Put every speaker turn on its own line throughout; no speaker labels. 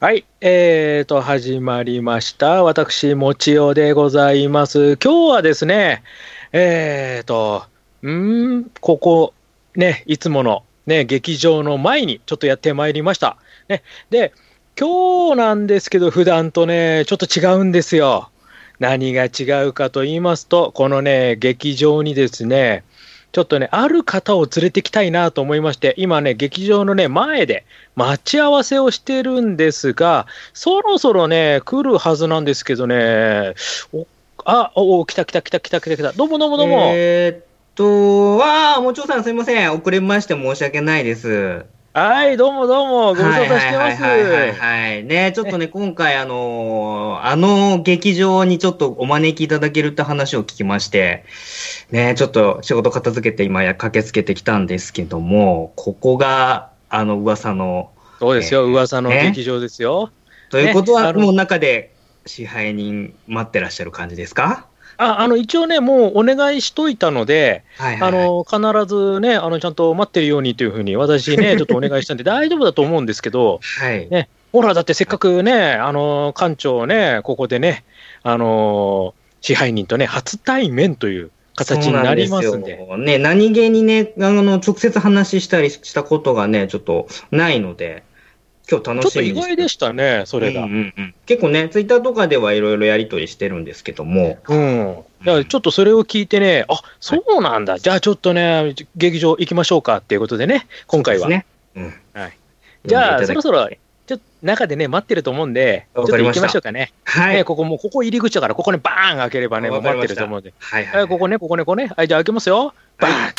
はい、えーと、始まりました。私、もちおでございます。今日はですね、えーと、うーん、ここ、ね、いつもの、ね、劇場の前にちょっとやってまいりました。ね、で、今日なんですけど、普段とね、ちょっと違うんですよ。何が違うかと言いますと、このね、劇場にですね、ちょっとね、ある方を連れてきたいなと思いまして、今ね、劇場のね、前で待ち合わせをしてるんですが、そろそろね、来るはずなんですけどね、おあ、お、お来た来た来た来た来た来た、どうもどうもどうも。
えーっと、わあ、もちおさんすみません。遅れまして申し訳ないです。
はい、どうもどうも、ご無沙汰してます。
はいはいはいはいはい、はい。ね、ちょっとね、今回あのーあの劇場にちょっとお招きいただけるって話を聞きまして、ね、ちょっと仕事片付けて今や駆けつけてきたんですけども、ここが、あの噂の、
そうですよ、噂の劇場ですよ。
ということ
ね
は、
あの
もう中で支配人待ってらっしゃる感じですか
あ、あの、一応ね、もうお願いしといたので、
はいは
あ
いはい。
の、必ずね、あの、ちゃんと待ってるようにというふうに、私 ね、ちょっとお願いしたんで、大丈夫だと思うんですけど、
はい。
ねほら、だってせっかくね、あの、館長ね、ここでね、あの、支配人とね、初対面という形になりますんで。
そうなんすよね、何気にね、あの、直接話したりしたことがね、ちょっとないので、今日
ちょ
楽
っと
しみ
意
にして
外でしたね、それが。う
うん
ん。
うんうん結構ね、ツイッターとかではいろいろやりとりしてるんですけども、
だからちょっとそれを聞いてね、あそうなんだ、じゃあちょっとね、劇場行きましょうかっていうことでね、今回は。
ね。うん。
はい。じゃ
呼
あ、
んで
そ
いただ
ろ
き
そろ、ちょっと中でね、待ってると思うんで、ちょっ
わ
と
かり
行
ま
き
した
ましょうかね。
は
ね
い。
ここもう、ここ入り口だから、ここね、バーン開ければね、もう
わか
待
り
って
ま
る
した
と思うんで。
はいはい
は、
はいい。
ここね、ここね、ここね。はい、じゃあ開けますよ。バーン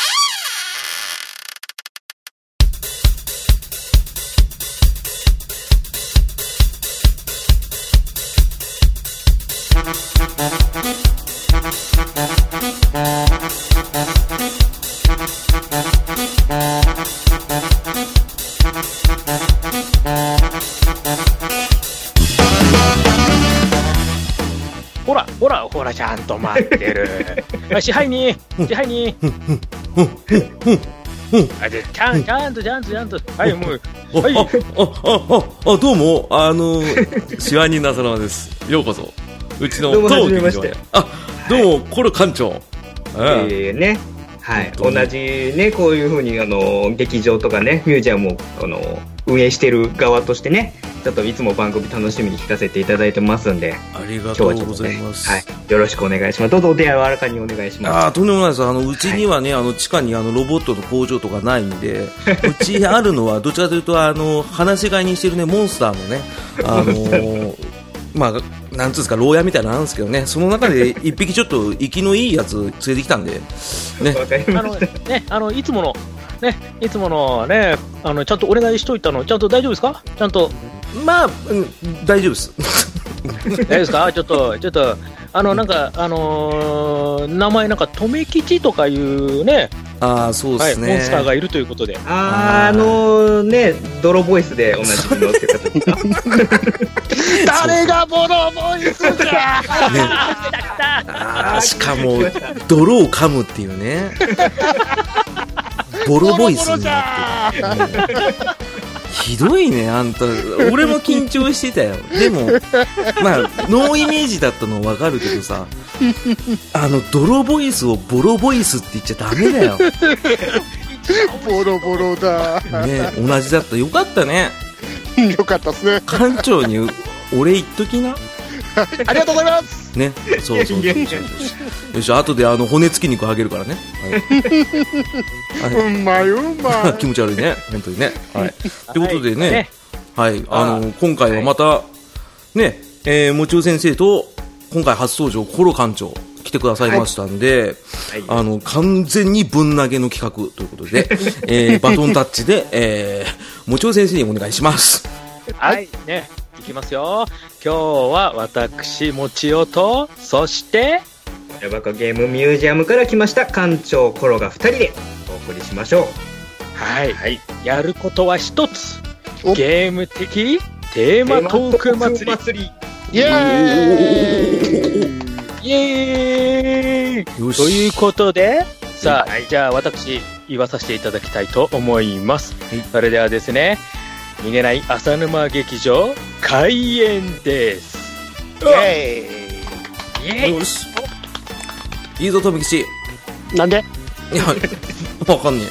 ほら、ほら、ほら、ちゃんと待って る。あ支配人、支配人。あでちゃん、ちゃんと、ちゃんと、ちゃんと。はい、もう、
あ、
はい
あ、あ、あ、あ、どうも、あ の、シワニナサラマです。ようこそ。うちの
どうも
当
初めまして
劇場へあ、どうも、コロ館長。うん
えーね。はい。
本当
同
に
じね、こういうふうに、あの、劇場とかね、ミュージアムを、あの、運営してる側としてね、ちょっといつも番組楽しみに聞かせていただいてますんで、
ありが
今日
と
は
う
ちょ
ご
っと
ざい
ね、
ます。
はい。よろしくお願いします。どうぞお手柔らかにお願いします。
あーとんでもないです、あのうちにはね、あの地下にあのロボットの工場とかないん で、うちにあるのは、どちらかというと、あの話し飼いにしてるね、モンスターのね、あの まあ、なんていうんですか、牢屋みたいなのあるんですけどね、その中で一匹ちょっと生きのいいやつ連れてきたんで、ね、
わかり
あ
ま
の、
し
ね、あの、いつもの、ね、いつものね、あの、ちゃんとお願いしといたの、ちゃんと大丈夫ですかちゃんと、
まあ、うん大丈夫です。
大丈夫ですかちょっと、ちょっと、あの、なんか、あのー名前なんか、留吉とかいうね、
ああ、そう
は
で
い、
す
モ
ね。
ンスターがいるということで。
あーあのね、泥ボイスで同じのって方。
誰がボロボイスじ ゃ来た来た
あーしかも、泥を噛むっていう ね。ボロボイスになってるうんひどいね、あんた。俺も緊張してたよ。でも、まあ、ノーイメージだったのわかるけどさ、あの、泥ボイスをボロボイスって言っちゃダメだよ。
ボロボロだ。
ね、同じだった。よかったね。
よかったですね。
館長に、俺言っときな。
ありがとうございます。
ね、そうそうそうそう
いやいやい
よし、後であの骨付き肉あげるからね。はいは
うまいうま
い気
い。
持ち悪いね、本当にね。はい。ということ
は
で
い
ね、はい、あの今回
は
はいまたね、えーもちお先生と今回初登場コロ館長来てくださいましたんで、
はい
あの完全にぶん投げの企画ということで、えーバトンタッチで、えー、もちお先生にお願いします。
はい、ね、いきますよ。今日は私、もちおと、そして、
ヤバカゲームミュージアムから来ました館長コロが2人でお送りしましょ
はい、
うはい
やることは一つ。
お
ゲーム的テーマトーク祭り。
祭り
イエーイ。
イエーイ
よ
ということで、さあ、
はい
じゃあ私、言わさせていただきたいと思います。
はい
それではですね、逃げない浅沼劇場開演です
イエ
イエイ
よしいいぞ富吉い
ーイなんで
やわかんね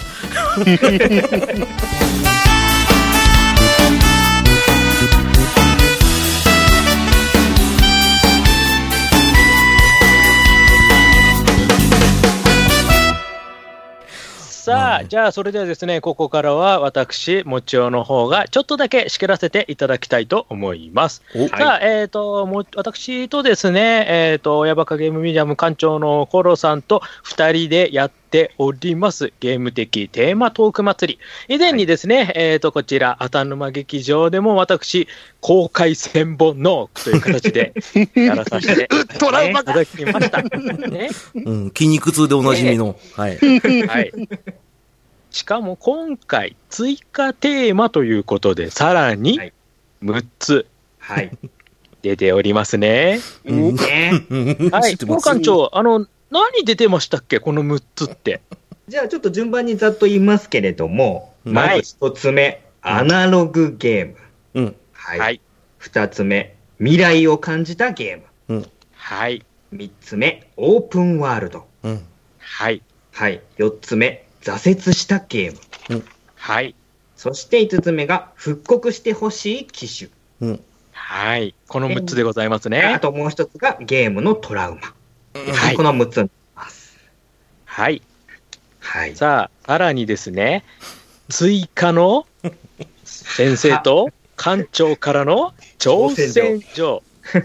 さあ、じゃあそれではですね、ここからは私、もちおの方がちょっとだけ仕切らせていただきたいと思います。
えお
はい
さあ、えっ、と、もう私とですね、えっ、と、親バカゲームミュージアム館長のコロさんと2人でやっております、ゲーム的テーマトーク祭り。以前にですね、えっ、と、こちら、浅沼劇場でも私、公開千本ノークという形 でやらさせて
トラウ
い
マ
ただきました。ね
うん、筋肉痛でおなじみの、はい、
はい。しかも今回、追加テーマということで、さらに
はい
6つ
はい。
出ておりますね。
うん
ね。
は
知
い。
って
副
ます
館長、あの、何出てましたっけこの6つって。
じゃあちょっと順番にざっと言いますけれども、
はい
まず一つ目、アナログゲーム。
うん
は
はい。
い。
二つ目、未来を感じたゲーム。
はい。
三つ目、オープンワールド。
うん
はい。
はい。四つ目、挫折したゲーム。
はい。
そして五つ目が、復刻してほしい機種。
うん
はい。この6つでございますね
あ。ともう一つが、ゲームのトラウマ。
はい
この6つになります。
はい。
はい。
さあ、さらにですね、追加の先生と館長からの挑戦状。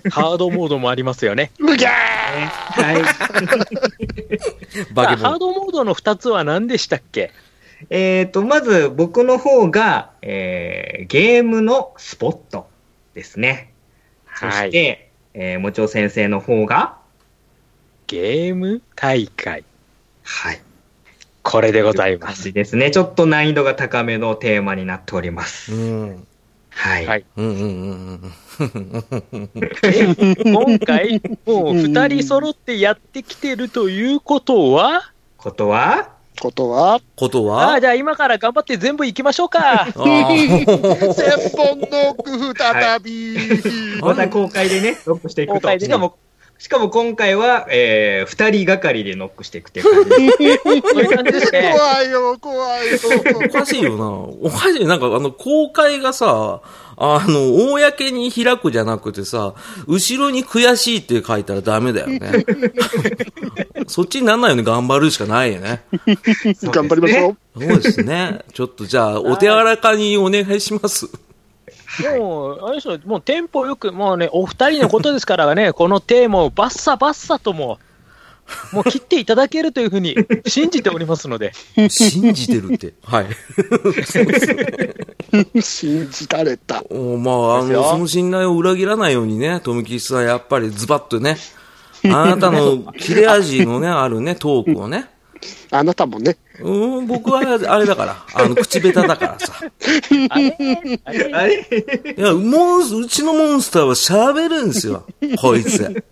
ハードモードもありますよね。
うぎゃ
はい。
バケ
さあハ
モ
ー
ン
ドモードの2つは何でしたっけ
えっと、まず僕の方が、えーゲームのスポットですね。そ
は
し
い。
て、えーもちお先生の方が、
ゲーム大会。
はい。
これでご
ご
ざいます。
ですね。ちょっと難易度が高めのテーマになっております。
うん
はい。
はい
うんうんうんうん
今回、もう2人揃ってやってきてるということは、
ことは、
ことは、
こと
あ
は。
あ、じゃあ今から頑張って全部行きましょうか
ー
千本の句再び。
また公開でね、ノックしていく
公
と。
開で
し
ね
かも、しかも今回は、えー、二人がかりでノックしていくっていう感じ。
そういう感じですね。
怖いよ、怖いよ。
おかしいよな。おかしい。なんか、あの、公開がさ、あの、公に開くじゃなくてさ、後ろに悔しいって書いたらダメ だよね。そっちになんないように頑張るしかないよね。
頑張りましょう。
そうですね。ちょっとじゃあ、お手柔らかにお願い します。
もう、あれでしょ、もうテンポよく、もうね、お二人のことですからね、 このテーマをバッサバッサとも、もう切っていただけるというふうに信じておりますので、
信じてるって。はい。
信じられた。
おまあ、あ
ですよ
の、その信頼を裏切らないようにね、富吉さん、やっぱりズバッとね、あなたの切れ味の ね、あるね、トークをね。
あなたもね。
うん、僕は、あれだから、あの、口下手だからさ。
あれあれ
あれ
いや、モンス、うちのモンスターは喋るんですよ。こいつ。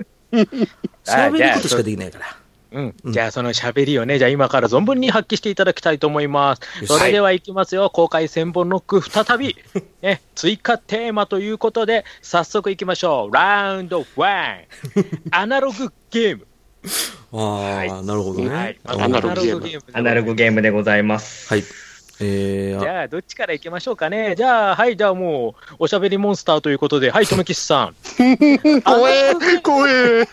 喋ることしかできないから。
うん、じゃあその喋りをね、じゃあ今から存分に発揮していただきたいと思います。
よし
それではいきますよ、公開千本ノック再び、ね、追加テーマということで、早速いきましょう。ラウンド1、アナログゲーム。
ああ、なるほどね。
はい、
あ
アナログゲーム
ム
アナログゲームでございます。
はい。え
じ
ー、あ
ゃあ、どっちから行きましょうかね。じゃあ、はい、じゃあもう、おしゃべりモンスターということで、はい、とめきしさん。
怖え、怖え。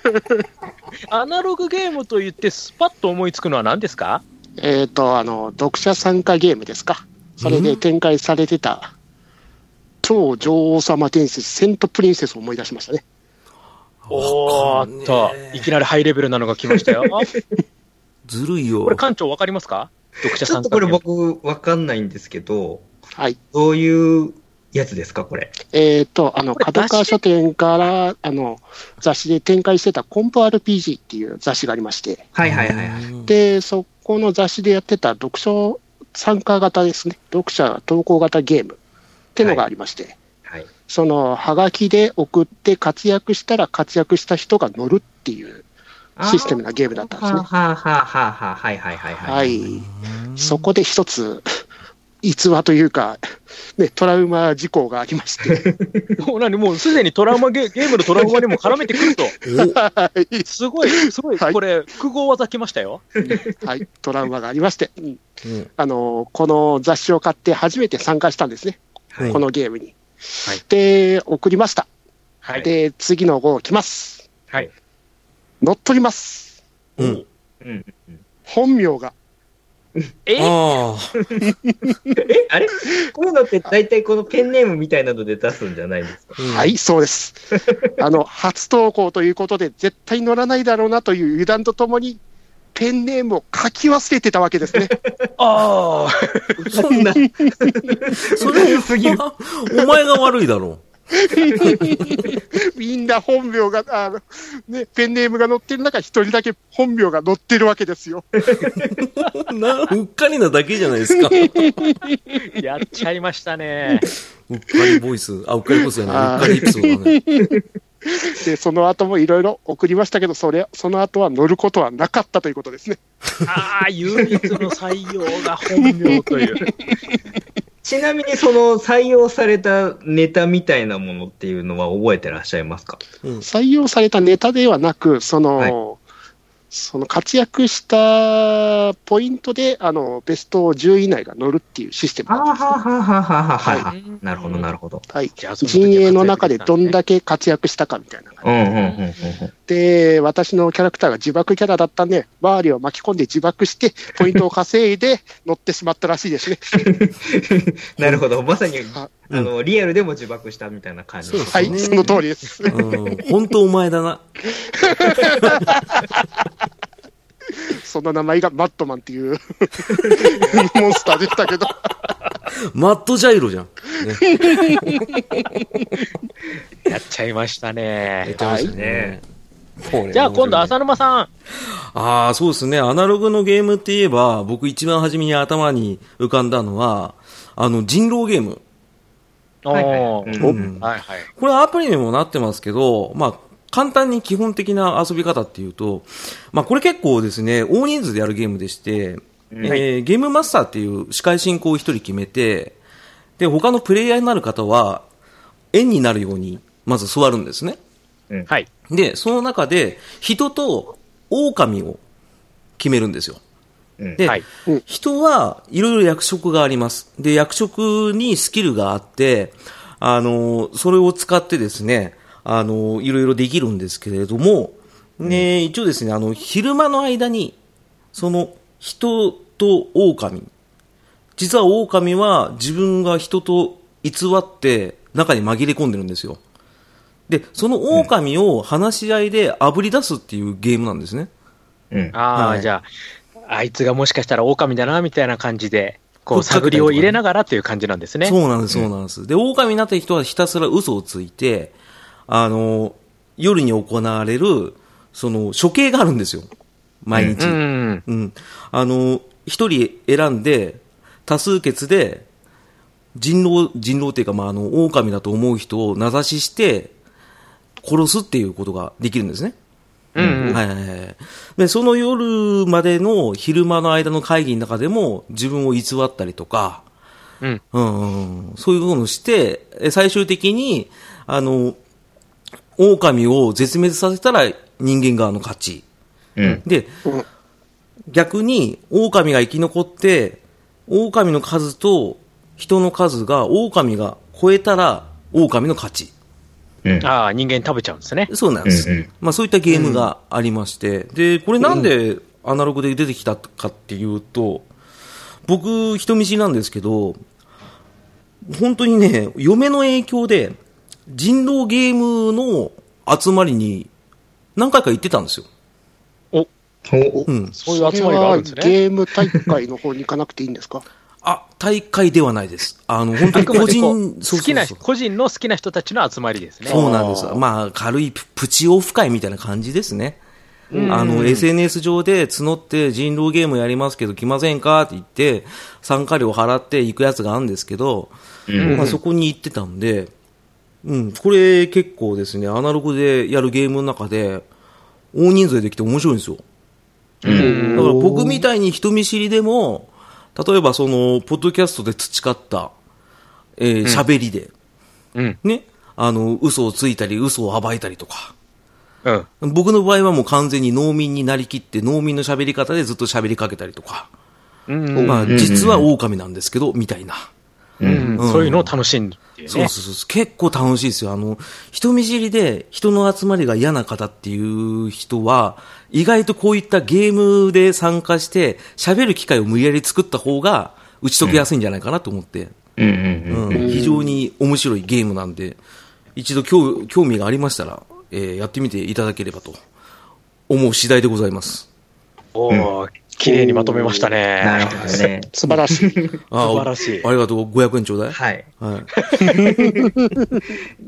アナログゲームと言って、スパッと思いつくのは何ですか
えっと、あの、読者参加ゲームですか。それで展開されてた、超女王様伝説、セントプリンセスを思い出しましたね。
お
わかん
ー
ね
っ
え
と、いきなりハイレベルなのが来ましたよ。
ずるいよ
これ、。館長わかりますか読者
ちょ
さ
っ
ん
とこれ僕、わかんないんですけど、
はい。
どういうやつですか、これ。
えっと、あの、
これ
角川書店から、あの、雑誌で展開してたコンプ RPG っていう雑誌がありまして、
はいはいはいはい。
うん
で、そこの雑誌でやってた読書参加型ですね、読者投稿型ゲームってのがありまして、
はい。
そのはがきで送って活躍したら活躍した人が乗るっていうシステムなゲームだったんですね
は。あはあはあはあはあはいはいはいはい。
はい、そこで一つ逸話というか、ね、トラウマ事故がありま して、
もう何もうすでにトラウマゲゲームのトラウマにも絡めてくると。
はい
すごい、すごい、
はい
これ、複合技来ましたよ。
はい、トラウマがありまして、うん
おうん
あのこの雑誌を買って初めて参加したんですね、
はい
このゲームに。
はい
で、送りました。
はい。
で、次の号来ます。
はい。
乗っ取ります。
うん。
うん。
本名が。
え
あ
え、あれこういうのって大体このペンネームみたいなので出すんじゃないんですか
あ。うん
はい、。そう です。あの、初投稿ということで、絶対乗らないだろうなという油断とともに、ペンネームを書き忘れてたわけですね。
ああ、
そんな、
それ
すぎる。
お前が悪いだろ
みんな本名が、あの、ね、ペンネームが載ってる中、一人だけ本名が載ってるわけですよ。
う。な、うっかりなだけじゃないですか。
やっちゃいましたね。
うっかりボイス。あ、うっかりボイスじゃない。う
あー
っかりエピソードだね。
で、その後もいろいろ送りましたけど、それ、その後は乗ることはなかったということですね。
ああ、唯一の採用が本名という。
ちなみにその採用されたネタみたいなものっていうのは覚えてらっしゃいますか
うん。
採用されたネタではなく、その、
はい
その活躍したポイントで、あの、ベスト10以内が乗るっていうシステム
は
な
は
んですね。
ははは
は
ははいなるほど、なるほど。
はい。
じゃあ
陣営の中でどん
け。
だけ活躍したかみたいな感じ。
うんうんうんうんうん。
で、私のキャラクターが自爆キャラだったんで、周りを巻き込んで自爆して、ポイントを稼いで 乗ってしまったらしいですね。
なるほど。まさに、
は
あの、リアルでも自爆したみたいな感じ
そう。
はい、
ね
その通りです。
うん。本当お前だな。
その名前がマットマンっ ていうモンスターでしたけど、
マットジャイロじゃん。ね。
やっちゃいました
やっ
ね。
ちゃいましたね。
じゃあ今度、
朝
浅沼さん。
ああ、そうですね。アナログのゲームって言えば、僕一番初めに頭に浮かんだのは、あの、人狼ゲーム。
はいはい
おー
うんうん
はいはい。
これはアプリにもなってますけど、まあ、簡単に基本的な遊び方っていうと、まあ、これ結構ですね、大人数でやるゲームでして、えーゲームマスターっていう司会進行を一人決めて、で、他のプレイヤーになる方は、円になるように、まず座るんですね。
はい。
で、その中で、人と狼を決めるんですよ。
うん
で、
はい
人はいろいろ役職があります。で、役職にスキルがあって、あの、それを使ってですね、あの、いろいろできるんですけれども、ね、一応ですね、あの、昼間の間に、その、人と狼。実は狼は自分が人と偽って中に紛れ込んでるんですよ。で、その狼を話し合いで炙り出すっていうゲームなんですね。
うん。
ああ、
はい
じゃあ、あいつがもしかしたら狼だな、みたいな感じで、こ
ふ
う、
っかけた
探
りとかね
りを入れながらっていう感じなんですね。
そうなんです、そうなんです。で、狼になった人はひたすら嘘をついて、あの、夜に行われる、その、処刑があるんですよ。毎日。
う
うん。
ん。
あの、一人選んで、多数決で、人狼、人狼っていうか、まあ、あの、狼だと思う人を名指しして、殺すっていうことができるんですね。
うんうん。
はいはいはい。で、その夜までの昼間の間の会議の中でも、自分を偽ったりとか、
うん。
うんうんうん、そういうことをして、え最終的に、あの、狼を絶滅させたら人間側の勝ち。
うん。
で、
うん
逆に、狼が生き残って、狼の数と人の数が、狼が超えたら、狼の勝ち。
うん。
ああ、人間食べちゃうんですね。
そうなんです。
うんうん
まあそういったゲームがありまして、で、これなんでアナログで出てきたかっていうと、僕、人見知りなんですけど、本当にね、嫁の影響で、人狼ゲームの集まりに何回か行ってたんですよ。
お
うん。
そういう集まりがあるんです
それは
ね。
ゲーム大会の方に行かなくていいんですか
あ、大会ではないです。あの、本当
あ
に
くま
個
でこう
人、そう
好きな
そうそう
個人の好きな人たちの集まりですね。
そうなんです。まあ、軽いププチオフ会みたいな感じですね。あの、SNS 上で募って人狼ゲームやりますけど来ませんかって言って、参加料払って行くやつがあるんですけど、
うん
まあそこに行ってたんで、うん、これ結構ですね、アナログでやるゲームの中で、大人数でできて面白いんですよ。だから僕みたいに人見知りでも、例えばその、ポッドキャストで培った、えー喋りで、
うん。
ね、あの、嘘をついたり、嘘を暴いたりとか、
うん。
僕の場合はもう完全に農民になりきって、農民の喋り方でずっと喋りかけたりとか、
うん。
まあ、
うん
実は狼なんですけど、みたいな。
うん
うん
そういうのを楽しんでっていうね。
そうそうそうそう。結構楽しいですよ。あの、人見知りで人の集まりが嫌な方っていう人は、意外とこういったゲームで参加して、喋る機会を無理やり作った方が、打ち解けやすいんじゃないかなと思って、
うんうんうん。
うん非常に面白いゲームなんで、一度興興味がありましたら、えーやってみていただければと思う次第でございます。
おー綺麗にまとめましたね。
なるほどね。
素晴らしい。
あー
素晴らしい
ありがとう。500円ちょうだい。
はい。
はい。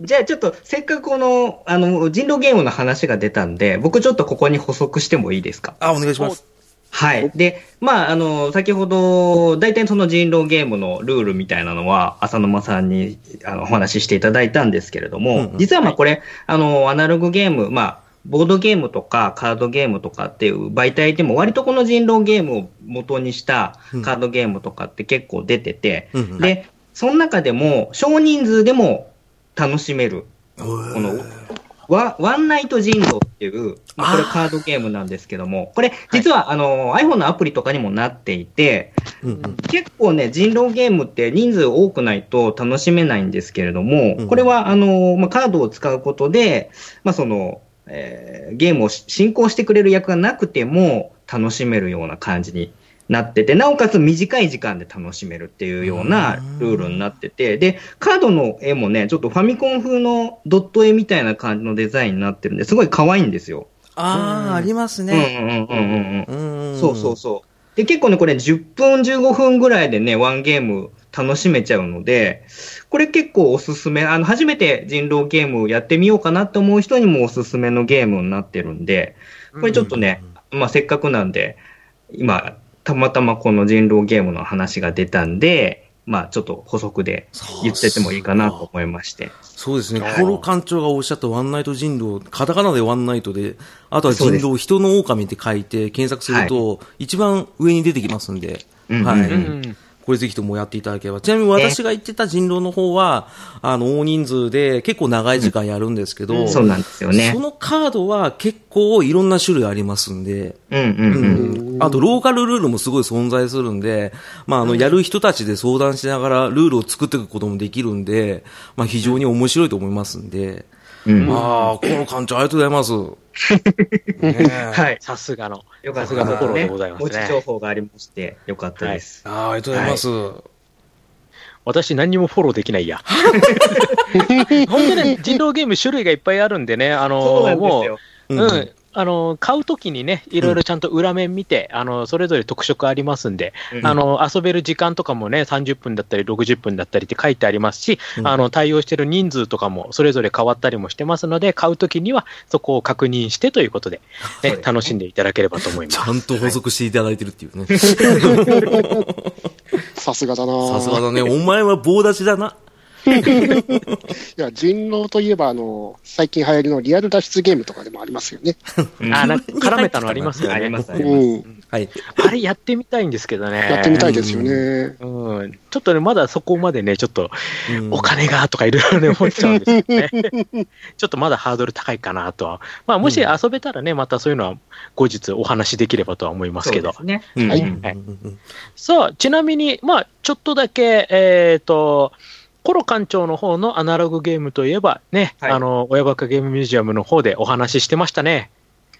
じゃあちょっとせっかくこの、あの、人狼ゲームの話が出たんで、僕ちょっとここに補足してもいいですか
あ、お願いします。
はい。で、まあ、あの、先ほど、大体その人狼ゲームのルールみたいなのは、浅沼さんにあのお話ししていただいたんですけれども、
うんうん
実はまあ、これ、あの、アナログゲーム、まあ、ボードゲームとかカードゲームとかっていう媒体でも割とこの人狼ゲームを元にしたカードゲームとかって結構出てて、
うんうん
で、その中でも少人数でも楽しめるこのワワンナイト人狼っていう、まあ、これカードゲームなんですけども、これ実は、あの iPhone のアプリとかにもなっていて、
うんうん
結構ね、人狼ゲームって人数多くないと楽しめないんですけれども、
うん
これはあの、まあ、カードを使うことで、まあそのえーゲームをし進行してくれる役がなくても楽しめるような感じになってて、なおかつ短い時間で楽しめるっていうようなルールになってて、で、カードの絵もね、ちょっとファミコン風のドット絵みたいな感じのデザインになってるんで、すごい可愛いんですよ。
あー、ありますね。
うんうんうんうんうん。
うん
そうそうそう。で、結構ね、これ10分、15分ぐらいでね、ワンゲーム楽しめちゃうので、これ結構おすすめ、あの、初めて人狼ゲームをやってみようかなって思う人にもおすすめのゲームになってるんで、これちょっとね、まあ、せっかくなんで、今、たまたまこの人狼ゲームの話が出たんで、まあ、ちょっと補足で言っててもいいかなと思いまして。
そうですね、
はい
コロ館長がおっしゃったワンナイト人狼、カタカナでワンナイトで、あとは人
そ
狼、人の狼って書いて検索すると、一番上に出てきますんで、
うん
はい
うん
これぜひともやっていただければ。ちなみに私が言ってた人狼の方は、あの、大人数で結構長い時間やるんですけど、
うん
そうなんですよね
そ。のカードは結構いろんな種類ありますんで、
うんうんうん。
うんあと、ローカルルールもすごい存在するんで、まあ、あの、やる人たちで相談しながらルールを作っていくこともできるんで、まあ、非常に面白いと思いますんで、
うん
ああ、この館長、ありがとうございます。ねえ
はい。
さすがの。
よ
さすがのフォローでございますね
持ち情報がありまして、よかったです。
あーありがとうございます。
私何にもフォローできないや。ほんでね、人狼ゲーム種類がいっぱいあるんでね、あ
そうな
の、
んです
も
よ。
う、うん。あの買うときにね、いろいろちゃんと裏面見て、あのそれぞれ特色ありますんで、
うん
あの、遊べる時間とかもね、30分だったり、60分だったりって書いてありますし、
うん
あの対応してる人数とかもそれぞれ変わったりもしてますので、買うときにはそこを確認してということで、ね
そうですね
楽しんでいただければと思います
ち。ゃんと補足していただいてるっていうね。
さすがだな
さすがだね。お前は棒立ちだな。
いや、人狼といえば、あの、最近流行りのリアル脱出ゲームとかでもありますよね。
あなんか絡めたのありますよね。
あります、あ
う
ります。
ん。
はい。
あれやってみたいんですけどね。
やってみたいですよね。
うん、ちょっとね、まだそこまでね、ちょっと、
うん
お金がとかいろいろね、思っちゃうんですけどね。ちょっとまだハードル高いかなとは。まあ、もし
うん
遊べたらね、またそういうのは後日お話しできればとは思いますけど。
そうですね。
うん
はい
うん
はい
うん
さあ、ちなみに、まあ、ちょっとだけ、えっ、と、コロ館長の方のアナログゲームといえば、ね、
はい
あの、親バカゲームミュージアムの方でお話ししてましたね。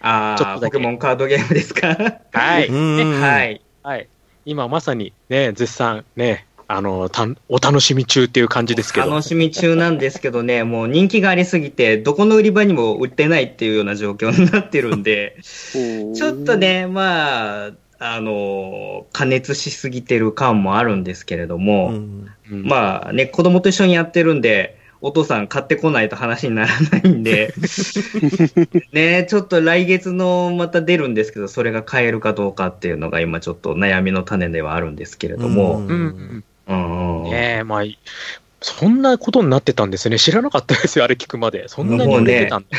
あ
ちょっ
あ、
と
ポ
だけ
ケモンカードゲームですか
は
う
い。
んうん
はい。
はい。今まさにね、絶賛ね、あの、たんお楽しみ中っていう感じですけど。
楽しみ中なんですけどね、もう人気がありすぎて、どこの売り場にも売ってないっていうような状況になってる んで、
うん
ちょっと。ね、まあ、あの、加熱しすぎてる感もあるんですけれども、
うん
うん
まあね、子供と一緒にやってるんで、お父さん買ってこないと話にならないんで、ね、ちょっと来月のまた出るんですけど、それが買えるかどうかっていうのが今ちょっと悩みの種ではあるんですけれども、
うん
うんうん
ねえ、まあ、そんなことになってたんですね。知らなかったですよ、あれ聞くまで。そんなに売れてたんだ。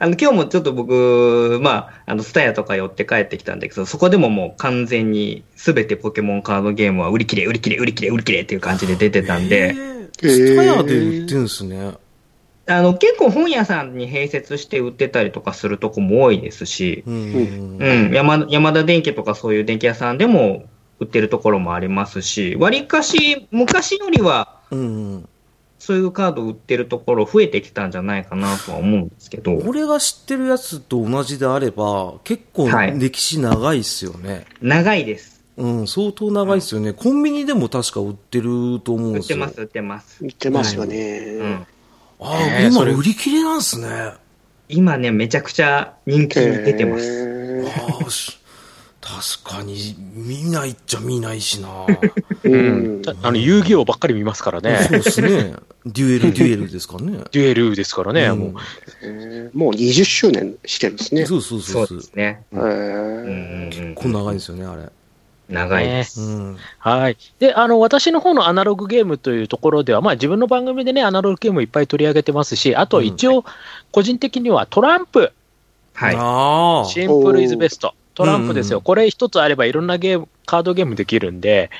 あの、今日もちょっと僕、まあ、あの、スタヤとか寄って帰ってきたんだけど、そこでももう完全に全てポケモンカードゲームは売り切れ、売り切れ、売り切れ、売り切れっていう感じで出てたんで、
えー、スタヤで売ってるんですね。
あの、結構本屋さんに併設して売ってたりとかするとこも多いですし、
うん
うん、山山田電機とかそういう電気屋さんでも売ってるところもありますし、わりかし昔よりは
うん
そういうカード売ってるところ増えてきたんじゃないかなとは思うんですけど。
俺が知ってるやつと同じであれば、結構
はい
歴史長いっすよね。
長いです。
うん、相当長いっすよね。コンビニでも確か売ってると思うん
売
で
っ
す
て
よ。
ます、売ってます。
言ってますよ
う
ね
ん。
ああ、
えー
今
それ
売り切れなんすね。あ
今ね、めちゃくちゃ人気出てます。
へー
あ、し確かに、見ないっちゃ見ないしな。
う
うん
ん。
あの、遊戯王ばっかり見ますから
そう
ね。
ですね。デュエ ル、デュエルですかね。
デュエルですからね、
うん
もう。
へーもう20周年してるんですね。
そうそうそ
そうう
そう
で。すね。
へー
うんうん
こん長いですよね、あれ。
うん。長いです。
ね
うん。
はい。で、あの、私の方のアナログゲームというところでは、まあ自分の番組でね、アナログゲームいっぱい取り上げてますし、あと一応、個人的にはトランプ、
はい。
ああ。
シンプルイズベスト。トランプです
うんう
よ。
ん
これ一つあればいろんなゲーム、カードゲームできるんで、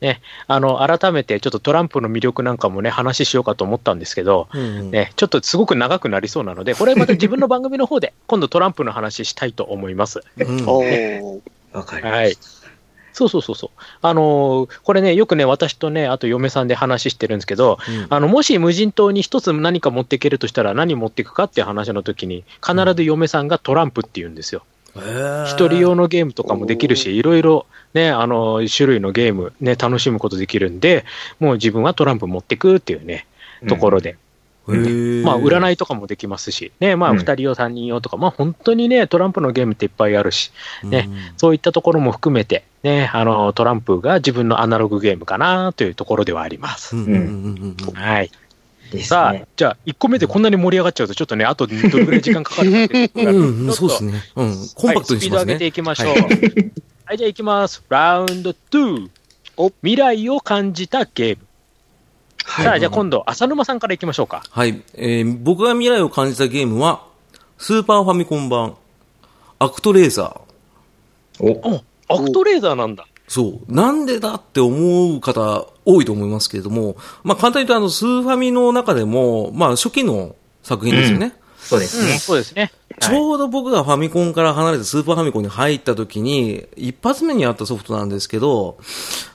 ね、あの、改めてちょっとトランプの魅力なんかもね、話ししようかと思ったんですけど、
うん
ね、ちょっとすごく長くなりそうなので、これま た自分の番組の方で、今度トランプの話したいと思います。
うん
おー
わかりま
はい
し。
そうそうそうそう。あのーこれね、よくね、私とね、あと嫁さんで話してるんですけど、
うん
あの、もし無人島に一つ何か持っていけるとしたら何持っていくかっていう話の時に、必ず嫁さんがトランプって言うんですよ。
へー
一人用のゲームとかもできる
お
し、いろいろね、あの、種類のゲーム、ね、楽しむことできるんで、もう自分はトランプ持ってくっていうね、
た
ところで。
へー
まあ、占いとかもできますし、ね、まあ、
うん
2人用、3人用とか、まあ、本当にね、トランプのゲームっていっぱいあるし、ねそういったところも含めて、ね、あの、トランプが自分のアナログゲームかなというところではあります
うん。。うんうんうんうん
はい。
です
さ
ね
あ。、じゃあ、1個目でこんなに盛り上がっちゃうと、ちょっとね、あとどれくらい時間かかるかっていうところが
うんうん、そうですね。うん、コンパクトにしますね。
はい、スピード上げていきましょう。
は
はい、じゃあ行きます。ラウンド2。
お
未来を感じたゲーム。
はい
さあ、じゃあ今度、浅沼さんから行きましょうか。
はい、えー僕が未来を感じたゲームは、スーパーファミコン版、アクトレーザー。
お、
おアクトレーザーなんだ。
そう。なんでだって思う方多いと思いますけれども、まあ簡単に言うとあの、スーファミの中でも、まあ初期の作品ですよね。
そうですね。
そうですね。
ちょうど僕がファミコンから離れてスーパーファミコンに入った時に、一発目にあったソフトなんですけど、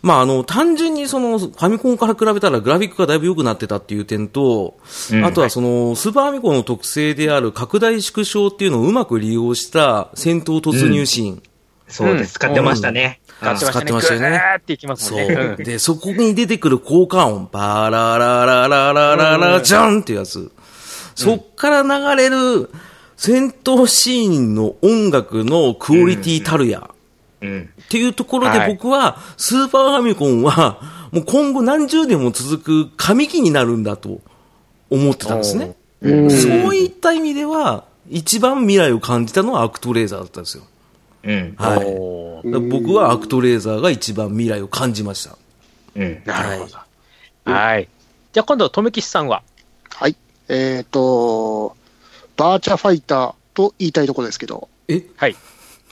まああの、単純にその、ファミコンから比べたらグラフィックがだいぶ良くなってたっていう点と、
うん
あとはその、スーパーファミコンの特性である拡大縮小っていうのをうまく利用した戦闘突入シーン。
そうです。使ってましたね。
使ってましたね。
使ってましたよね
グーっていきます
そ
もんね。
う。
ん
で、そこに出てくる効果音、パラララララララジャンっていうやつ。そっから流れる戦闘シーンの音楽のクオリティたるや。
うん。
っていうところで
はい
僕は、スーパーファミコンは、もう今後何十年も続く神機になるんだと思ってたんですね。
うん
そういった意味では、一番未来を感じたのはアクトレーザーだったんですよ。
うん。
はい。
おー
だから僕はアクトレーザーが一番未来を感じました。
うん。
なるほど。はい。じゃあ今度、とめきしさんは。
はい。えっと、バーチャファイターと言いたいところですけど、
え
はい。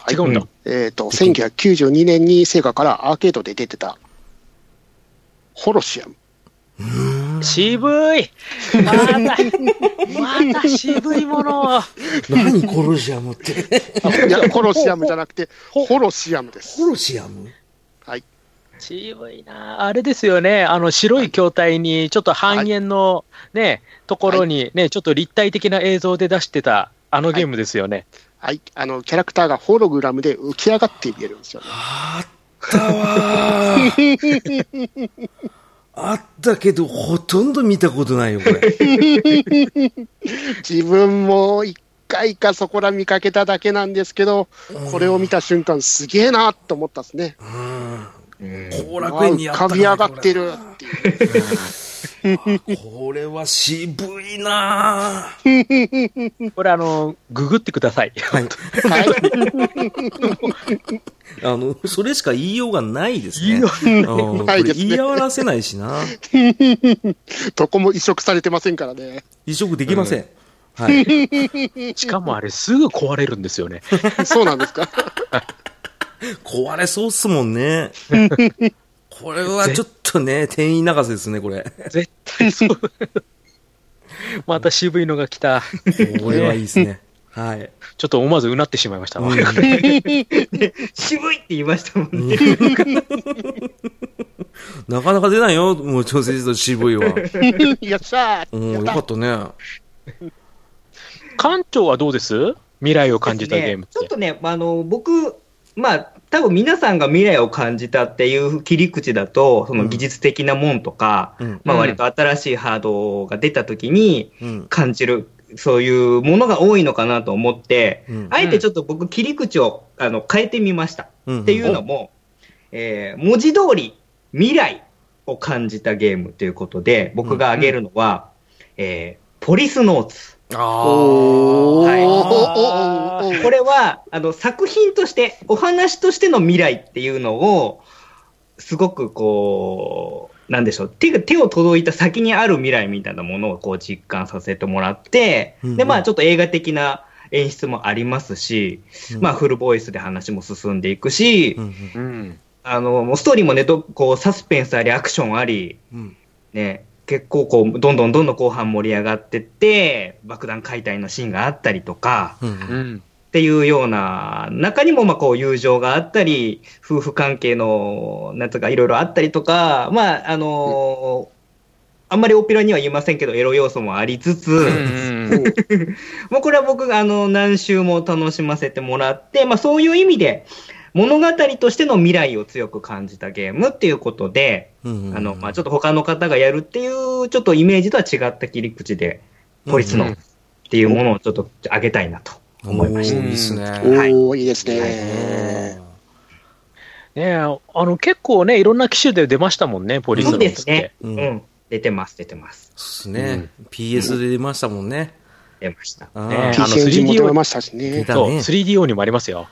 違うんだ。
えっと、1992年にセガからアーケードで出てた、ホロシアム。
渋い。また、また渋いものを。
何コロシアムって。
いや、ホロシアムじゃなくて、ホロシアムです
コ。ロシアム
はい。
渋いなああれですよね、あの白い筐体にちょっと半円の、ねところに、ねちょっと立体的な映像で出してた、あのゲームですよね。
はい。あの、キャラクターがホログラムで浮き上がって見えるんですよね。
あったわー あったけど、ほとんど見たことないよ、これ。
自分も一回かそこら見かけただけなんですけど、これを見た瞬間、すげえなと思ったんですね。
うん
うん
後
わあ
楽園に
浮
あった
かび上がってるっていう。
これは渋いなぁ
これ、あの、ググってください。
はい。
あの、それしか言いようがないですね。
言いよ
うんこ
な
れ
いです
言
ね
い合わせないしな。
どこも移植されてませんからね。
移植できません。はい。
しかもあれ、すぐ壊れるんですよね。
そうなんです か。
壊れそうっすもんね。これはちょっとね、店員泣かせですね、これ。
絶対そう。 また渋いのが来た。
これはいいですね。はい。
ちょっと思わずうなってしまいましたわ。
うん
渋いって言いましたもんね。
なかなか出ないよ、もう調整と渋いは。
よっしゃー
うん、
や
よ
っ
か
た
ったね。
館長はどうです未来を感じたゲームっ。
ちょってとね、まああの、僕、まあ、多分皆さんが未来を感じたっていう切り口だと、その技術的なもんとか、
うん。
まあ割と新しいハードが出た時に
うん。
感じる、そういうものが多いのかなと思って、
うん
あえてちょっと僕切り口をあの変えてみました。
うん
っていうのも、えー文字通り未来を感じたゲームということで、僕が挙げるのは、えーポリスノーツ。
あ
おー
ー。
はい
おーおーおーおー
これは、あの、作品として、お話としての未来っていうのを、すごくこう、なんでしょう手が、手を届いた先にある未来みたいなものをこう実感させてもらって、
うんうん
で、まあちょっと映画的な演出もありますし、
うん
まあフルボイスで話も進んでいくし、
うん
うん。
あの、もうストーリーもね、どこう、サスペンスあり、アクションあり、
うん。
ね、結構こう、どんどんどんどん後半盛り上がってって、爆弾解体のシーンがあったりとか、
うんう。
うんん。
っていうような、中にもまあこう、友情があったり、夫婦関係の、なんとかいろいろあったりとか、まあ、あのーあんまりオペラには言いませんけど、エロ要素もありつつ、
うん
もうこれは僕があの何週も楽しませてもらって、まあ、そういう意味で物語としての未来を強く感じたゲームっていうことで、
うんうん
あのまあ、ちょっと他の方がやるっていうちょっとイメージとは違った切り口でポリスのっていうものをちょっと上げたいなと思いまし
お
た。
ーいいっすね。
はい
おーいいです
え
ね。
ねえ、あの、結構ね、いろんな機種で出ましたもんね、ポリス
そ
のっ
うです
て
ね。。
う。
うんん。出てます、出てます。
すね。PS で出ましたもんね。
出ました。
あ
ね
ー
あの
PC エンジンも
3D
止めましたし
出
ね。
た
そう、
ね。
3DO にもありますよ。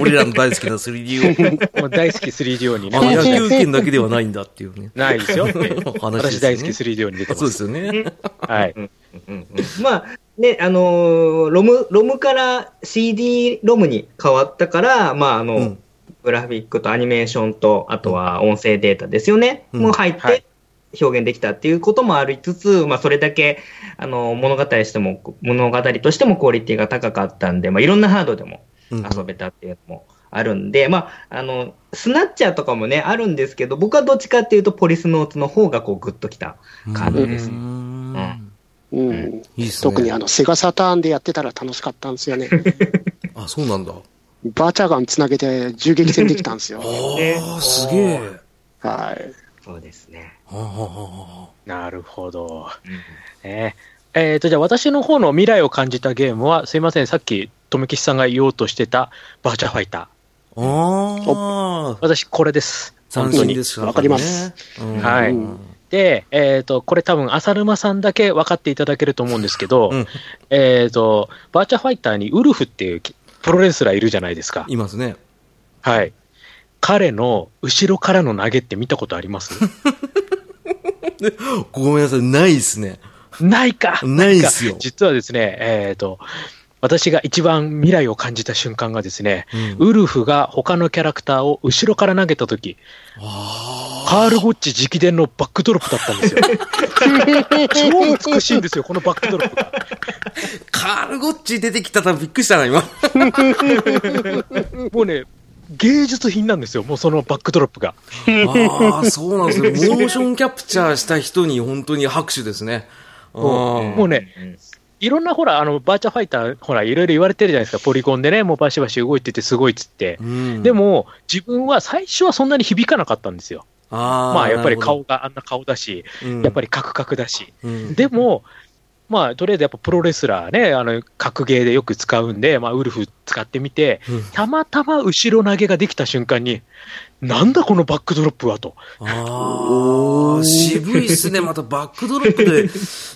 俺らの大好きな 3D
もう大好き 3DO に
を。あの
ね。
野球券だけではないんだっていうね。
ないですよ。
話
私大
です
好
ね
き 3DO に出て
あ
ま。
そうですすよね。
はい。
うんうんうんまあね、あのーロム、ロムから CD ロムに変わったから、まああの、
うん
グラフィックとアニメーションと、あとは音声データですよね、
うん
もう入っ
はい
て表現できたっていうこともありつつ、まあそれだけ、あの、物語しても、物語としてもクオリティが高かったんで、まあいろんなハードでも
うん
遊べたっていうのもあるんで、まあ、あの、スナッチャーとかもね、あるんですけど、僕はどっちかっていうと、ポリスノーツの方がこうグッときた感じです
う
ね。
ん
うん
うん
いいっすね。
特にあの、セガサターンでやってたら楽しかったんですよね。
あ、そうなんだ。
バーチャーガンつなげて銃撃戦できたんですよ
あ。あ、すげえ。
はい。
そうですね。
はあはあは
なるほど。
うん
ねえっ、と、じゃあ私の方の未来を感じたゲームは、すいません、さっき、とめきちさんが言おうとしてた、バーチャファイター。
あはあ。ああ、
私、これです。
斬
本当
新
に
で。すからね
わかります。
うん
はい
うん
で、えっ、と、これ多分、浅沼さんだけ分かっていただけると思うんですけど、
うん
えっと、バーチャファイターにウルフっていうきプロレスラーいるじゃないですか。
いますね。
はい。彼の後ろからの投げって見たことあります
ごめんなさい、ないっすね。
ないか
ないっすよ。
実はですね、えっ、と、私が一番未来を感じた瞬間がですね、
うん
ウルフが他のキャラクターを後ろから投げたとき、
あ
カール・ゴッチ直伝のバックドロップだったんですよ。 超美しいんですよ、このバックドロップが。
ーカールゴッチ出てきたらびっくりしたな、今。
もうね、芸術品なんですよ、もうそのバックドロップが。
ああ、そうなんですね。モーションキャプチャーした人に本当に拍手ですね。あー
もうね、いろんなほら、あの、バーチャファイター、ほら、いろいろ言われてるじゃないですか、ポリコンでね、もうバシバシ動いててすごいっつって
う。ん
で、も、自分は最初はそんなに響かなかったんですよ。
あー
まあ、やっぱり、
なるほ
顔があんな顔だし、
どうん
やっぱりカクカクだし。
うん
でも、まあ、とりあえずやっぱプロレスラーね、あの、格ゲーでよく使うんで、まあ、ウルフ使ってみて、
うん
たまたま後ろ投げができた瞬間に、なんだこのバックドロップはと。
ああ、渋いっすね。またバックドロップで、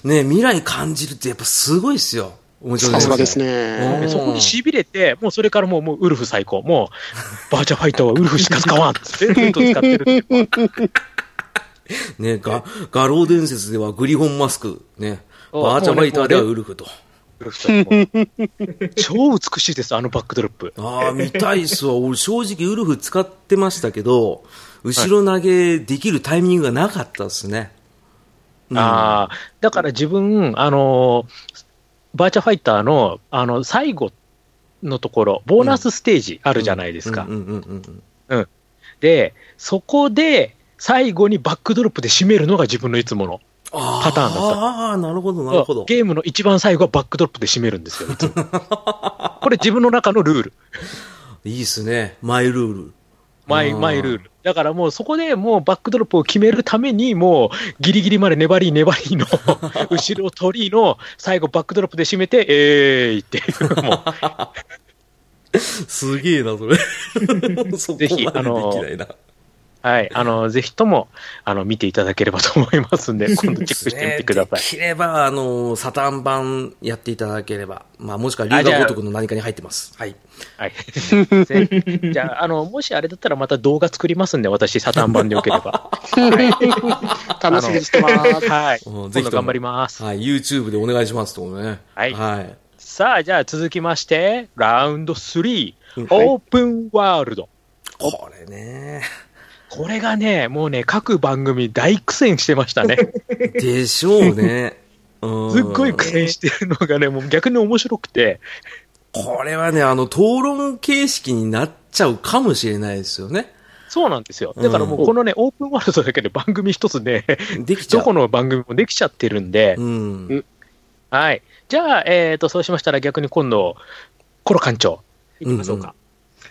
ね、未来感じるってやっぱすごいっすよ。面白い
さすがです
う
ね。
ん
そこに痺れて、もうそれからもう、もうウルフ最高。もう、バーチャファイターはウルフしか使わん。全然と使ってる。
ね、ガ、画廊伝説ではグリフォンマスク、ね、
あ
バーチャファイターではウルフと。
ウルフ最高。超美しいです、あのバックドロップ。
ああ、見たいっすわ。俺正直ウルフ使ってましたけど、後ろ投げできるタイミングがなかったっすね。うん
ああ、だから自分、あのーバーチャファイターの、あの、最後のところ、ボーナスステージあるじゃないですか。
うんうんうんうん。
で、そこで、最後にバックドロップで締めるのが自分のいつもの。
あ
パターンだった
ああ、なるほど、なるほど。
ゲームの一番最後はバックドロップで締めるんですよ、い つも。これ自分の中のルール。
いいっすね。マイルール。
マイ
あー
マイルール。だからもうそこでもうバックドロップを決めるために、もうギリギリまで粘り粘り の後ろ取りの最後バックドロップで締めて、えーいっていう、 も
すげえな、そ れ。 そこまで
ぜ
でき
ひあの
ないな。
う、はい、あの、ぜひとも、あの、見ていただければと思いますん で、今度チェックしてみてください
で。きれば、あの、サタン版やっていただければ、まあ、もしくは、
あ
龍
じゃ
が
あ
如くの何かに入ってます。はい。
はい。ぜじゃあ、あの、もしあれだったらまた動画作りますんで、私、サタン版でよけれ ば。
楽しみにしてま
あの
す。
はい。
うん
今
ぜひ
度
とも
頑張ります。
はい、YouTube でお願いしますとね。
はい
はい。
さあ、じゃあ続きまして、ラウンド3、
うん
オープンワールド。
これね。
これがね、もうね、各番組大苦戦してましたね。
でしょうね。 うん
すっごい苦戦してるのがね、もう逆に面白くて、
これはね、あの、討論形式になっちゃうかもしれないですよね。
そうなんですよ。だからもうこのね、オープンワールドだけで 番組一つね、
できちゃ
ど
う。
この番組もできちゃってるんで、
うん。
はい。じゃあ、えっ、と、そうしましたら逆に今度、コロ館長、行きましょうか。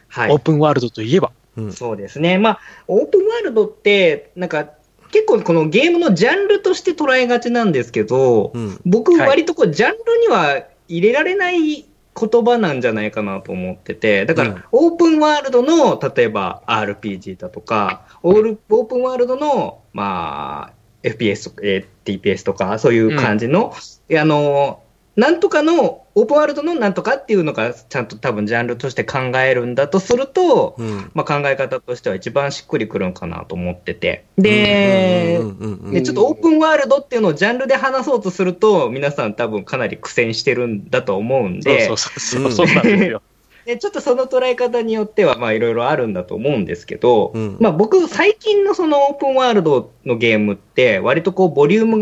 は
オー
い。
プンワールドといえば、
うん
そうですね。まあ、オープンワールドって、なんか、結構このゲームのジャンルとして捉えがちなんですけど、
うん。
僕、
はい
割とこう、ジャンルには入れられない言葉なんじゃないかなと思ってて、だか
うん
ら、オープンワールドの、例えば RPG だとか、オールオープンワールドの、まあ、FPS とか、えー TPS とか、そういう感じの、あの、なんとかの、オープンワールドのなんとかっていうのが、ちゃんと多分ジャンルとして考えるんだとすると、
うん。
まあ、考え方としては一番しっくりくるんかなと思ってて。で、
うんうんうんうん
ね、ちょっとオープンワールドっていうのをジャンルで話そうとすると、皆さん多分かなり苦戦してるんだと思うんで、
そうそうそうそう、そうなんですよ。
でちょっとその捉え方によっては、まあいろいろあるんだと思うんですけど、
うん
まあ僕、最近のそのオープンワールドのゲームって、割とこうボリューム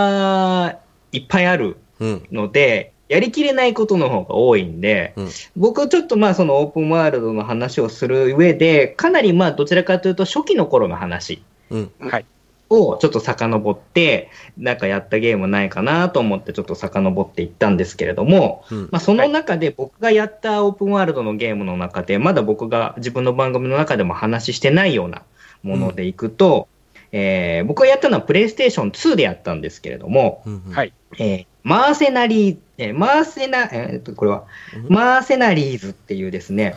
がいっぱいある
うん。
ので、やりきれないことの方が多いんで、
うん
僕ちょっとまあそのオープンワールドの話をする上で、かなりまあどちらかというと初期の頃の話
うん。
をちょっと遡って、なんかやったゲームないかなと思ってちょっと遡っていったんですけれども、
うん
まあ、その中で僕がやったオープンワールドのゲームの中で、まだ僕が自分の番組の中でも話してないようなものでいくと、えー僕がやったのはプレイステーション2でやったんですけれども、
うんうん
はい。
えーマーセナリー、えーマーセナ、えーっと、これは、
うん
マーセナリーズっていうですね、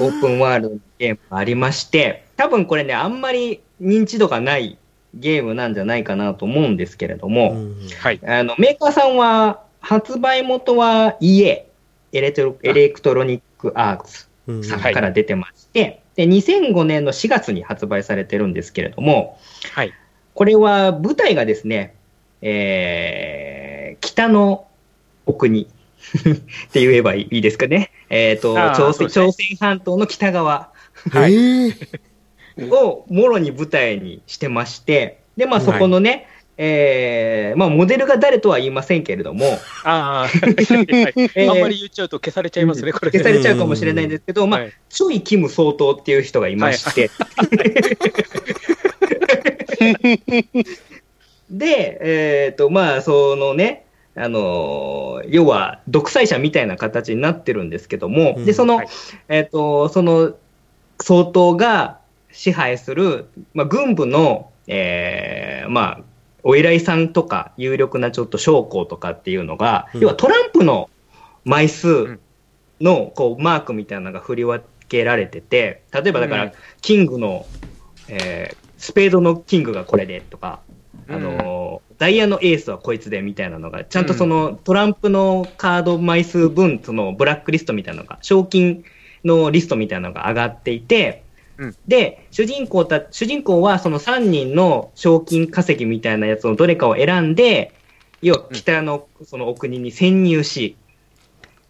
オープンワールドのゲームがありまして、多分これね、あんまり認知度がないゲームなんじゃないかなと思うんですけれど
う
も、
ん
はい。
あの、メーカーさんは、発売元は EA、エレトロエレクトロニックアーツ
うん
さんから出てまして、で、2005年の4月に発売されてるんですけれども、
はい。
これは舞台がですね、えー、北のお国 って言えばいいですかね。えっ、と
あー
朝
そう
鮮、
ですね
朝鮮半島の北側
はい
ええ
をもろに舞台にしてまして、で、まあそこのね、えーまあモデルが誰とは言いませんけれど も、
ああ、はい
えー
あんまり言っちゃうと消されちゃいますね、これね。
消されちゃうかもしれないんですけど、まあ
はい、
チョイ・キム総統っていう人がいまして。 で、えっ、と、まあ、そのね、あのー要は、独裁者みたいな形になってるんですけども、
うん
で、その、
はい
えっ、と、その、総統が支配する、まあ、軍部の、えーまあ、お依頼さんとか、有力なちょっと将校とかっていうのが、
うん
要はトランプの枚
ん
数のこうマークみたいなのが振り分けられてて、例えばだか
うん
ら、キングの、えースペードのキングがこれでとか、あのーダイヤのエースはこいつでみたいなのが、ちゃんとそのトランプのカード枚数分、そのブラックリストみたいなのが、賞金のリストみたいなのが上がっていて、
うん
で、主人公た、主人公はその3人の賞金稼ぎみたいなやつのどれかを選んで、要は北のそのお国に潜入し、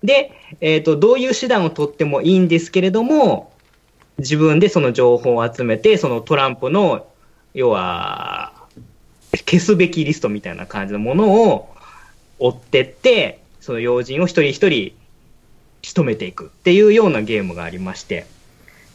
で、えっ、と、どういう手段を取ってもいいんですけれども、自分でその情報を集めて、そのトランプの、要は、消すべきリストみたいな感じのものを追ってって、その要人を一人一人仕留めていくっていうようなゲームがありまして。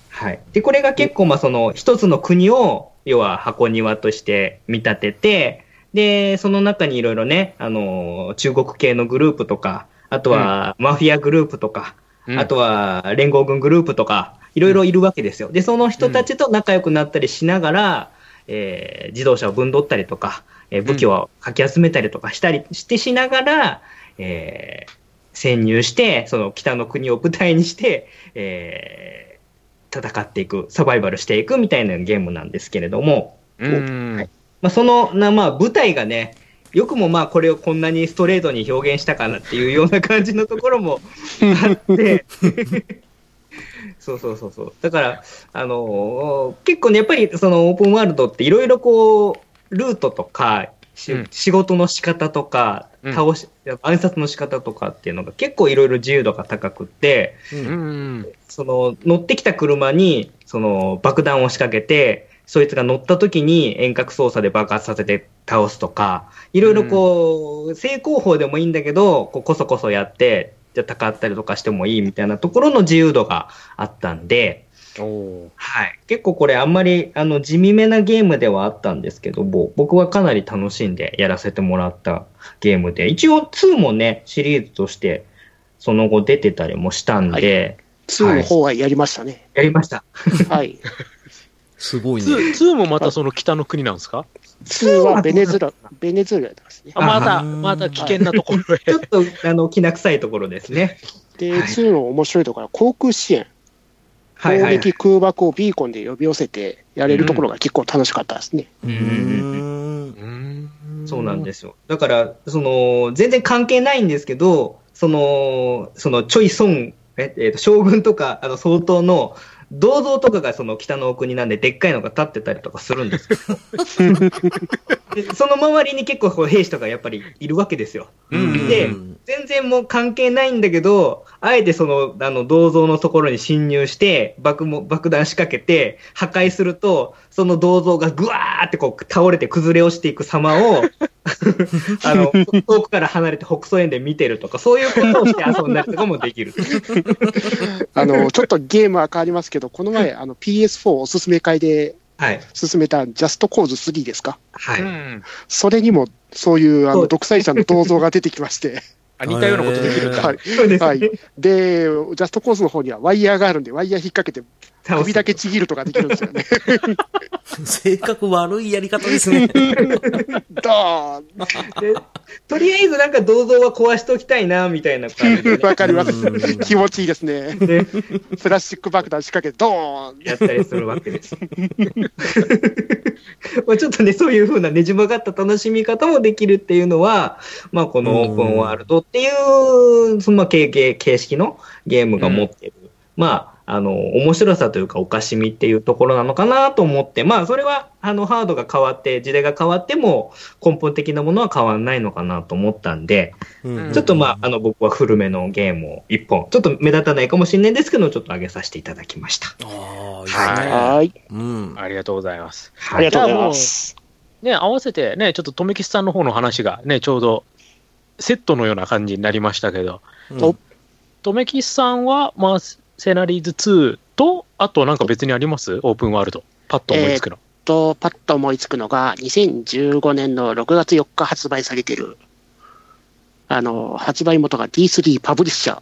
はい。で、これが結構、まあ、その一つの国を、要は箱庭として見立てて、で、その中にいろいろね、あの、中国系のグループとか、あとはマフィアグループとか、あとは連合軍グループとか、いろいろいるわけですよ。で、その人たちと仲良くなったりしながら、えー自動車をぶんどったりとか、えー武器をかき集めたりとかしたりしてしながら、えー潜入して、その北の国を舞台にして、えー戦っていく、サバイバルしていくみたいなゲームなんですけれども、
うん
はいまあ、そのな、まあ、舞台がね、よくもまあこれをこんなにストレートに表現したかなっていうような感じのところもあ って、そうそうそうそう、だから、あのー結構ね、やっぱりそのオープンワールドっていろいろこう、ルートとか、し
うん
仕事の仕方とか、
うん
倒し、暗殺の仕方とかっていうのが結構いろいろ自由度が高くって、
うん
その乗ってきた車にその爆弾を仕掛けて、そいつが乗った時に遠隔操作で爆発させて倒すとか、いろいろこう、正攻法でもいいんだけど、こうこそこそやって、じゃあ戦ったりとかしてもいいみたいなところの自由度があったんで、
おー
はい、結構これあんまりあの地味めなゲームではあったんですけども、僕はかなり楽しんでやらせてもらったゲームで、一応2もね、シリーズとしてその後出てたりもしたんで、
2の方はやりましたね。
やりました。
はい。
すごい
ツ
ね。
ーツーもまたその北の国なんですか
2はベネズエラ、ベネズエラですね。
あまた、
あー
また危険なところへ。
ちょっと、あの、きな臭いところですね。
で、
はい
2の面白いところは航空支援。 攻
はいはいはい。
撃空爆をビーコンで呼び寄せてやれるところが結構楽しかったですね。
うん
うん
そうなんですよ。だから、その、全然関係ないんですけど、その、その、チョイソン、え、えーと、将軍とか、あの、総統の銅像とかがその北のお国なんで、でっかいのが立ってたりとかするんです けどでその周りに結構こう兵士とかやっぱりいるわけですよ。
うん
で、全然もう関係ないんだけど、あえてその、あの、銅像のところに侵入して、爆も、爆弾仕掛けて、破壊すると、その銅像がぐわーってこう、倒れて崩れ落ちていく様 を、あの、遠くから離れて北総園で見てるとか、そういうことをして遊んだりとかもできる。
あの、ちょっとゲームは変わりますけど、この前、あの PS4 おすすめ会で
はい。
進めたジャストコーズ3ですか
は
う
い。
ん
それにも、そういうあ
そ
の
う
独裁者の銅像が出てきま して、
あ似たようなことできるんだ。
はい。
そうですね。
はい。で、ジャストコーズの方にはワイヤーがあるんで、ワイヤー引っ掛けて、
倒
首
す
だけちぎるとかできるんです よね。
性格悪いやり方ですね。
ドーン
でとりあえずなんか銅像は壊しておきたいな、みたいな感じで、ね
わかります
うん。
気持ちいいですね。
で
プラスチック爆弾仕掛けて、ドーン
やったりするわけです。 まあちょっとね、そういうふうなねじ曲がった楽しみ方もできるっていうのは、まあ、このオープンワールドっていう、そのまあ形形形式のゲームが持ってる、まあ、あの、面白さというか、おかしみっていうところなのかなと思って、まあ、それは、あの、ハードが変わって、時代が変わっても、根本的なものは変わんないのかなと思ったんで、
うん
ちょっとまあ、あの、僕は古めのゲームを一本、ちょっと目立たないかもしれないですけど、ちょっと上げさせていただきました。
ああ、いいですね。
は
はい。
うん。
ありがとうございます。
あ
は
り
い
がとうございます。
ね、合わせてね、ちょっと富吉さんの方の話がね、ちょうどセットのような感じになりましたけど、
うん
富吉さんは、まあ、セナリーズ2と、あとなんか別にありますオープンワールド。パッと思いつくの。
と、パッと思いつくのが、2015年の6月4日発売されてる、あの、発売元が D3 パブリッシャー。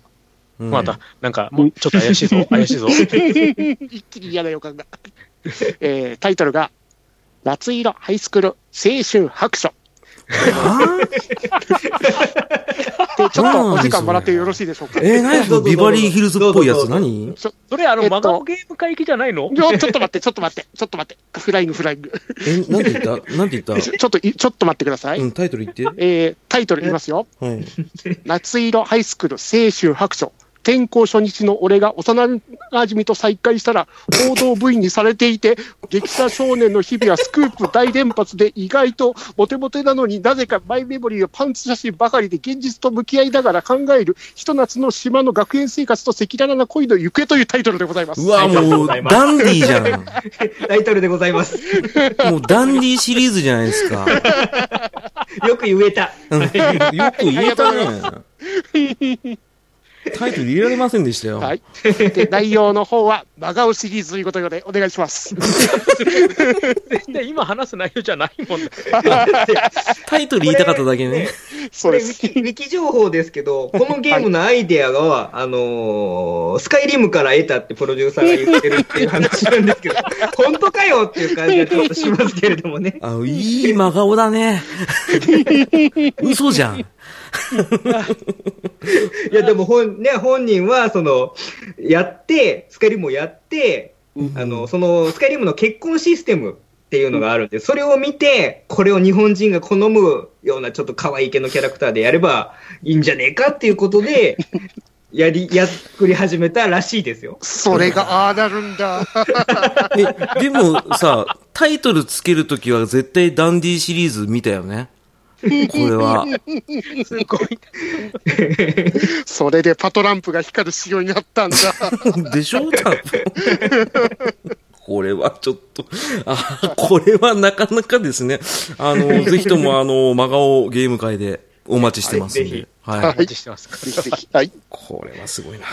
うん
また、なんか、もうちょっと怪しい ぞ、怪しいぞ。
一気に嫌な予感が。えータイトルが、夏色ハイスクール青春白書。で、ちょっとお時間もらってよろしいでしょうか。
えー、何そのビバリーヒルズっぽいやつ何
そ
それ、あ
え
の、
っと
マガオゲーム会議じゃないの
いやちょっと待って、ちょっと待って、ちょっと待って、フライング、フライング。
え、なんて言ったなんて言っ
ちょちょっとい、ちょっと待ってくださ
た
い。
うん、タイトル言って。
えータイトル言いますよ。
はい。
夏色ハイスクール青春白書転校初日の俺が幼馴染と再会したら報道部員にされていて激化少年の日々はスクープ大連発で意外とモテモテなのになぜかマイメモリーのパンツ写真ばかりで現実と向き合いながら考えるひと夏の島の学園生活と赤裸々な恋の行方というタイトルでございます。
うわ、もう、ダンディーじゃん。
タイトルでございます。
もう、ダンディーシリーズじゃないですか。
よく言えた。
うんよく言えたね。タイトル入れられませんでしたよ。
はい、で内容の方は真顔シリーズということでお願いします。
全然今話す内容じゃないもんね。
タイトル言いたかっただけね。
そう
れ
で
ウ
す
ィキウィキ情報ですけど、このゲームのアイデアが、あのースカイリムから得たってプロデューサーが言ってるっていう話なんです けど、本当かよっていう感じがちょっとしますけれどもね。
あいい真顔だ ね。嘘じゃん。
いや、でも本,、ね、本人は、その、やって、スカイリムをやって、あの、その、スカイリムの結婚システムっていうのがあるんで、それを見て、これを日本人が好むようなちょっと可愛い系のキャラクターでやればいいんじゃねえかっていうことで、やり、や作り始めたらしいですよ。
それがああなるんだ。
え、でもさ、タイトルつけるときは絶対ダンディーシリーズ見たよね。これ は。
すごい。
それでパトランプが光る仕様になったんだ。
でしょ多分これはちょっと、あ、これはなかなかですね。あの、ぜひともあの、真顔ゲーム会でお待ちしてますん
はいぜ
で
ひ。
は
お
い。
待ちしてますから
ぜひぜひ。はい。
これはすごいな。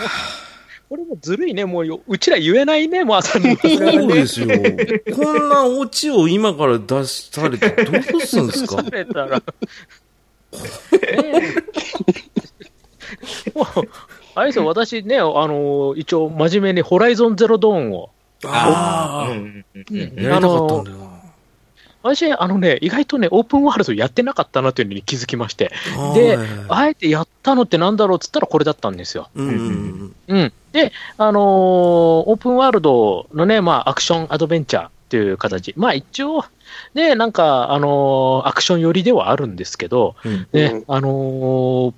これもずるいね。もうよ、うちら言えないね、もう朝に。
そうですよ。こんなオチを今から出されてどうすんですか
されたら。ねえ もうあれですよ、私ね、あのー一応、真面目にホライゾンゼロドーンを。
うんうんうんうん
ああ、やりたかったんだよな。
私、あのね、意外とね、オープンワールドやってなかったなというのに気づきまして、で
はい
あえてやったのってなんだろうっつったらこれだったんですよ。
うんうん
うん。で、あのーオープンワールドのね、まあ、アクションアドベンチャーっていう形。まあ、一応、ね、なんか、あのーアクション寄りではあるんですけど、
うん
ね、
うん
あのー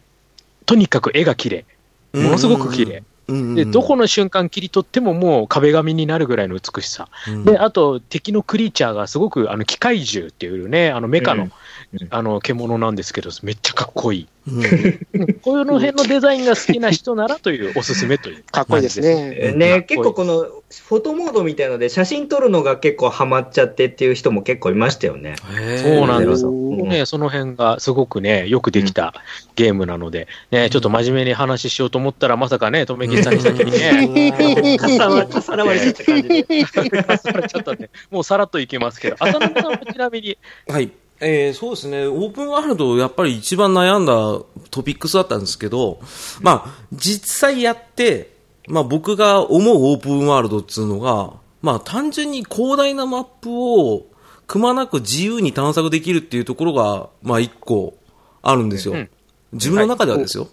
とにかく絵が綺麗。
うん。
ものすごく綺麗。
うんうんうん。
で、どこの瞬間切り取ってももう壁紙になるぐらいの美しさ。
うん
で、あと敵のクリーチャーがすごく、あの、機械獣っていうね、あの、メカ
う
の
んうん、
あの、獣なんですけど、めっちゃかっこいい。
うん
こういうの辺のデザインが好きな人ならというおすすめという。
かっこいいですね。
ね、結構このフォトモードみたいので写真撮るのが結構ハマっちゃってっていう人も結構いましたよね。
へー
そうなんですよ。
おー
ね、その辺がすごくね、よくできたゲームなので、ね、ちょっと真面目に話しようと思ったら、まさかね、とめきさんに先に ね、
重な重なわれちゃった感じで。
されちゃったんで、もうさらっといけますけど、浅野さんはちなみに、
はい。えーそうですね。オープンワールド、やっぱり一番悩んだトピックスだったんですけど、まあ、実際やって、まあ僕が思うオープンワールドっていうのが、まあ単純に広大なマップをくまなく自由に探索できるっていうところが、まあ一個あるんですよ。
うん
自分の中ではですよ。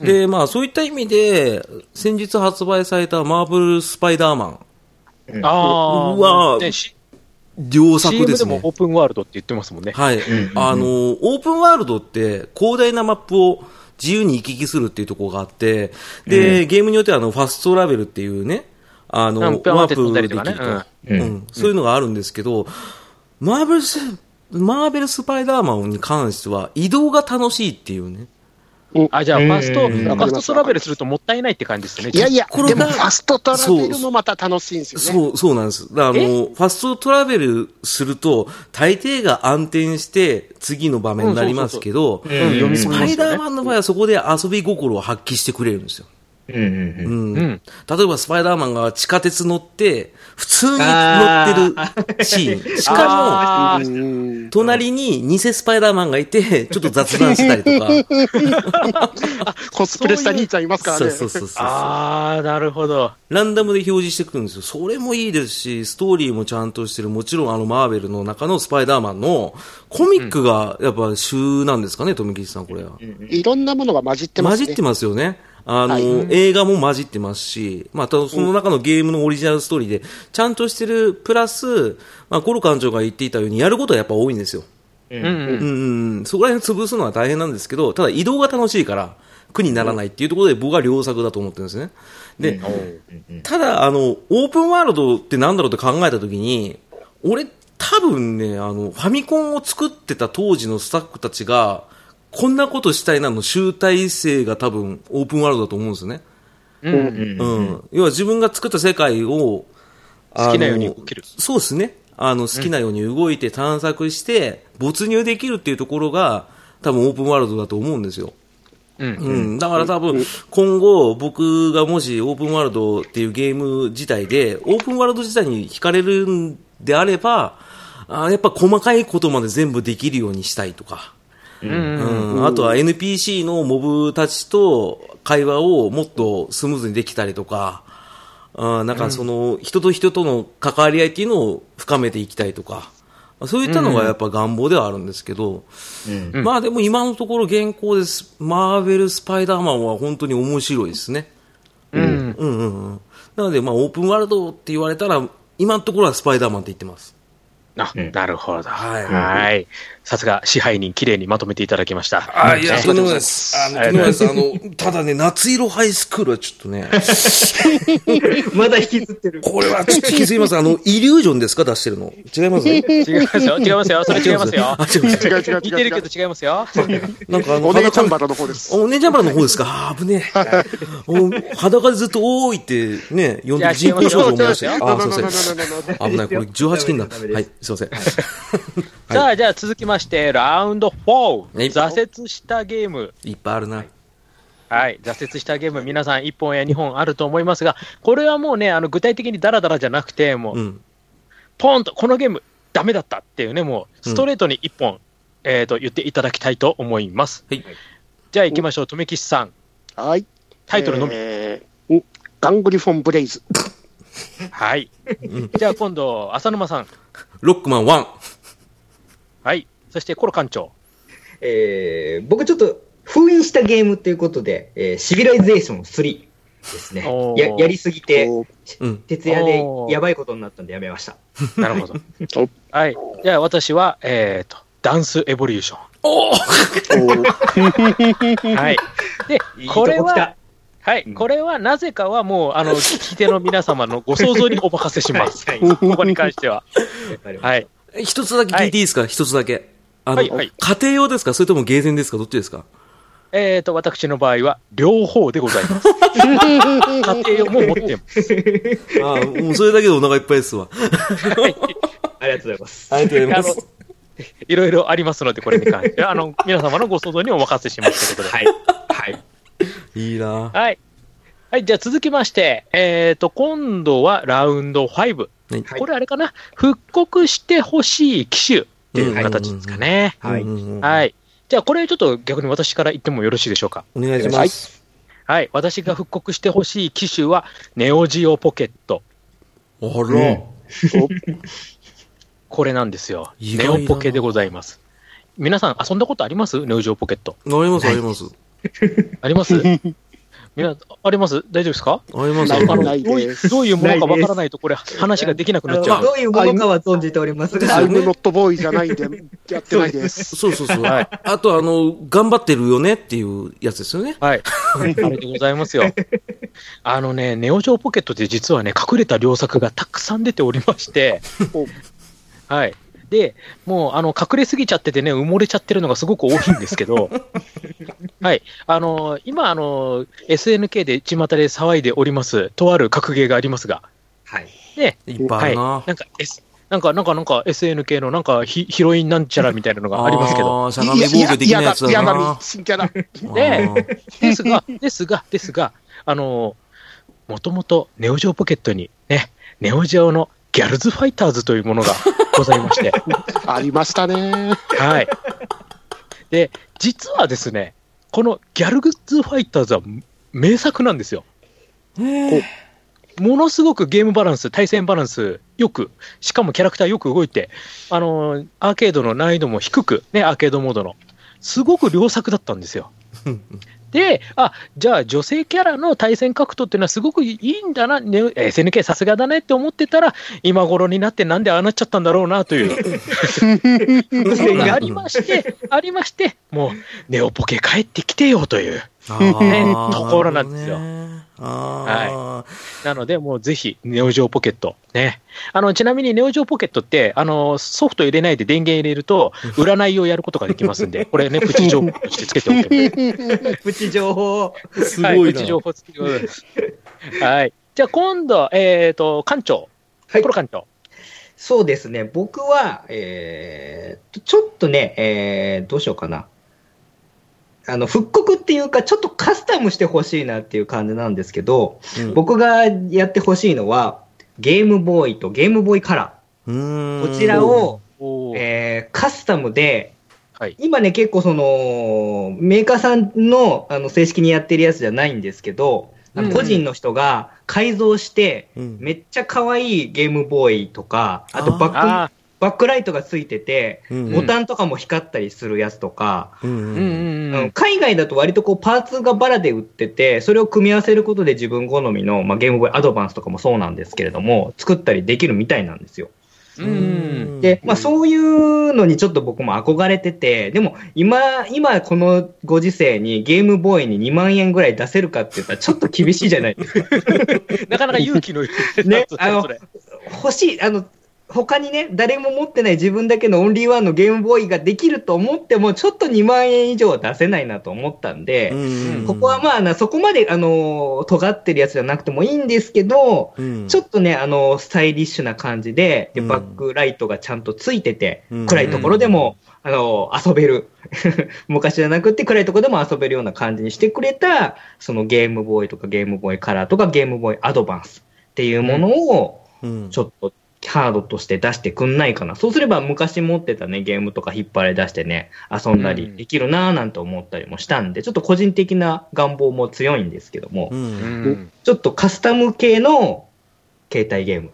で、まあそういった意味で、先日発売されたマーブルスパイダーマン、
あー
うわー
ね、し
両作
CM
で
ですも
ね。
オープンワールドって言ってますもんね。
はい。あの、オープンワールドって広大なマップを自由に行き来するっていうところがあって、で、ゲームによってはあの、ファストトラベルっていうね、あの、
う
ワ
んピョンっ
ー
て飛ん
プ
だ
で
り
き
と
る
か
と、
ね
うんそういうのがあるんですけど、マーベルス、マーベルスパイダーマンに関しては移動が楽しいっていうね。
あ、じゃあ、ファスト、
うん
ファストトラベルするともったいないって感じですね。
いやいや、
これ
で
が
もファストトラベルもまた楽しいんですよね。
そう、そうなんです。だからもう、ファストトラベルすると、大抵が暗転して、次の場面になりますけど、
うん、読み込
ス
み
パ
ま
イ
す
ダ
よ
ー
ね。
マンの場合はそこで遊び心を発揮してくれるんですよ。
うんうんうん
うん
うん。
例えばスパイダーマンが地下鉄乗って、普通に乗ってる シーン。しかも、
あー
うん
隣に偽スパイダーマンがいて、ちょっと雑談したりとか。
コスプレした兄ちゃんいますから
そう
ね。
そうそうそう。
あー、なるほど。
ランダムで表示してくるんですよ。それもいいですし、ストーリーもちゃんとしてる。もちろんあのマーベルの中のスパイダーマンのコミックがやっぱ週なんですかね、富吉さんこれは。
いろんなものが混じってま
混
す
じ
ね。
ってますよね。あの、
はい
映画も混じってますし、またその中のゲームのオリジナルストーリーで、ちゃんとしてる、プラス、まあ、ゴロ館長が言っていたように、やることはやっぱ多いんですよ。
うんうん
うん、うん、そこら辺潰すのは大変なんですけど、ただ移動が楽しいから、苦にならないっていうところで、僕は良作だと思ってるんですね。で、ただ、あの、オープンワールドってなんだろうって考えたときに、俺、多分ね、あの、ファミコンを作ってた当時のスタッフたちが、こんなことしたいなの集大成が多分、オープンワールドだと思うんですよね。
うん。
うん。要は自分が作った世界を、あ
好
の
きなように動ける
そうですね。あの、好きなように動いて探索して、没入できるっていうところが、多分オープンワールドだと思うんですよ。
うん。
うん、だから多分、今後、僕がもしオープンワールドっていうゲーム自体で、オープンワールド自体に惹かれるんであれば、あーやっぱ細かいことまで全部できるようにしたいとか、
うん。
うん、あとは NPC のモブたちと会話をもっとスムーズにできたりとか、あーなんかその、人と人との関わり合いっていうのを深めていきたいとか、そういったのがやっぱ願望ではあるんですけど、
うん
まあでも今のところ現行です。マーベル・スパイダーマンは本当に面白いですね。
うん。
うんうんうん。なのでまあオープンワールドって言われたら、今のところはスパイダーマンって言ってます。
あ、なるほど。
はい
はい。さすが支配人、綺麗にまとめていただきました。
あ、い
ね
や、とんでもないです。あの、とんでもないです。あの、ただね、夏色ハイスクールはちょっとね、
まだ引きずってる。
これはちょっと引きずります。あの、イリュージョンですか出してるの。 違います
違
違
いますよ。違います よ。それ違いますよ。
います。
違う違う違う違う。
似てるけど違いますよ。
なんかあの、
お姉ちゃ
裸
んバラの方です。
お姉ちゃんバラの方ですかあー危ねえ。お 裸でずっと、おーいってね、呼んで人工症状思い出して。
い
あ
や違
ー、すいません。
せ
危ない、これ18禁だ。
ダメです
はい、すいません。
さあ、じゃあ続きまして、ラウンド4。
はい
挫折したゲーム。
いっぱいあるな。
はい。挫折したゲーム、皆さん1本や2本あると思いますが、これはもうね、あの具体的にダラダラじゃなくて、もう、
うん。
ポンと、このゲーム、ダメだったっていうね、もう、ストレートに1本、えっ、と、言っていただきたいと思います。
はい。
じゃあ行きましょう、とめきしさん。
はい。
タイトルのみ。
えーんガングリフォンブレイズ。
はい。じゃあ今度、浅沼さん。
ロックマン1。
はい。そして、コロ館長。
えー僕ちょっと封印したゲームということで、えーシビライゼーション3ですね
お。ー
ややりすぎて、
お
うん。
徹夜で
おー
やばいことになったんでやめました。
なるほど。
お
はい。じゃあ私は、えっ、と、ダンスエボリューション。はい。で
いい、とこ
これ
来
は
た、
はい。これはなぜかはもう、あ の、聞き手の皆様のご想像にお任せします。
はい
ここに関しては。
わかりました
はい。
一つだけ聞いていいですか一つだけ。あの、
はいは
家
い
庭用ですかそれともゲーセンですかどっちですか
えっ、と、私の場合は、両方でござい ます。家庭用も持ってます。
ああ、もうそれだけでお腹いっぱいですわ。
ありがとうございます。
ありがとうございま
あの
す。
いろいろありますので、これに関しては。あの、皆様のご想像にお任せしますということで。
はい。はい。
いいな
はい。はい、じゃあ続きまして、えっ、と、今度はラウンド5。
はい
これあれかな、復刻してほしい機種っていう形ですかね。
はい。
うんうんうん
はい。じゃあこれちょっと逆に私から言ってもよろしいでしょうか。
お願いします。
はい。私が復刻してほしい機種は、ネオジオポケット。
あら。
これなんですよ。
意
ネ
外だな
オポケでございます。皆さん遊んだことありますネオジオポケット。
あります、あります。
あります皆あります大丈夫ですか
ありま
な
す、あ
い
ります。
ない
どうい
で
う
す。
どういうものかわからないと、これ話ができなくなっちゃ
あ
う
の。どういうものかは存じております
ア
が
イ、ムノットボーイじゃないんで、やってないです。
そうそうそう。あと、あの、頑張ってるよねっていうやつですよね。
はい。あれでございますよ。あのね、ネオジョーポケットで実はね、隠れた良作がたくさん出ておりまして、
お
はい。で、もう、あの、隠れすぎちゃっててね、埋もれちゃってるのがすごく多いんですけど、はい。あの、今、あの、SNK で巷で騒いでおります、とある格ゲーがありますが、
はい。
で、
いっぱいあるな。
はい。なんか、S、なんか、なんか、なんか、SNK のなんかヒ、ヒロインなんちゃらみたいなのがありますけど、
あー。しゃがみ防御できないやつだ
いやいやいや
な
だ。新キャラ。
ねですが、ですが、ですが、あの、もともとネオジオポケットにね、ネオジオのギャルズファイターズというものがございまして、
ありましたね。
はい。で、実はですね、このギャルズファイターズは名作なんですよ。
へ
ものすごくゲームバランス、対戦バランスよく、しかもキャラクターよく動いて、あのーアーケードの難易度も低く、ね、アーケードモードの、すごく良作だったんですよ。で、あじゃあ、女性キャラの対戦格闘っていうのはすごくいいんだな、ね、SNK さすがだねって思ってたら、今頃になって、なんでああなっちゃったんだろうなという、
ー
それがありまして、ありまして、もう、ネオポケ帰ってきてよという。
あー
ねところなんですよ
なるほどねあ
なので、もうぜひ、ネオジオポケット。ね。あの、ちなみにネオジオポケットって、あの、ソフト入れないで電源入れると、占いをやることができますんで、これね、プチ情報としてつけておいて
プチ情報。
ー、す
はい、
ご
プ
いな
チ。情報付きでございます。はい。じゃあ今度、えっ、と、館長。
はい
プロ館長。
そうですね。僕は、えー、ちょっとね、えー、どうしようかな。あの、復刻っていうか、ちょっとカスタムしてほしいなっていう感じなんですけど、
うん
僕がやってほしいのは、ゲームボーイとゲームボーイカラ
うー
ー。
ん
こちらを、
おー
えー、カスタムで、
はい
今ね、結構その、メーカーさんのあの正式にやってるやつじゃないんですけど、あの
うん
個人の人が改造して、
うん
めっちゃ可愛いゲームボーイとか、あとバック
あ
バックライトがついてて、
うん
ボタンとかも光ったりするやつとか、
うん
ー
う
うんんうんう
あの
ん。
海外だと割とこうパーツがバラで売ってて、それを組み合わせることで自分好みの、まあ、ゲームボーイアドバンスとかもそうなんですけれども、作ったりできるみたいなんですよ。
うんうん。
で、まあそういうのにちょっと僕も憧れてて、でも今、今このご時世にゲームボーイに2万円ぐらい出せるかって言ったらちょっと厳しいじゃないですか。
なかなか勇気のいる。
ね
それ
あの
それ
欲しい、あの、他にね、誰も持ってない自分だけのオンリーワンのゲームボーイができると思っても、ちょっと2万円以上は出せないなと思ったんで、
うん
ここはまあな、そこまで、あの、尖ってるやつじゃなくてもいいんですけど、
うん
ちょっとね、あの、スタイリッシュな感じで、で、
うん
バックライトがちゃんとついてて、
うん
暗いところでも、あの、遊べる。 昔じゃなくて暗いところでも遊べるような感じにしてくれた、そのゲームボーイとかゲームボーイカラーとかゲームボーイアドバンスっていうものを、
うん
ちょっとハードとして出してくんないかな。そうすれば昔持ってたね、ゲームとか引っ張り出してね、遊んだ
う
り
ん
できるなぁなんて思ったりもしたんで、ちょっと個人的な願望も強いんですけども、
うん
うん
ちょっとカスタム系の携帯ゲーム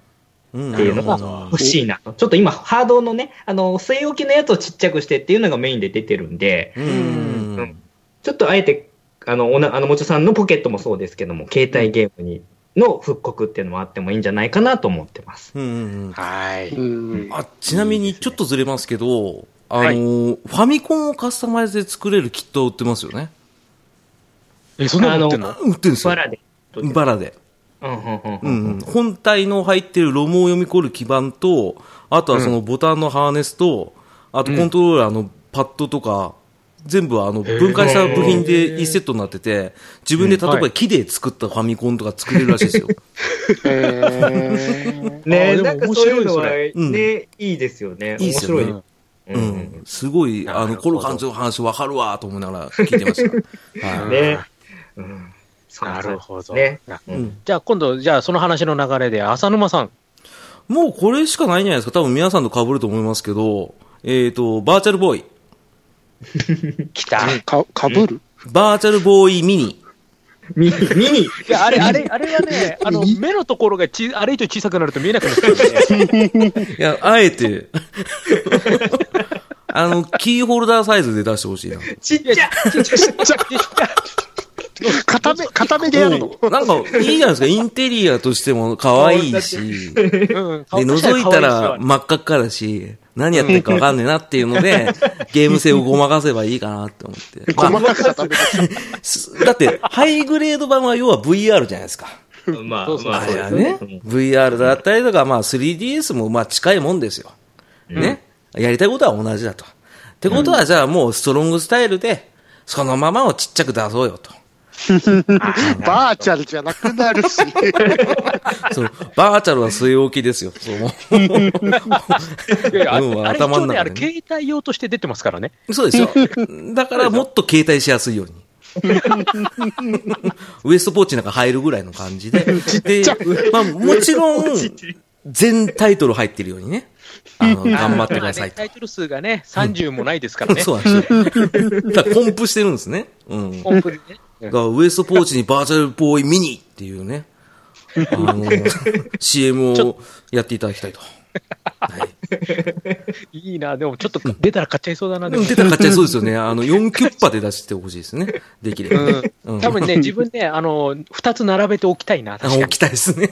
うん
っていうのが欲しいなと。ちょっと今、ハードのね、あの、据え置きのやつをちっちゃくしてっていうのがメインで出てるんで、
うん
うんちょっとあえて、あの、おなあの、もちろさんのポケットもそうですけども、携帯ゲームに、の復刻っていうのもあってもいいんじゃないかなと思ってます。
うんうん
はい。
うん
あちなみにちょっとずれますけど、あの
はい
ファミコンをカスタマイズで作れるキットを売ってますよね。
え、そんなの持ってんの
売ってるんですよ
バ。ラで。
バラで。
うんうんうん
うんうん本体の入ってるロムを読み取る基板と、あとはそのボタンのハーネスと、あとコントローラーのパッドとか、全部あの分解した部品で1セットになってて、自分で例えば木で作ったファミコンとか作れるらしいですよ。
え
あ
ね
ーでも
なんかそういうのは
面白
ね、
それ
いいですよね。
いい
面
っすよ
白
ね
う
い。
ん
う
うんん、すごい、あ
な
の、
る
コ
ほど
ロ館長の話わかるわと思いながら聞いて ました。はい。
ね。うんそう
なるほど。
ね。
う
うん
ん、
じゃあ今度、じゃあその話の流れで、浅沼さん。
もうこれしかないんじゃないですか。多分皆さんと被ると思いますけど、えっ、と、バーチャルボーイ。
来た。
ー、かかぶる
バーチャルボーイミニ。
ミニ、ミニ。
いや、あれ、あれ、あれはね、あの、目のところがち、あれ以上小さくなると見えなくなっちゃうね。
いや、あえて、 あの、キーホルダーサイズで出してほしいな。
ちっちゃ
固め、固めでやるの
なんか、いいじゃないですか。インテリアとしても可愛いし、で、
うん。
覗いた
可
ら
愛いし
真っ赤っかだし、何やってるかわかんねえなっていうので、ゲーム性をごまかせばいいかなって思って。まあ
細かく固めだ。
すだって、ハイグレード版は要は VR じゃないですか。
まあ、
そうそう
まあ、
あ
そう
れ
で
は
す
ね
ね。うん。
VR だったりとか、まあ 3DS もまあ近いもんですよ。ね。やりたいことは同じだと。ってことは、じゃあもうストロングスタイルで、そのままをちっちゃく出そうよと。
バーチャルじゃなくなるし。
そう、バーチャルは据え置きですよ。そう も
いやいやあれ
うん
あれ一応ね、
頭の中
あ
でね
れ、携帯用として出てますからね。
うそうですよ。だからもっと携帯しやすいように。ウエストポーチなんか入るぐらいの感じで。で、まあ、もちろん、全タイトル入ってるようにね。 あの、頑張ってくださいと
タ。イトル数がね、30もないですからね。
そうなんですよ。だからコンプしてるんですね。うん。だか
本当にね
らウエストポーチにバーチャルボーイミニっていうね、あの、CM をやっていただ きたいと。はい。
いいな、でもちょっと出たら買っちゃいそうだな、でも
出たら買っちゃいそうですよね。あの、4キュッパで出してほしいですね。できればね。
う
うん
ん、多分ね、自分ね、あの、2つ並べておきたいな、
あ
確か
置きたいで すね。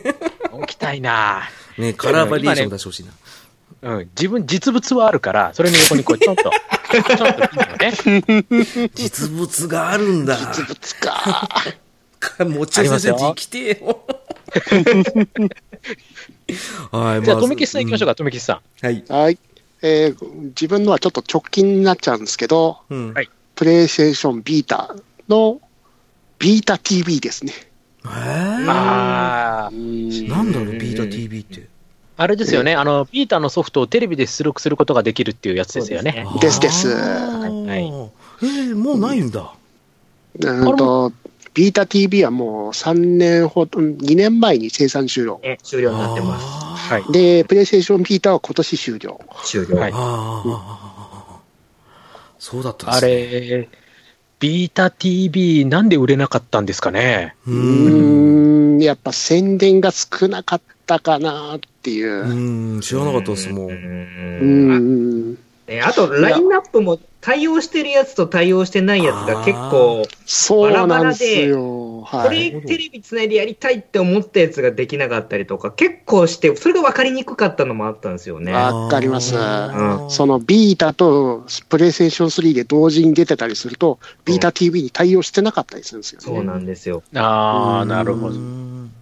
に。置きたいな。
ねカラーバリエーション出してほしいな。
うん、自分、実物はあるから、それの横にこう、ちょっと、ちょっといいのね。
実物があるんだ。
実物か。
持ち寄せてき てよ。はい、
じゃあ、とめきちさん行きましょう
か。
か、とめきちさん。
はい。
はい。えー自分のはちょっと直近になっちゃうんですけど、
うん
はい
プレイステーションビータのビータ TV ですね。
えー
あー
なんだろう、ビータ TV って。
あれですよね、あの、ビータのソフトをテレビで出力することができるっていうやつですよね。
んですです
あー
はい
えーもうないんだ。
うーんと、ビータ TV はもう3年ほど、2年前に生産終了。
え終了になってます。
す
はい。
で、プレイステーションビータは今年終了。
終了。
はい
ああ、そうだったんで
あ
すね。
れ、ビータ TV、なんで売れなかったんですかね。
う
う
ーん。
ーん、やっぱ宣伝が少なかったかなっていうう。
ーん、知らなかったです、も
う
う。
うー
ん。
ん、
ねあと、ラインナップも対応してるやつと対応してないやつが結構、
そうなんですよ。
こ
は
れ
い。
テレビつないでやりたいって思ったやつができなかったりとか、結構して、それが分かりにくかったのもあったんですよね。
あわかります
あー
そのビータとプレイステーション3で同時に出てたりすると、ビータ TV に対応してなかったりするんですよね。
そうなんですよ。
ああ、なるほど
うー。ん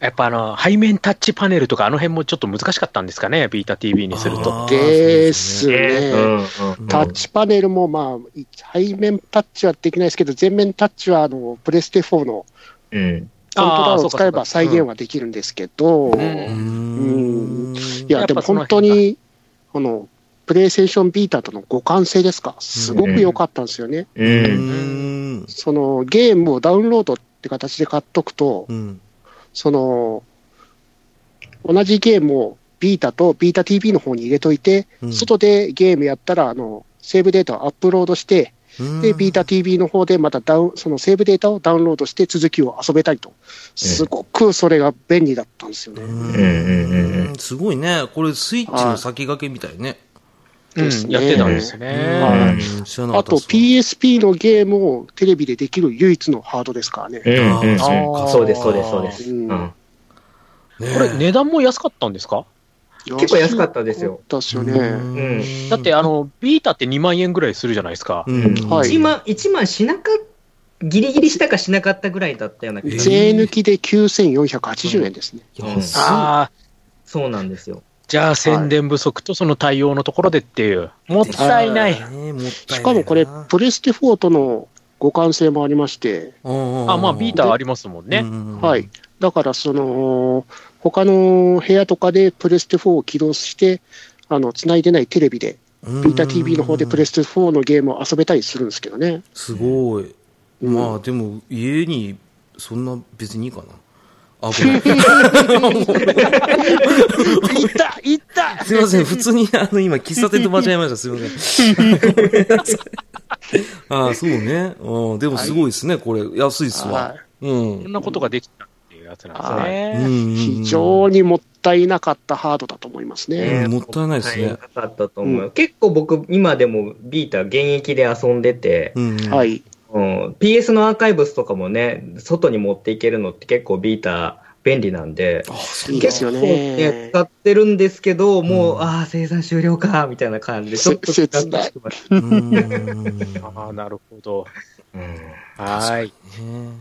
やっぱあの、背面タッチパネルとか、あの辺もちょっと難しかったんですかね、ビータ TV にすると。
あー
ですね。
うんうん
タッチパネルも、まあ、背面タッチはできないですけど、前面タッチはあのプレステ4の
うん。
コントローラーを使え
あ
ば
ーそう
再
か
現はできるんですけど、
うん
う
う
ー
い
ん。
や
や、
っ
で
ぱ
も
その
本
辺
当
か
に、この、プレイステーションビータとの互換性ですか、すごく良かったんですよね。
う。
うんん。
そのゲームをダウンロードって形で買っとくと、
うん。
その、同じゲームをビータとビータ TV の方に入れといて、
うん
外でゲームやったら、あの、セーブデータをアップロードして、で、ビータ TV の方でまたダウン、そのセーブデータをダウンロードして続きを遊べたりと、すごくそれが便利だったんですよ
う
ね。
ーん。すごいね。これ、スイッチの先駆けみたいね。
うん、
ですね
やってたんです
う
ね。
は
ん
い
知らなか
あ
ったっ
と
すわ
PSP のゲームをテレビでできる唯一のハードですからね。
うんうんうん
あ
ー
そうです、そうです、そうです。
うん
うん
これ、値段も安かったんですか
結構安かったですよ。
安かったですよね。
う
だって、あ、の、ビータって2万円ぐらいするじゃないですか
う。ん
はい
1万、一万しなかギリギリしたかしなかったぐらいだったような気が
えー
税抜きで9480円ですね。
安い
ああ、
そうなんですよ。
じゃあ宣伝不足とその対応のところでっていう。もったいない。
ねもったいないな。
しかもこれ、プレステ4との互換性もありまして、
あ、
あ
まあ、ビーターありますもんね。
は。。
はい
だから、その、他の部屋とかでプレステ4を起動して、あの、繋いでないテレビで、ビータ TV の方でプレ
ス。
ステ4のゲームを遊べたりするんですけどね。
すごい。
うん
まあ、でも、家に、そんな別にいいかな。あ、ごめん。
いったいった
すいません。普通に、あの、今、喫茶店と間違えました。すいません。 ああ、そうね。うんでも、すごいですね。これ、安いっすわ
は。
うん
こん。なことができたっていうやつなんですね。
非
非常にもったいなかったハードだと思いますね。
うんもったいないですね
もったなかったと思う。
う
結構僕、今でもビータ現役で遊んでて、
うん。。
はいい。
うん、PS のアーカイブスとかもね、外に持っていけるのって結構ビータ便利なんで、
あ、そう
いいですよね
結構ね使ってるんですけど、もう、ああ、生産終了か、みたいな感じで、ちょっと
せ切ない
悲しくなる
うん
ああ、なるほど。
うん
はい。
ね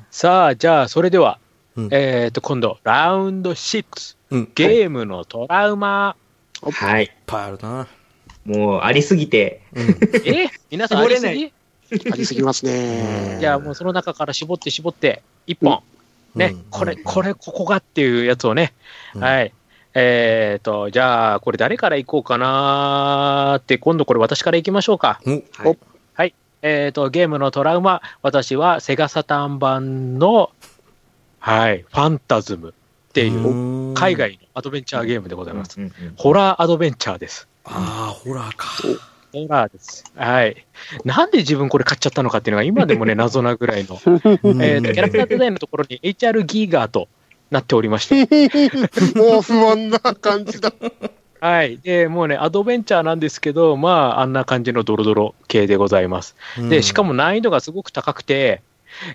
さあ、じゃあ、それでは、
うん
えっと、今度、ラウンド6、
うん。いっ
ゲームのトラウマ。
はい。
ぱいあるな。
もう、ありすぎて、
うん。
え皆さん、ありすぎ
ありすぎま すね。
じゃあ、もうその中から絞って絞って、1本。ね
うん、
これ、
うん
これ、ここがっていうやつをね、
うん
はい。えっ、と、じゃあ、これ誰から行こうかなーって、今度これ私から行きましょうか。
お
はい
えっ、と、ゲームのトラウマ、私はセガサタン版の、はい、ファンタズムっていう、
う
海外のアドベンチャーゲームでございます。
うんうん
ホラーアドベンチャーです。
ああホラーか
ホラーです。はい。なんで自分これ買っちゃったのかっていうのが今で もね、謎なぐらいの。えーと、キャラクターデザインのところに HR ギガーとなっておりまして。
もう不安な感じだ。
はい。で、もうね、アドベンチャーなんですけど、まあ、あんな感じのドロドロ系でございます。で、しかも難易度がすごく高くて、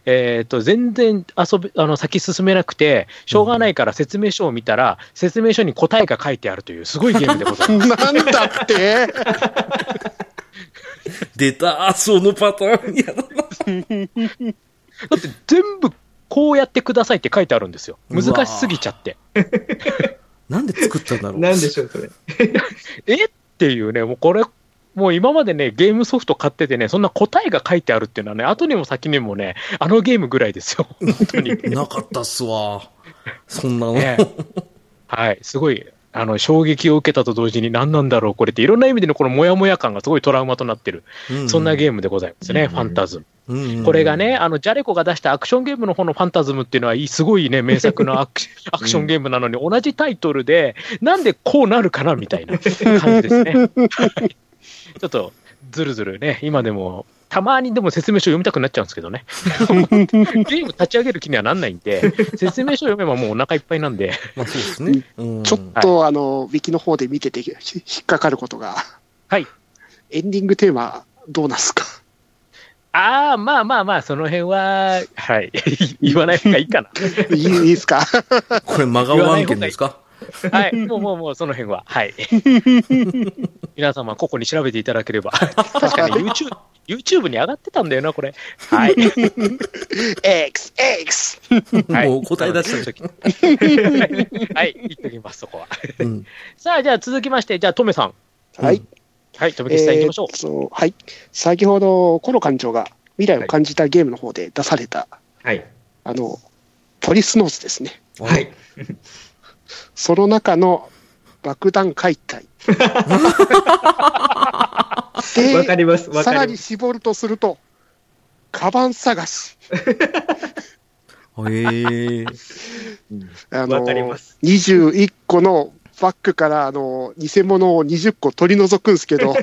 えっ、と、全然遊び、あの、先進めなくて、しょうがないから説明書を見たら、説明書に答えが書いてあるという、すごいゲームでございます。
なんだって
出たそのパターンや
だ
だ
って、全部、こうやってくださいって書いてあるんですよ。難しすぎちゃって。
なんで作ったんだろう
なんでしょう、それ。
えっていうね、もうこれ、もう今までね、ゲームソフト買っててね、そんな答えが書いてあるっていうのはね、後にも先にもね、あのゲームぐらいですよ、本当に。
なかったっすわそんなの、
ね、はい、すごい。あの衝撃を受けたと同時に何なんだろうこれっていろんな意味でのこのモヤモヤ感がすごいトラウマとなってる、そんなゲームでございますね、
うん
ファンタズム、
ーム、うん
これがねあのジャレコが出したアクションゲームの方のファンタズムっていうのはいいすごいね名作のアクシアクションゲームなのに同じタイトルでなんでこうなるかなみたいな感じですねはいちょっとずるずるね今でもたまにでも説明書読みたくなっちゃうんですけどねゲーム立ち上げる気にはなんないんで説明書読めばもうお腹いっぱいなんで
まあそうですね、うん
ちょっと、あの、ウィキの方で見ててひ引っかかることが、
はい
エンディングテーマどうなんすか
ああ、まあまあまあ、その辺は、はい、 言わない方がいいかな。
いいいいですか
これ真顔案件ですか
はい、もうもうもう、その辺は、 はい。皆様、ここに調べていただければ。 確かに YouTube、YouTube に上がってたんだよな、これ。はい。
X、X!
はい
もう答え出した
時。 はい、言っときます、そこは。
うん
さあ、じゃあ続きまして、じゃあ、トメさん。
はい。
はい、トメキさん行きましょう
えー。っとはい。先ほど、コロ館長が未来を感じたゲームの方で出された、
はい。
あの、ポリスノースですね。
はい。
その中の爆弾解 体。
わかります。わか
さ
らり
に
ます。
絞るとすると、カバン探し。
へえ
あ
わかります
21個のバッグからあの偽物を20個取り除くんですけ ど、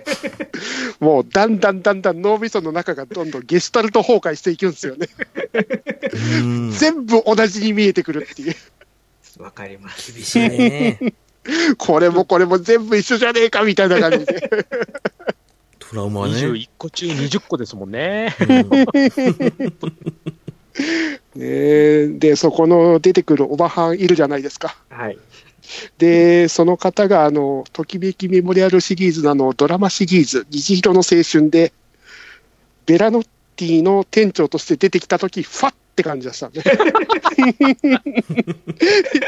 もうだんだんだんだん脳みその中がどんどんゲシュタルト崩壊していくんですよね。
うん
全部同じに見えてくるっていう。
わかります。
厳しいね
これもこれも全部一緒じゃねえかみたいな感じで。
トラウマね、
21個中20個ですもんね。
うん
ねえで、そこの出てくるおばはんいるじゃないですか。
はい。
で、その方があの、ときめきメモリアルシリーズのあのドラマシリーズ、虹色の青春で、ベラノッティの店長として出てきたとき、ファッって感じがしたね。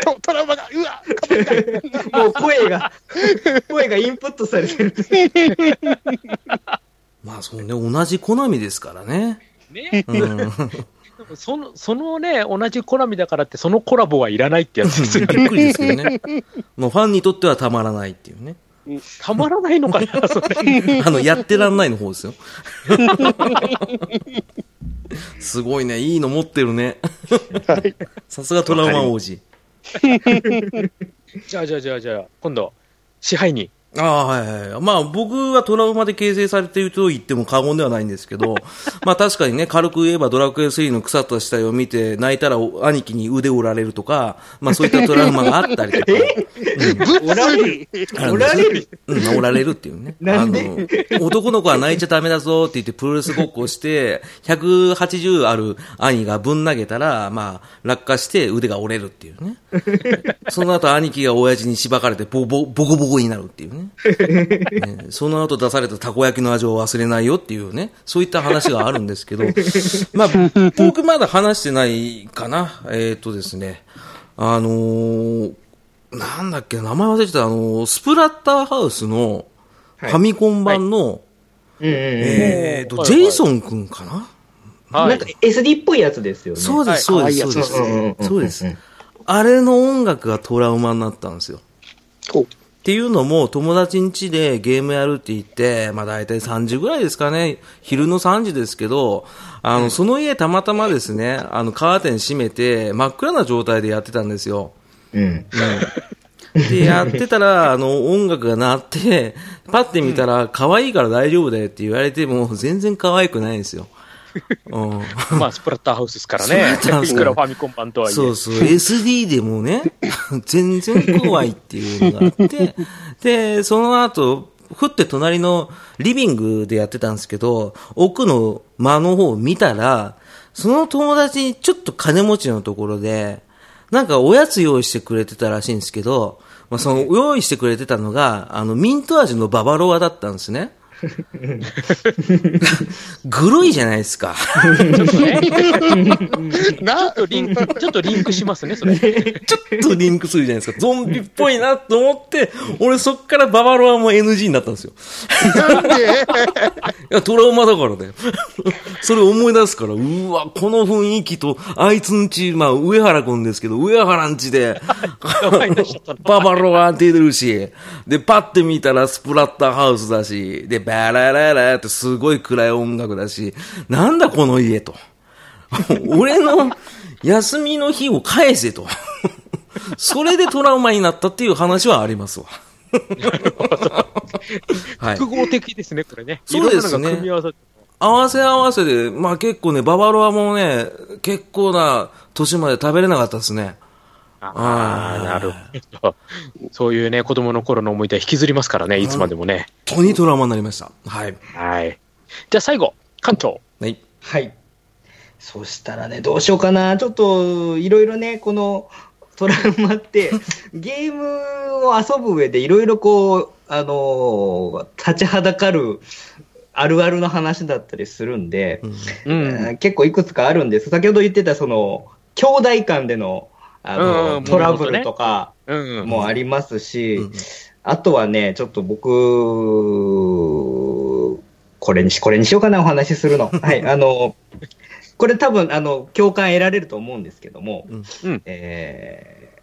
トトラウマが、うわ
もう声が、 声がインプットされてる。
まあそうね同じコナミですからね、
ね
うん、
その、そのね、同じコラミだからって、そのコラボはいらないってやつですよ
びっ
ね。
くりですけどね もうファンにとってはたまらないっていう ね
たまらないのかな、それ。
あの、やってらんないの方ですよ。 すごいね。いいの持ってるね。さすがトラウマ王子。
じゃあじゃあじゃあじゃあ、今度、支配人。
ああ、はいはい。まあ、僕はトラウマで形成されていると言っても過言ではないんです けど、まあ確かにね、軽く言えばドラクエ3の腐った死体を見て、泣いたらお兄貴に腕折られるとか、まあそういったトラウマがあったり とか。
物理
あ
おられる
うん、おられるっていうね。
なんで
あの、男の子は泣いちゃダメだぞって言ってプロレスごっこをして、180ある兄がぶん投げたら、まあ、落下して腕が折れるっていうね。その後兄貴が親父にしばかれてボボ、ボコボコになるっていうね。ねその後出されたたこ焼きの味を忘れないよっていうね、そういった話があるんですけど、まあ、僕まだ話してないかな。えーっ、とですね、あのーなんだっけ、名前忘れてた、あのースプラッターハウスのフ
はい
ァミコン版の、
うんうんうん。
えーっ、と、
はい
ジ
はい
ェイソンくんかな、
は
なんか SD っぽいやつですよね。
そうです、そう
はい
です、そうで
可愛いやつ
す。そうで
うん
す
うんうん。
あれの音楽がトラウマになったんですよ。
お
っていうのも、友達ん家でゲームやるって言って、まあ大体3時ぐらいですかね、昼の3時ですけど、あの、その家たまたまですね、あの、カーテン閉めて、真っ暗な状態でやってたんですよ。
うん。
で、やってたら、あの、音楽が鳴って、パッて見たら、可愛いから大丈夫だよって言われても、全然可愛くないんですよ。うん。
まあ、スプラッターハウスですから
スプラ
ね
ッターハ。ウス
いくらファミコン版とはいえ。
そうそう、SD でもね、 全然怖いっていうのが あって、で、その後、ふって隣のリビングでやってたんですけど、奥の間の方を見たら、その友達にちょっと金持ちのところで、なんかおやつ用意してくれてたらしいんですけど、まあ、その用意してくれてたのが、あの、ミント味のババロアだったんです ね。 グロいじゃないですか。
ちょっとね、
な、
リンク、ちょっとリンクしますね、それ。
ちょっとリンクするじゃないですか。ゾンビっぽいなと思って、俺そっからババロアも NG になったんですよ。
なんで、
いや、トラウマだからね。 それ思い出すから、うわ、この雰囲気と、あいつんち、まあ、上原くんですけど、上原んちで、ババロア出てるし、で、パッて見たらスプラッターハウスだし、で、バラララってすごい暗い音楽だし、なんだこの家と。俺の休みの日を返せと。それでトラウマになったっていう話はありますわ。はい
複合的ですね、これね。
そうですね
いろんなのが組み合わさって
合わせ合わせで、まあ結構ね、ババロアもね、結構な年まで食べれなかったですね。
ああ、なるほど。そういうね、子供の頃の思い出は引きずりますからね、いつまでもね。
とにトラウマになりました。はい。
はい。じゃあ最後、関東。
はい。
はい。そしたらね、どうしようかな。ちょっと、いろいろね、このトラウマ って、ゲームを遊ぶ上でいろいろこう、あのー立ちはだかるあるあるの話だったりするんで、
うん
う
え
ん。
ー結構いくつかあるんです。先ほど言ってた、その、兄弟間での、あ
うん
の、
うん
トラブルとか
うん。
もありますし、
うん
あとはね、ちょっと僕、これにし、これにしようかな、お話し するの。はい、あの、これ多分、あの、共感得られると思うんですけども、
うん
うん
えー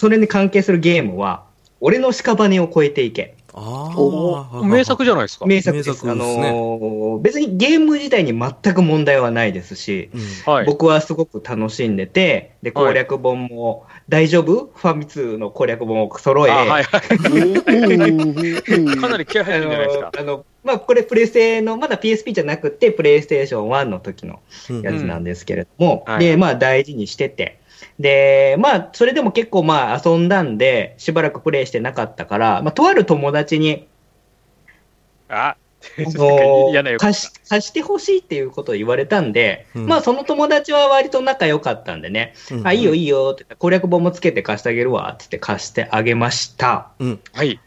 それに関係するゲームは、俺の屍を超えていけ。
あ
お
あ。
名作じゃないですか。
名作です。
名作
あ
ですね
のー別にゲーム自体に全く問題はないですし、
うん
はい。
僕はすごく楽しんでて、で、攻略本も、大丈夫ファミ通の攻略本を揃え、
あはいは
うん
い。 かなり気合入ってるんじゃないですか。
あの、まあ、これプレステの、まだ PSP じゃなくて、プレイステーション1の時の
うん
やつなんですけれども、
うんはい
で、まあ、大事にしてて、で、まあ、それでも結構まあ、遊んだんで、しばらくプレイしてなかったから、まあ、とある友達に、
あ、
あの
の嫌な予感
貸し貸してほしいっていうことを言われたんで、
うん
まあ、その友達は割と仲良かったんでね、
うん
あ、いいよいいよって、攻略本もつけて貸してあげるわ、って言って貸してあげました。
うん。
はい。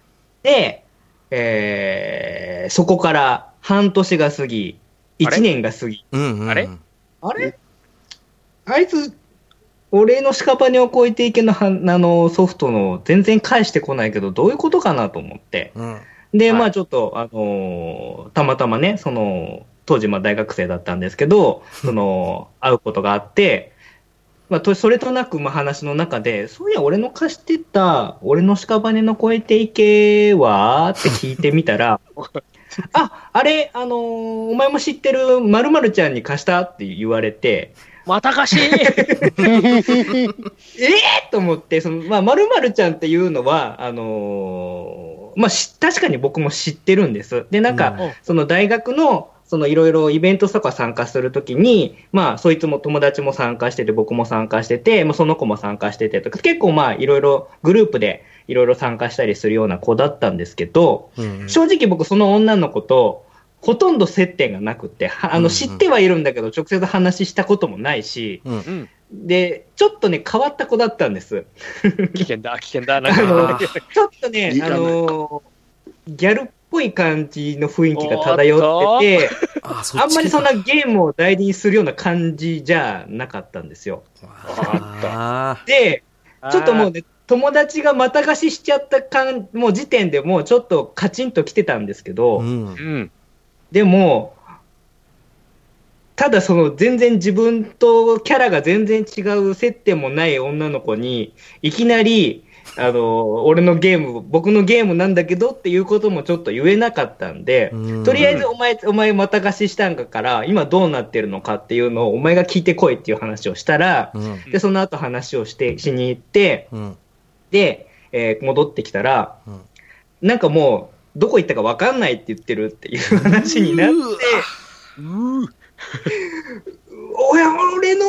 で、えーそこから半年が過ぎ、
あれ
1年が過ぎ、
うんうん。
あれ
あれあいつ、俺の屍を越えていけのはあのソフトの全然返してこないけど、どういうことかなと思って。
うん。
で、ま
は
あ
い
ちょっと、あのーたまたまね、その、当時まあ大学生だったんです けど、その、会うことがあって、まあ、とそれとなく、まあ、話の中で、そういや、俺の貸してた、俺の屍の越えていけはって聞いてみたら、 あ、あれ、あのーお前も知ってる〇〇ちゃんに貸したって言われて、
また貸し
ええと思って、その、まあ、〇〇ちゃんっていうのは、あのーまあ、し確かに僕も知ってるんです。で、なんか、
うん
その大学の、そのいろいろイベントとか参加するときに、まあ、そいつも友達も参加してて、僕も参加してて、まあ、その子も参加しててとか、結構まあ、いろいろグループでいろいろ参加したりするような子だったんですけど、
うん
正直僕その女の子とほとんど接点がなくて、はあ
うんう
の
ん
知ってはいるんだけど直接話したこともないし、
うん
うん。
で、ちょっとね、変わった子だったんです。
危険だ、危険だ。なん
あ
か、
ー
ちょっとね
い、ら
あ
ない
のーギャルっぽい感じの雰囲気が漂ってて、
あ、そ
あ
っ
ん
ち
まりそんなゲームを代理にするような感じじゃなかったんですよ。
あ
で、ちょっともう
う、
ね、友達がまた貸ししちゃった感、もう時点でもうちょっとカチンと来てたんですけ
ー
ど、
うん
うん。
でも、ただその全然自分とキャラが全然違う接点もない女の子に、いきなり、あの、俺のゲーム、僕のゲームなんだけどっていうこともちょっと言えなかったんで、
うん
とりあえずお前、お前また貸ししたんかから、今どうなってるのかっていうのをお前が聞いてこいっていう話をしたら
う、ん
で、その後話をして、しに行って、
うん
で、えー戻ってきたら、
うん
なんかもう、どこ行ったか分かんないって言ってるっていう話になって、おや、俺の、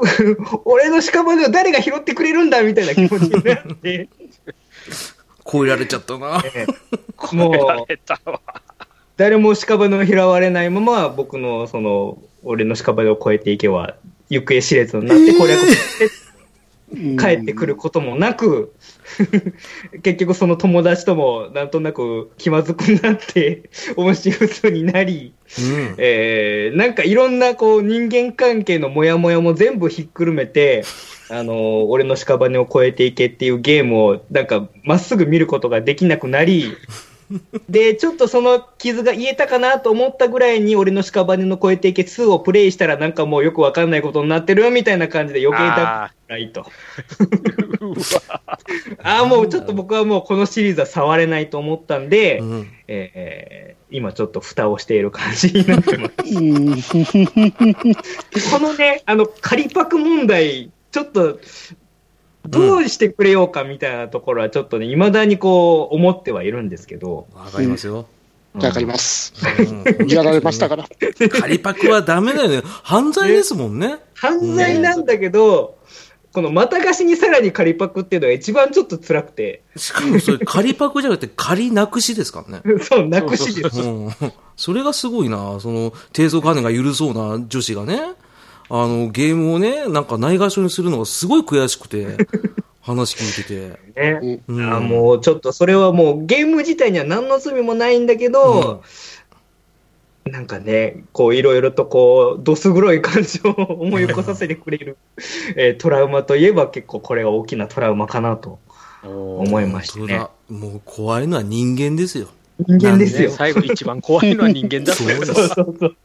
俺の屍を誰が拾ってくれるんだみたいな気持ちにな って、
超えられちゃったな。
も
やら
う、
れたわ。
誰も屍を拾われないまま、僕の、その、俺の屍を越えていけば、行方知れずになって、攻略して帰ってくることもなく、 結局その友達とも、なんとなく気まずくなって、面白そうになり、
うん
えーなんかいろんなこう人間関係のモヤモヤも全部ひっくるめ て、あのー俺の屍を越えていけっていうゲームをなんかまっすぐ見ることができなくな り、で、ちょっとその傷が癒えたかなと思ったぐらいに俺の屍の越えていけ2をプレイしたらなんかもうよくわかんないことになってるみたいな感じで余計だ
あ
ない と。ああ、もうちょっと僕はもうこのシリーズは触れないと思ったんで、
うん
えー今ちょっと蓋をしている感じになってます。
うん
このね、あの、仮パク問題、ちょっと、どうしてくれようかみたいなところは、ちょっとね、未だにこう、思ってはいるんですけど。
わかりますよ。
わかります。
うん
やられましたから。
仮パクはダメだよね。犯罪ですもんね。
犯罪なんだけど、このまた貸しにさらに仮パクっていうのが一番ちょっと辛くて、
しかもそれ仮パクじゃなくて仮なくしですからね。
そう、なくしです。
うん。それがすごいな。その、低層観念が緩そうな女子がね、あの、ゲームをね、なんかないがしろにするのがすごい悔しくて、話聞いてて。
ね。
う
あ
ん
ーもうちょっとそれはもうゲーム自体には何の罪もないんだけど、なんかね、こういろいろとこう、どす黒い感情を思い起こさせてくれる、えートラウマといえば結構これが大きなトラウマかなと思いましてね。
本当だもう怖いのは人間ですよ。
人間です
ね、
よ。
最後一番怖いのは人間だったよ
そうそうそう。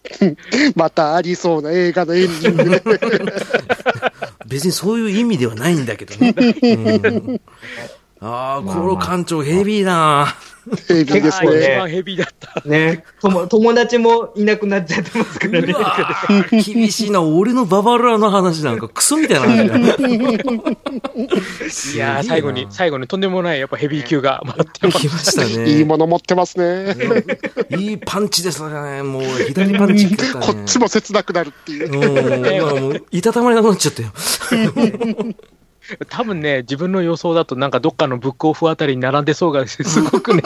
またありそうな映画のエンディングで。
別にそういう意味ではないんだけどね。うんああ、コロ館長ヘビーだ
エンディングです
一
そうね
ね。
番ヘビーだった。
ね。友友達もいなくなっちゃってますからね。
な。うわー厳しいな。俺のババロアの話なんかクソみたいな話だ
い
よ。
やー最後に、最後にとんでもない、やっぱヘビー級が待ってます
来ましたね。
いいもの持ってますね。
いいパンチですね。もう左パンチ効いたね。
こっちも切なくなるっていう。
うん。だからもう、いたたまれなくなっちゃったよ。
多分ね、自分の予想だと、なんかどっかのブックオフあたりに並んでそうが、すごくね、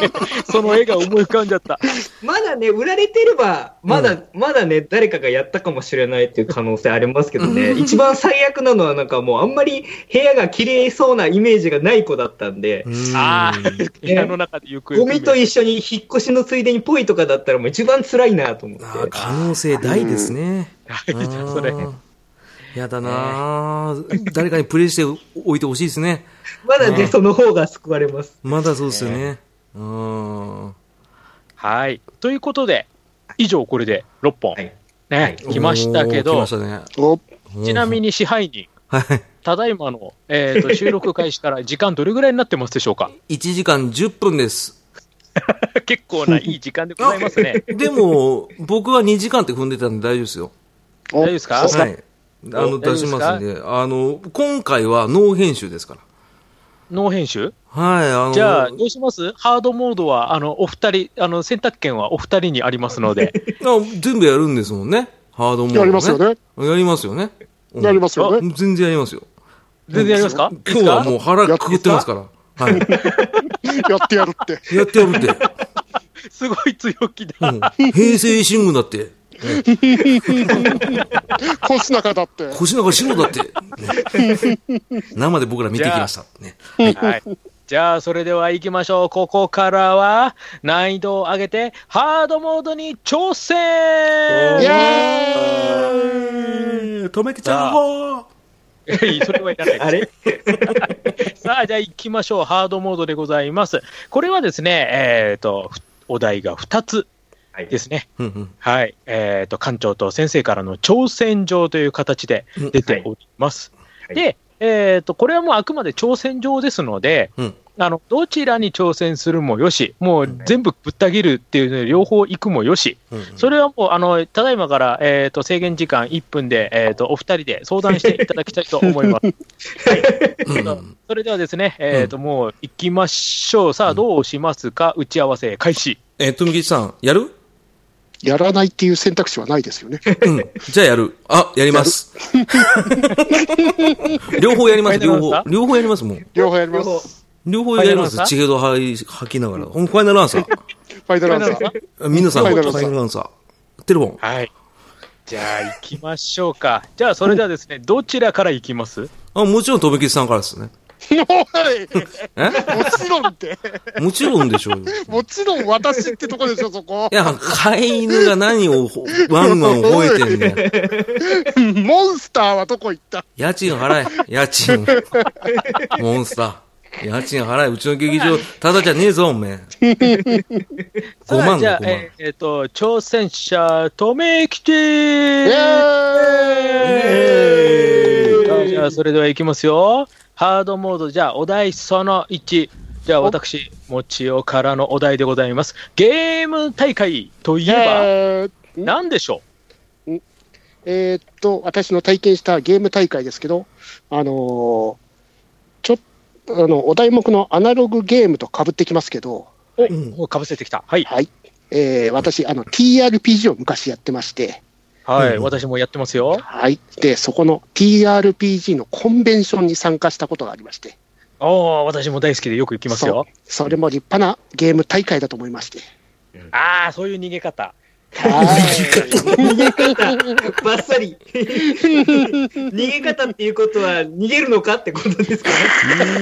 その絵が思い浮かんじゃった。
まだね、売られてれば、まだ、まだね、誰かがやったかもしれないっていう可能性ありますけど ね、一番最悪なのは、なんかもう、あんまり部屋が綺麗そうなイメージがない子だったんで、
ああ、部
ね
屋の中で行く。
ゴミと一緒に引っ越しのついでにポイとかだったら、もう一番辛いなと思って。
あー可能性大ですね。
はい じゃあそれ。
うんやだなー誰かにプレイしておいてほしいですね。
まだね、その方が救われます。
まだそうですよね。うん。
はい。ということで、以上これで6本、
はい
ね、来ましたけ
おー来
ど
まし、たね。
お
ちなみ
に。
に支配人、
はい。
ただいまの、え ーと収録開始から時間どれぐらいになってますでしょうか
1時間10分です。
結構ないい時間でございますね。
でも、僕は2時間って踏んでたんで大丈夫ですよ。
大丈夫ですか
そう
はい。あ
大丈夫
の、
で
出
す
し
か
ますんで。あの、今回はノー編集ですから。
ノー編集
はい。あの、
じゃあ、どうしますハードモードは、あの、お二人、あの、選択権はお二人にありますの で。
あ全部やるんですもんね。ハードモード、
やりますよね。
やりますよね。うん
やりますよね。
全然やりますよ。
全然やりますか
今日はもう腹
やっ
くくってますから。はい。
やってやるって。
やってやるって。
すごい強気だ。
うん平成新軍だって。
コスナカだって。
腰中白だって。ね生で僕ら見てきました。ね。
はい。じゃあ、それでは行きましょう。ここからは、難易度を上げて、ハードモードに挑
イ
戦
エーイ
止めきちゃうわ
いやそれはいらないです
あれ
さあ、じゃあ行きましょう。ハードモードでございます。これはですね、えっ、と、ふお題が2つ
はい
ですね。
うんうん
はい。えっ、と、館長と先生からの挑戦状という形で出ております。
はい
で、えー、とこれはもうあくまで挑戦状ですので、
うん
あの、どちらに挑戦するもよし、もう全部ぶった切るっていうの両方行くもよし、
うん
それはもう、あのただいまから、えー、と制限時間1分で、えー、とお二人で相談していただきたいと思います。
うん
それではですね、えー、ともう行きましょう、さあ、どうしますか、打ち合わせ開始。
え、富吉さん、やる
やらないっていう選択肢はないですよね。
うん。じゃあやる。あ、やります。両方やります、両方。両方やります、もう。
両方やります。
両方やりま
ファイナルアンサー
す。チゲド吐きながら。ほんファイナルアンサー。
ファイナルアンサ
ファイナルアン
ー。
皆さん、フ
ファイナルアンサー
ァイナルアンサー。テレフォン。
はいじゃあ行きましょうか。じゃあそれではですね、どちらから行きます
あ、もちろん、富吉さんからですね。
お
え
いもちろんって、
もちろんでしょうよ。
もちろん私ってとこでしょ、そこ
い。や、飼い犬が何をほワンワン吠えてんだよ。
モンスターはどこ行った
家賃払え、家賃。モンスター。家賃払え、うちの劇場、ただじゃねえぞ、おめえ。5
さあ
万
じゃ
だ、
あ、
5万
え。ーえーと、挑戦者、とめきち
イエーイ
じゃあ、それでは行きますよ。ハードモード、じゃあ、お題その1。じゃあ、私、もちおからのお題でございます。ゲーム大会とい
イ
え
エーイ
ば、何でしょ
えーっと、私の体験したゲーム大会ですけど、あのーちょっと、あの、お題目のアナログゲームと被ってきますけど、
う
うん
お、かぶせてきた。はい。
はい。えー私、あの、TRPG を昔やってまして、
はい。
うん
私もやってますよ。
はい。で、そこの TRPG のコンベンションに参加したことがありまして、
ああ、私も大好きでよく行きますよ。
それも立派なゲーム大会だと思いまして。
ああ、そういう逃げ方。
はい。
ばっさり。 逃げ方っていうことは、逃げるのかってことですかね。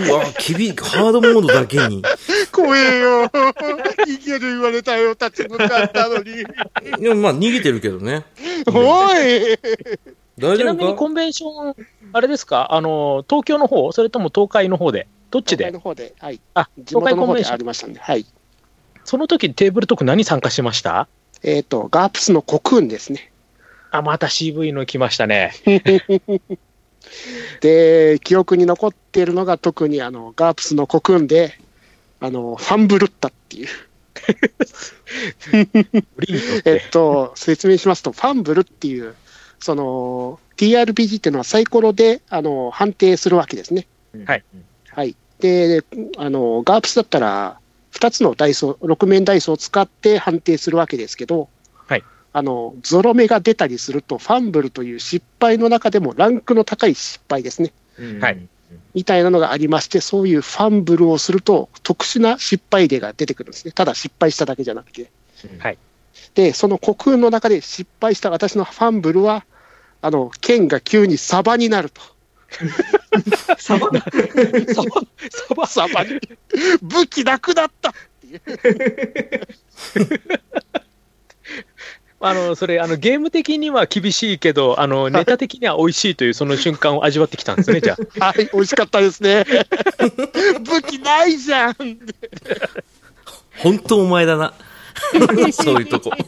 うわ、厳い、ハードモードだけに。
怖えよ。 逃げる言われたよ。立ち向かったのに。
でもまあ、逃げてるけどね。
おい
大
ち
丈
なみに
夫
コ
か
ンベンション、あれですかあの、東京の方それとも東海の方でどっち
東海
で
の方で、はい。
あ、
地
東
元
海
の
コン
方
ベン
で
ショ
あ
ン。
りましたんで、はい。
その時テーブルトーク何参加しました
えっ、と、ガープスのコクーンですね。
あ、また CV の来ましたね。
で、記憶に残っているのが特にあの、ガープスのコクーンで、あの、ファンブルッタっていう。
ブリントっ
え
て
っ。と、説明しますと、ファンブルっていう、その、TRPG っていうのはサイコロで、あの、判定するわけですね。
はい。
はい。で、あの、ガープスだったら、2つのダイソー、6面ダイソーを使って判定するわけですけど、
はい。
あの、ゾロ目が出たりすると、ファンブルという失敗の中でもランクの高い失敗ですね。
はい。
みたいなのがありまして、そういうファンブルをすると、特殊な失敗例が出てくるんですね。ただ失敗しただけじゃなくて。
はい。
で、その虚空の中で失敗した私のファンブルは、あの、剣が急にサバになると。
サ
サ
バ
バ、サバ、
サバに。武器なくなった
あの、それ、あの、ゲーム的には厳しいけど、あの、ネタ的には美味しいという、その瞬間を味わってきたんですね、じゃあ。
はい、美味しかったですね。武器ないじゃん
本当お前だ な。そういうとこ。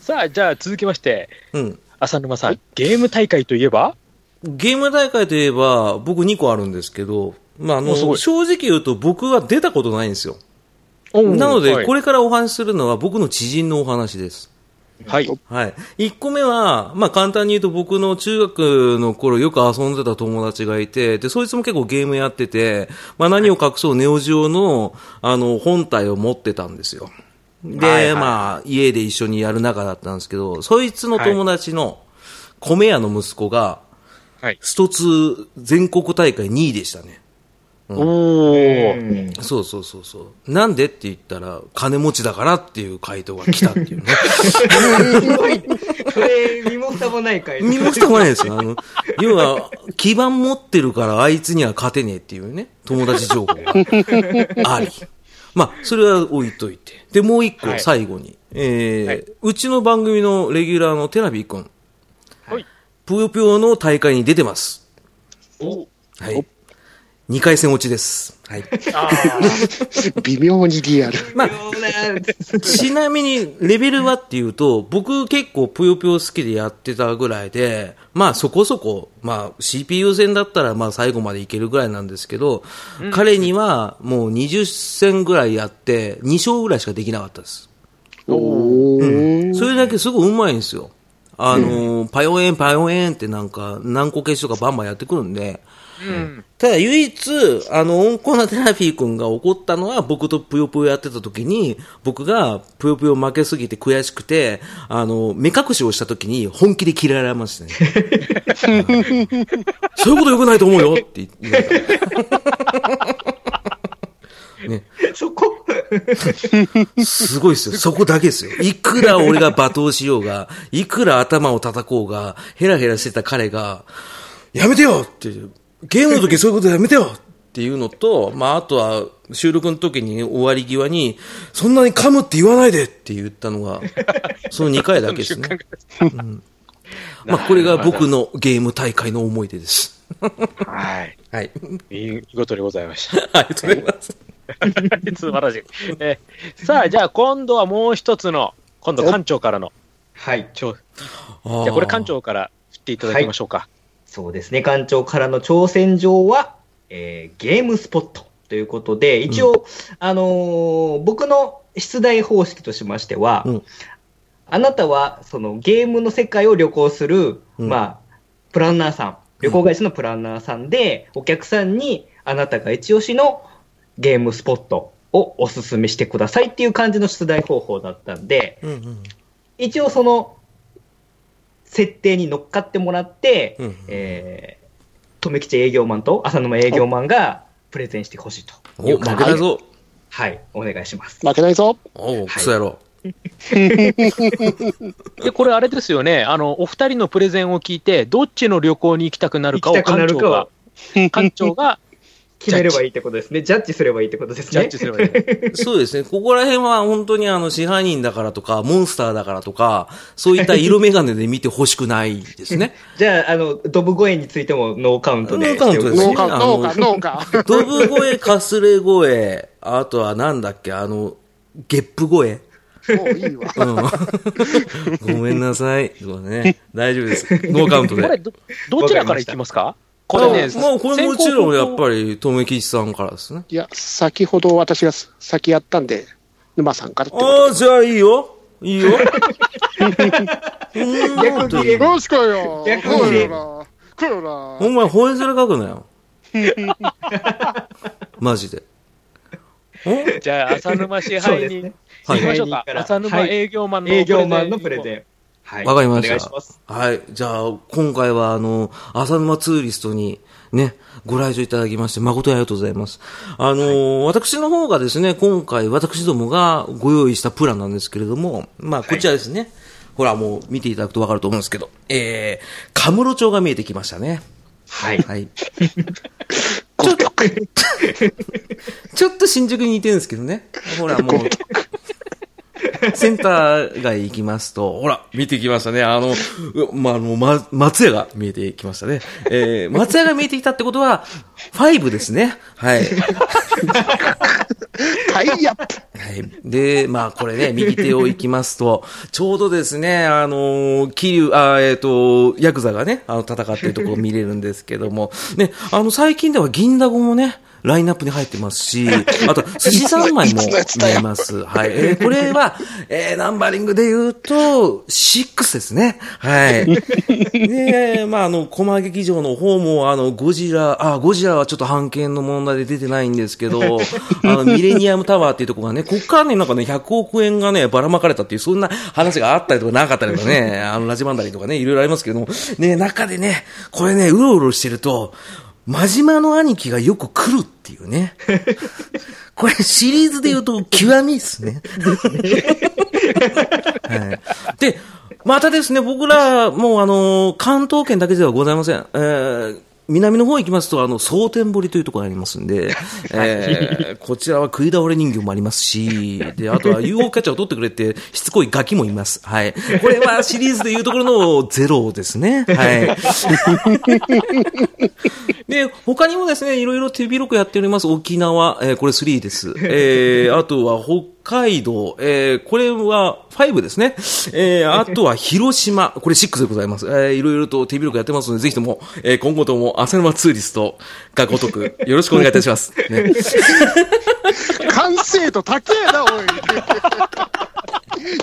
さあ、じゃあ続きまして、
うん。
浅沼さん、ゲーム大会といえば
ゲーム大会といえば、僕2個あるんですけど、まあ、あの、
おすごい
正直言うと僕は出たことないんですよ。なので、こ
れ。
れからお話しするのは僕の知人のお話です。
はい。
はい。1個目は、まあ簡単に言うと僕の中学の頃よく遊んでた友達がいて、で、そいつも結構ゲームやってて、まあ何を隠そうネオジオの、あの、本体を持ってたんですよ。で、
はいはい
まあ家で一緒にやる仲だったんですけど、そいつの友達の米屋の息子が、
はい。
ストツ全国大会2位でしたね。
おー。
そうそうそうそう。なんでって言ったら、金持ちだからっていう回答が来たっていうね。
これ、身も蓋もない回
見もしたもないですよ。あの、要は、基盤持ってるからあいつには勝てねえっていうね、友達情報が あり。まあ、それは置いといて。で、もう一
は
個、
い
最後に。えー
はいう
ちの番組のレギュラーのテラビー君。
はい
ぷよぷよの大会に出てます。
お
はい。 2回戦落ちです。はい。
あ ー
微妙にリアル。
まあ
あ、
ちなみに、レベルはっていうと、僕結構ぷよぷよ好きでやってたぐらいで、まあそこそこ、まあ CPU 戦だったらまあ最後までいけるぐらいなんですけど、彼にはもう20戦ぐらいやって、2勝ぐらいしかできなかったです。
おー
それだけすごいうまいんですよ。あのー、パヨエンパヨエンってなんか、何個消しとかバンバンやってくるんで、
うん
ただ唯一、あの、温厚なテラフィー君が怒ったのは、僕とぷよぷよやってた時に、僕がぷよぷよ負けすぎて悔しくて、あの、目隠しをした時に本気で嫌られましたね。そういうこと良くないと思うよって言われた。ね、
そこ
すごい ですよ。そこだけですよ。いくら俺が罵倒しようが、いくら頭を叩こうが、ヘラヘラしてた彼が、やめてよっていう、ゲームの時そういうことやめてよっていうのと、まあ、あとは、収録の時に終わり際に、そんなに噛むって言わないでって言った のが、その2回だけですね。うんまあ、これが僕のゲーム大会の思い出です。
はい。
はい。
見事でございました。
ありがとうございます。
素晴らしい。えーさあ、じゃあ今度はもう一つの、今度館長からの、
はい。
ちょじ
あ
ゃあこれ館長から振っていただきましょうか。
そうですね、館長からの挑戦状は、えーゲームスポットということで、一応、あのー僕の出題方式としましては、
うん
あなたはそのゲームの世界を旅行する、
うん
まあ、プランナーさん、旅行会社のプランナーさんで、お客さんにあなたが一押しのゲームスポットをおすすめしてくださいっていう感じの出題方法だったんで、
うんうん。
一応その設定に乗っかってもらって、
うん
えー、留吉営業マンと浅沼営業マンがプレゼンしてほしいと。
お、負けたぞ。
はい、お願いします。
負けないぞ。
おう、クソ野郎。
で、これあれですよね、あの、お二人のプレゼンを聞いて、どっちの旅行に行きたくなるかを
行きたくな
館
る
長
か
が
を、
館長 が
決めればいいってことですね。ジャッジすればいいってことです
ジャ
ね
ッジ。すればいい。
そうですね。ここら辺は本当にあの支配人だからとか、モンスターだからとか、そういった色眼鏡で見てほしくないですね。
じゃあ、あの、ドブ声についてもノーカウントで。
ノーカウントです
農
ね
家、農家、農家。
ドブ声、かすれ声、あとはなんだっけ、あの、ゲップ声。
もういいわ。
うん、ごめんなさい。そうね。大丈夫です。ノーカウント
これ
で。
ど、どちらから行きますかこれね、
もうこれもちろんやっ
り。
ぱり、とめきちさんからですね。
いや、先ほど私が先やったんで、沼さんからってこと
ああ、じゃあいいよ。いい よ。
逆に
で。よしかよ。
逆
に
来るな。来るな
お。前、吠え面書くなよ。 マジで。お
じゃあ、浅沼支
そう
配
ですね
人、。行きましょう
は
か。
い
浅沼営業マンの
営業マンのプレゼン。はい。
わかりま
お願い
し
します。
た。はい。じゃあ、今回は、あの、浅沼ツーリストに、ね、ご来場いただきまして、誠にありがとうございます。あのー私の方がですね、今回、私どもがご用意したプランなんですけれども、まあ、こちらですね。ほら、もう見ていただくとわかると思うんですけど、えー、カムロ町が見えてきましたね。
はい。
はい。
ちょっと。
ちょっと新宿に似てるんですけどね。ほら、もう。センター街行きますと、ほら、見てきましたね。あの、うま、あの、ま、松屋が見えてきましたね。えー、松屋が見えてきたってことは、ファイブですね。はい。
タイアップ。
はい。で、まあ、これね、右手を行きますと、ちょうどですね、あのー、桐生、あーえっ、と、ヤクザがね、あの、戦ってるところ見れるんですけども、ね、あの、最近では銀だこもね、ラインナップに入ってますし、あと、寿司三昧も見えます。はい。えーこれは、えーナンバリングで言うと、6ですね。はい。ねえ、まあ、あの、駒劇場の方も、あの、ゴジラ、あ、ゴジラはちょっと版権の問題で出てないんですけど、あの、ミレニアムタワーっていうところがね、こっからね、なんかね、100億円がね、ばらまかれたっていう、そんな話があったりとかなかったりとかね、あの、ラジバンダリとかね、いろいろありますけども、ね、中でね、これね、うろうろしてると、真島の兄貴がよく来るっていうね。これシリーズで言うと極みですね。はい。で、またですね、僕ら、もうあの、関東圏だけではございません。えー南の方行きますと、あの、蒼天堀というところがありますんで、えーこちらは食い倒れ人形もありますし、で、あとは UFO キャッチャーを取ってくれって、しつこいガキもいます。はい。これはシリーズでいうところのゼロですね。はい。で、他にもですね、いろいろ手広くやっております。沖縄、えーこれ3です。えー、あとは北海道、えー、これは5ですね。えー、あとは広島、これ6でございます。えー、いろいろと手広くやってますので、ぜひとも、えー、今後とも、浅沼ツーリストがごとく、よろしくお願いいたします。ね、
完成度高えな、おい。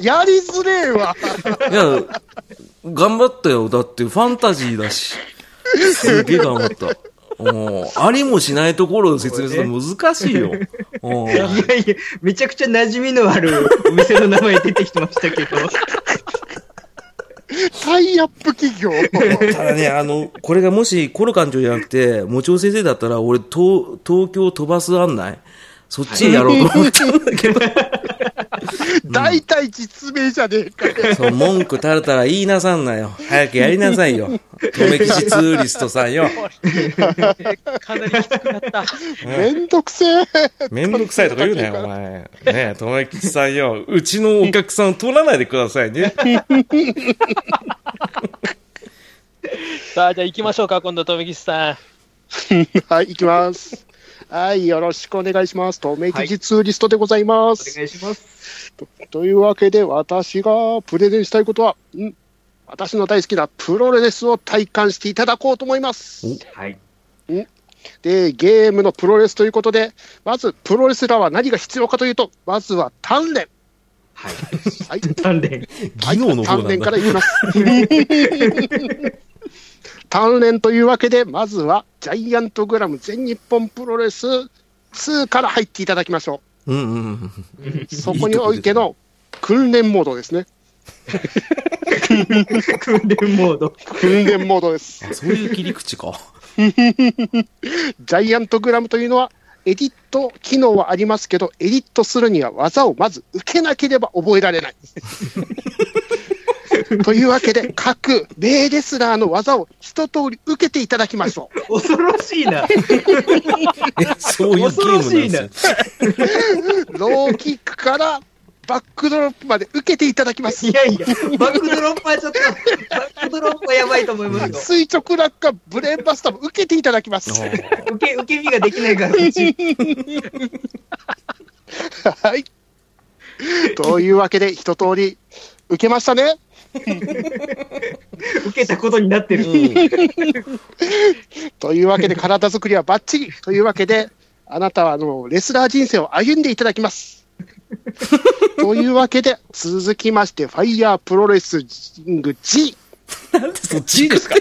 やりづれえわ。
いや、頑張ったよ。だって、ファンタジーだし。すげえ頑張った。もう、ありもしないところを説明するの難しいよ。うん
いやいや、めちゃくちゃ馴染みのあるお店の名前出てきてましたけど。
タイアップ企 業。
ただね、あの、これがもし、コロ館長じゃなくて、もちお先生だったら、俺、東、東京飛ばす案内、そっちやろうと思ったんだけど、
大体実名じゃねえかよ。
そう、文句たらたら言いなさんなよ。早くやりなさいよ。とめきちツーリストさんよ。
かなりきつくなった。
めんどくせえ。
めんどくさいとか言うなよ、お前。ねえ、とめきちさんよ。うちのお客さんを取らないでくださいね。
さあ、じゃあ行きましょうか、今度、富吉さん。
はい、行きます。はい、よろしくお願いします。とめきじツーリストでございま
お
す。
願いします。
というわけで、私がプレゼンしたいことは、ん私の大好きなプロレスを体感していただこうと思います。
はい。
で、ゲームのプロレスということで、まず、プロレスラーは何が必要かというと、まずは鍛錬。
はい。
はい。
鍛錬。
技能の方
鍛
なん
錬
だ
から。いきます。鍛錬というわけで、まずは、ジャイアントグラム全日本プロレス2から入っていただきましょ
うんうんうん。
う。そこにおいての訓練モードですね。
訓練モード。
訓練モードです。
あそういう切り口か。
ジャイアントグラムというのは、エディット機能はありますけど、エディットするには技をまず受けなければ覚えら れない。というわけで、各名レスラーの技を一通り受けていただきましょう。
恐ろしいな。
え、そういうゲームなんですよ。
ローキックからバックドロップまで受けていただきます
い。やいや、バックドロップはちょっと、バックドロップはやばいと思います
垂直落下、ブレーンバスターも受けていただきます。
あー
よ。受け、受け身ができないから、うち。
はい。というわけで、一通り受けましたね。
受けたことになってる。
という わけで、体作りはバッチリというわけで、あなたはあのレスラー人生を歩んでいただ きます。というわけで、続きまして、ファイヤープロレスリング G、
そっちですか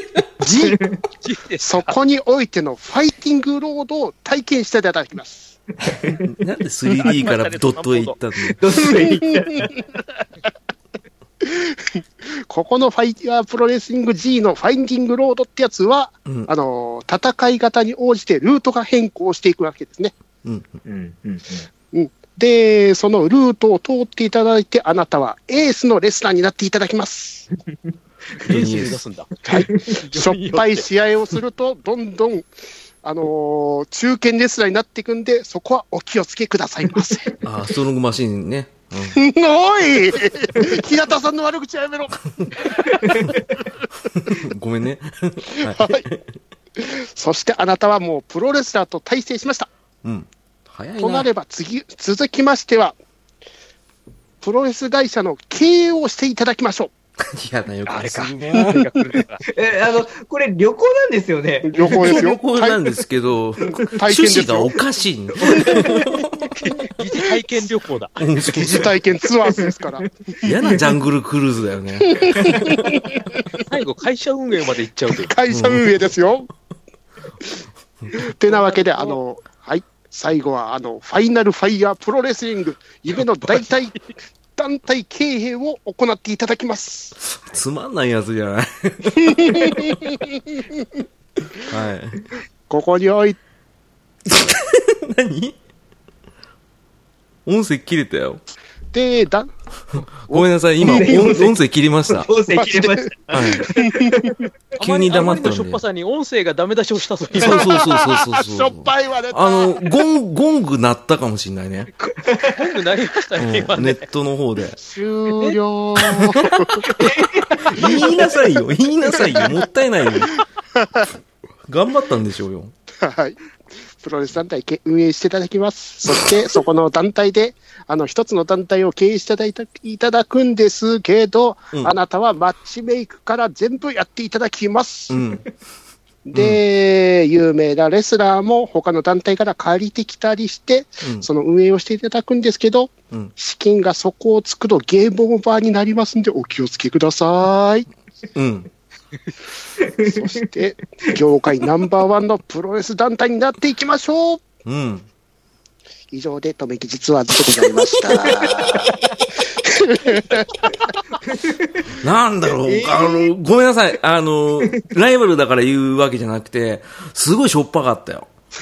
G、
G です
そこにおいてのファイティングロードを体験していただき ます。
なんで 3D からドットへ行ったんだよ。
どんぐらい行っ
ここのファイヤープロレスリング G のファイティングロードってやつは、
うん
あの戦い方に応じてルートが変更していくわけですね。
うん。
たうん、うん、
で、そのルートを通っていただいて、あなたはエースのレスラーになっていただき ます。
エース目指すんだ。
はい、しょっぱい試合をすると、どんどん、あのー中堅レスラーになっていくんで、そこはお気をつけください ませ。
あ、ストロングマシーンね。うん
おい日向さんの悪口はやめろ、
ごめんね。
はい、そしてあなたはもうプロレスラーと対戦しました。
うん。早い
とな
な。
れば次、続きましては、プロレス会社の経営をしていただきましょ
嫌な予感するな。
え、あの、これ旅行なんですよ
う。
ね。
旅行です
旅
よ。
行なんですけど、
体
趣
験です
旨
よ
がおかしいんだ。
疑似体験旅行だ。
疑似体験ツアーズですから。
嫌なジャングルクルーズだよね。
最後、会社運営まで行っちゃうという。
会社運営ですよ。てなわけで、あの、はい、最後は、あの、ファイナルファイヤープロレスリング、夢の大体、団体経営を行っていただきます。
つまんないやつじゃない。はい。
ここにおいて、
何音声切れたよ。
でだ
ごめんなさい、今、
いいよ
音音声切りました。
音声切れました。
はい。急に黙って
た
たんで
しょっぱさに音声がダメ出しをしたとい
そう
う。
そうそうそうそうそう。
しょっぱいわ出た
あの、ゴン、ゴング鳴ったかもしんないね。
よくなりました
うん
ね、今
ネ
ね。
ットの方で。
終了。
言いなさいよ、言いなさいよ、もったいないよ。頑張ったんでしょうよ。
はい。プロレス団体け運営していただきます。そして、そこの団体で、あの、一つの団体を経営していただいたいただくんですけど、
うん
あなたはマッチメイクから全部やっていただきます。
うん。
で、有名なレスラーも他の団体から借りてきたりして、
うん
その運営をしていただくんですけど、
うん。
資金が底をつくとゲームオーバーになりますんで、お気をつけくださ い。
うん。
そして、業界ナンバーワンのプロレス団体になっていきましょう
うん。
以上で、とめき実はでございました。
なんだろう、あの、ごめんなさい。あの、ライバルだから言うわけじゃなくて、すごいしょっぱかったよ。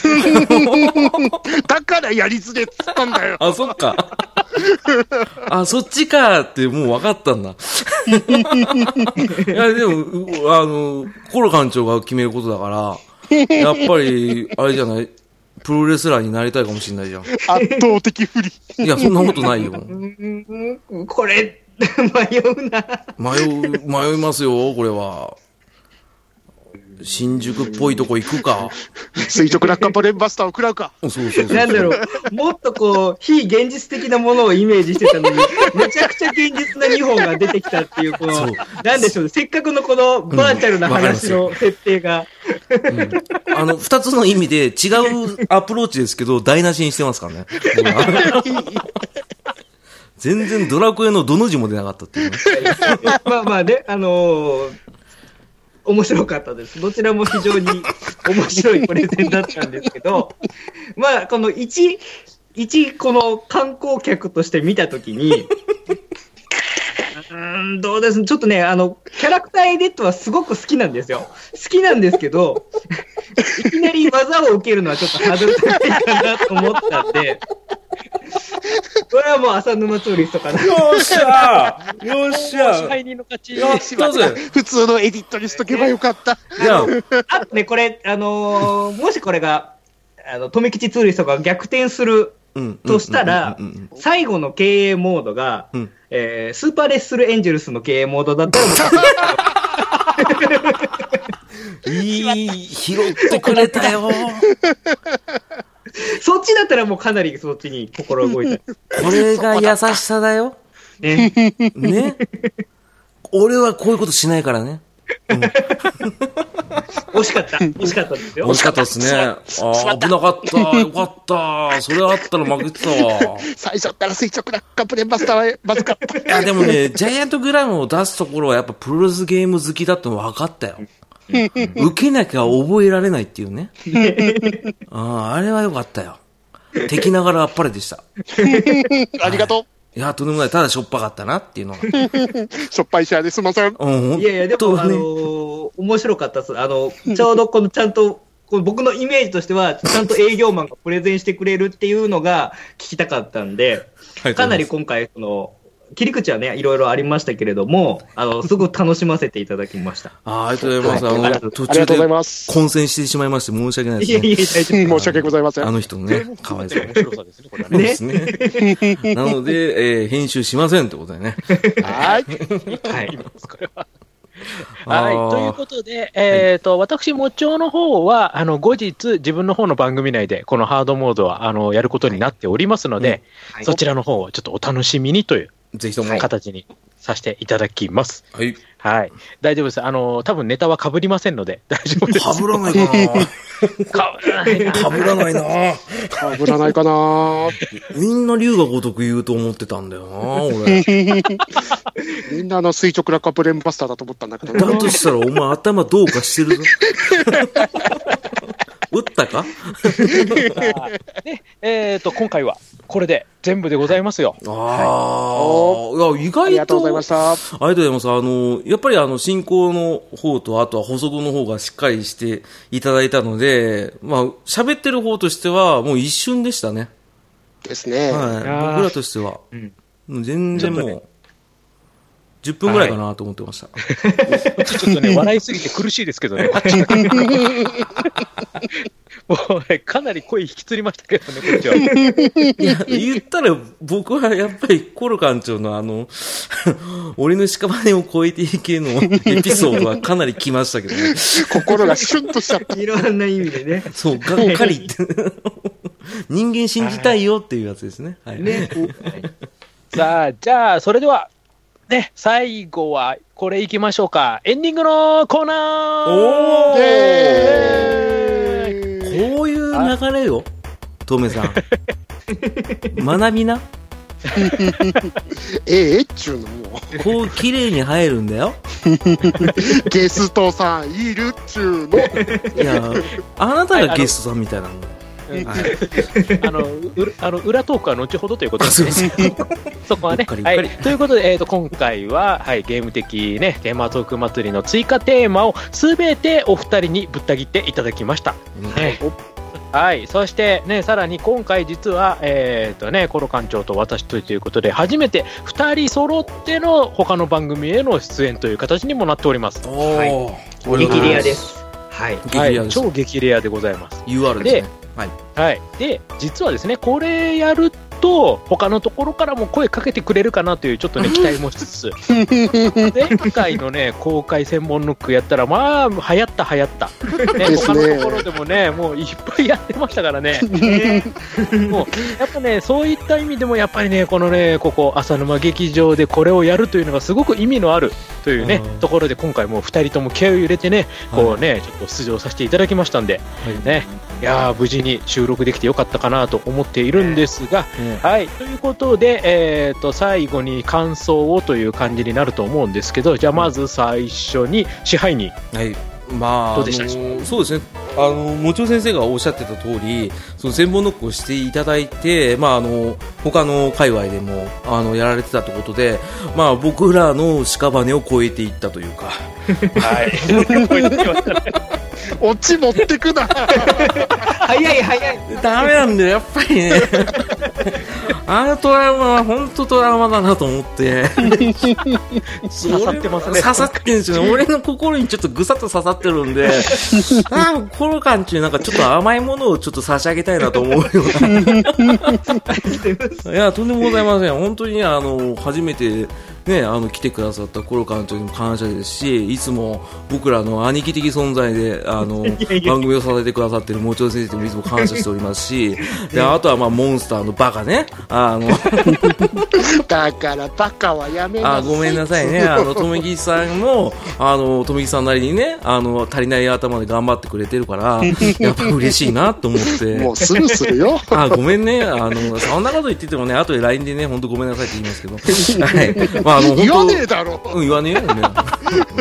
だからやりづれっつったんだよ。
あ、そっか。あ、そっちかってもう分かったんだ。いや、でも、うあの、コロ館長が決めることだから、やっぱり、あれじゃない、プロレスラーになりたいかもしれないじゃん。
圧倒的不利。
いや、そんなことないよ。
うんこれ、迷うな。
迷う、 迷いますよ、これは。新宿っぽいとこ行くか。
垂直落下ブレンバスターを食らうか。
そうそうそうそう。
なんだろう、もっとこう、非現実的なものをイメージしてたのに、めちゃくちゃ現実な2本が出てきたっていう、こ
そ
の
う、
なんでしょうね、せっかくのこのバーチャルな
うんわかります
話の設定が、
あの、二つの意味で違うアプローチですけど、台無しにしてます からね。全然ドラクエのどの字も出なかったっていうね。
まあまあね、あのー面白かったです。どちらも非常に面白いプレゼンだったんですけど、まあ、この一、一、この観光客として見たときに、うーん、どうですちょっとね、あの、キャラクターエディットはすごく好きなんですよ。好きなんですけど、いきなり技を受けるのはちょっとハードル高いかなと思ったんで、これはもう浅沼ツーリストかな。
よっしゃーよっしゃ
支
ー
配人の勝ち。
やったぜ
普通のエディットにしとけばよかった。
いや、
あとね、これ、あのーもしこれが、あの、富吉ツーリストが逆転する
うん。
としたら
うんうんうん、
最後の経営モードが、
うん
えースーパーレッスルエンジェルスの経営モードだったらも
うんいい、拾ってくれたよ。
う、そっちだったらもうかなりそっちに心動いた。
これが優しさだよ。
ね。
ね。俺はこういうことしないからね。
惜しかった。惜しかったですよ
惜。しかった ですね。ああ、危なかった。よかった。それあったら負けてたわ。
最初から垂直落下ブレンバスターはまずかった。
いや、でもね、ジャイアントグラムを出すところはやっぱプロレスゲーム好きだっての分かったよ。受けなきゃ覚えられないっていう ね。ああ、あれは良かったよ。敵ながらあっぱれでした。
ありがと
いや、とんでもない。ただしょっぱかったなっていうのが。うん、
う。しょっぱいシェアですいません。
本当
いやいや、でも、あの
ね。
ー面白かったです。あの、ちょうどこのちゃんと、この僕のイメージとしては、ちゃんと営業マンがプレゼンしてくれるっていうのが聞きたかったんで、
はい
かなり今回、その、切り口はね、いろいろありましたけれども、あの、すごく楽しませていただきま した。
ああ、ありがとうございます。
はい
あの、途
あり
中
がとうござ
で
います。
混戦してしまいまして申し訳ないで
い
す
やい
ね。
や、大丈夫。
申し訳ございません。
あの人のね、かわいそう。
面白さですね、これはね。
そうですね。 なので、えー編集しませんってことだよね。
はい。
はい。
はい
あー、
ということで、えーと私、もちおの方はあの後日、自分の方の番組内で、このハードモードはあのやることになっておりますので、
はい
そちらの方をちょっとお楽しみにという
ぜひとも。
形にさせていただきます。
はい。
はい、大丈夫です。あの多分ネタは被りませんので、大丈夫です。
かぶらないか
被らないな
な。かぶらない な。
かぶらないかな
みんな竜が如く言うと思ってたんだよな、俺。
みんなあの垂直落下ブレンバスターだと思ったんだけどな。
だとしたらお前頭どうかして るぞ。打ったか
で、えーと今回はこれで全部でございますよ。
ああ、いや、意外と。
ありがとうございました。
ありがとうございます。あの、やっぱりあの、進行の方と、あとは補足の方がしっかりしていただいたので、まあ、喋ってる方としては、もう一瞬でしたね。
です
はい。
ね。
いやー
僕らとしては。うん。うん全然も
ちょ
う、10分ぐらいかなと思ってました。
ちょっとね、笑いすぎて苦しいですけどね。もうね、かなり声引きつりましたけどね、こっちは。
いや、言ったら僕はやっぱりコロ館長のあの、 俺の屍を超えていけのエピソードはかなり来ましたけど ね。
心がシュンとしちゃった。
いろんな意味でね。
そう、がっかりって。 人間信じたいよっていうやつですね。はい。
ね。
さあ、じゃあ、それでは、ね、最後はこれいきましょうか。エンディングのコーナー
お
エ
イ
ーイ
エーイ
こういう流れよ、トメ さん。学びな。
ええっちゅうのもう
こう綺麗に入るんだよ。
ゲストさんいるっちゅう の
いや、あなたがゲストさんみたいなの。
うん
はい。
あの、うあの裏トークは後ほどということですね。 そこはね。
うっかり
は
うっ
い
か。
ということで、えっ、と、今回は、はい、ゲーム的ね、テーマトーク祭りの追加テーマをすべてお二人にぶった切っていただきました。ねはい、そして、ね、さらに今回実は、えっ、とね、コロ館長と私ということで、初めて二人揃っての他の番組への出演という形にもなっております。
お
はい
ー。
激レアで。す。はい。
激レア
はい、
です。
超激レアでございます。
UR ですね。はい。
はい、で実はですねこれやると他のところからも声かけてくれるかなというちょ っとね期待もしつつ前回のね公開専門ノックやったらまあ流行った流行った、ね、
です
他
ね
のところでもねもういっぱいやってましたからねもうやっぱねそういった意味でもやっぱりねこのねここ浅沼劇場でこれをやるというのがすごく意味のあるというね
うん
ところで今回もう2人とも気合を入れてねこ
は
うねちょっと出場させていただきましたんで
い。
ね、いやー無事に収録できてよかったかなと思っているんですが、
ね
はい、ということで、えー、と最後に感想をという感じになると思うんですけど、じゃあまず最初に支配人、
はい、まあ、
どうでした
あのそうですね、あの、もちろん先生がおっしゃってた通り、その専門ノックをしていただいて、まあ、あの、他の界隈でも、あの、やられてたということで、まあ、僕らの屍を超えていったというか、
オチ持ってくな
早い早い。
ダメなんだよ、やっぱ りね。あのトラウマは本当トラウマだなと思って。刺
さってますね
刺さってるんですよね。俺の心にちょっとぐさっと刺さってる んで、ああ、コロカン中なんかちょっと甘いものをちょっと差し上げたいな と思うような。いや、とんでもございません。本当にね、あの、初めて、ね、あの来てくださったコロ館長にも感謝ですしいつも僕らの兄貴的存在で あの番組を支えてくださってるもちろん先生にもいつも感謝しておりますしであとは、まあ、モンスターのバカねあの
だからバカはやめなさい
あごめんなさいねあのとめぎさんもあのとめぎさんなりにねあの足りない頭で頑張ってくれてるからやっぱ嬉しいなと思って。
もうスルーするよ
あ、ごめんね。あの、そんなこと言っててもね、後で LINE でね、本当ごめんなさいって言いますけど。はい。まあ、あの、本当
言わねえだろ
うん、言わねえよ、ね、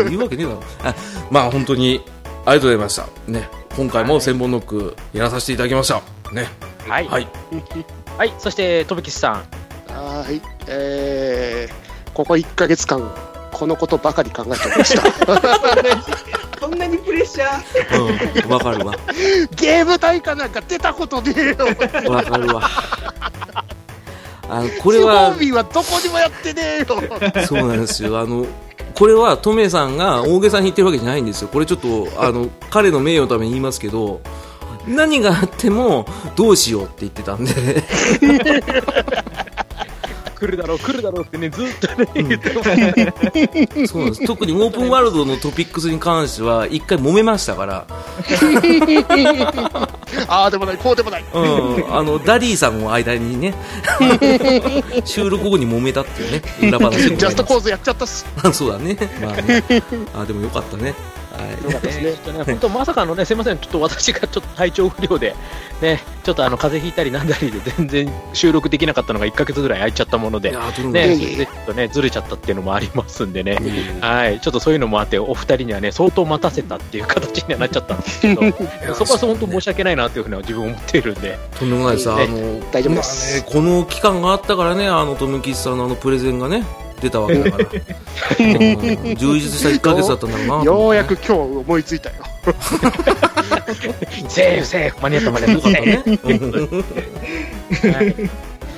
言うわけねえだろ。あまあ、本当に、ありがとうございました。ね、今回も千本ノックやらさせていただきました。ね、
はい
は
はい
い。
そして飛吉さん、
はーい、えー、ここ1ヶ月間、このことばかり考えておりました。
そんなにプレッシャー。
うん、わかるわ。
ゲーム大会なんか出たことねえよ、
わかるわ。あの、 こ
こ
れ
れは。
は
スボ、ービーはどこにもやって ねえよ。
そうなんですよ。あの、これは、トメさんが大げさに言ってるわけじゃないんですよ。これちょっと、あの、彼の名誉のために言いますけど、何があっても、どうしようって言ってたんで、
来るだろう、来るだろうってね、ずっとね、言ってました
そうなんです。特にオープンワールドのトピックスに関しては、一回揉めましたから、
ああでもない、こうでもない。
うん、あのダディさんを間にね収録後に揉めたっていうね裏話
ジャストコ
ー
ーズやっちゃったし。
ズ そうだね,、まあ、ねあでもよかったね、は
ね ちょっとね、本当まさかのね、すみません、ちょっと私がちょっと体調不良で、ね、ちょっとあの風邪ひいたりなんだりで全然収録できなかったのが1ヶ月ぐらい空いちゃったもの
い、
で
い、やーとんでもない
ね、それでちょ
です
っとね、ずれちゃったっていうのもありますんでね。
いやいや
はい、ちょっとそういうのもあって、お二人にはね、相当待たせたっていう形にはなっちゃったんですけど、 そこは本当申し訳ないなというふうには自分思っているんで、
とんでもないですあの、
大丈夫で
まあ
す
ね。この期間があったからねあのトム・キスさんのあのプレゼンがね出たわけだから、うん充実した1か月だったんだろうなと
よ
思ってね
うやく今日思いついたよ。
セーフ、セーフ、間に合った、間に合
よ
った
か
間
った
に合っ
ね、うん
た。はい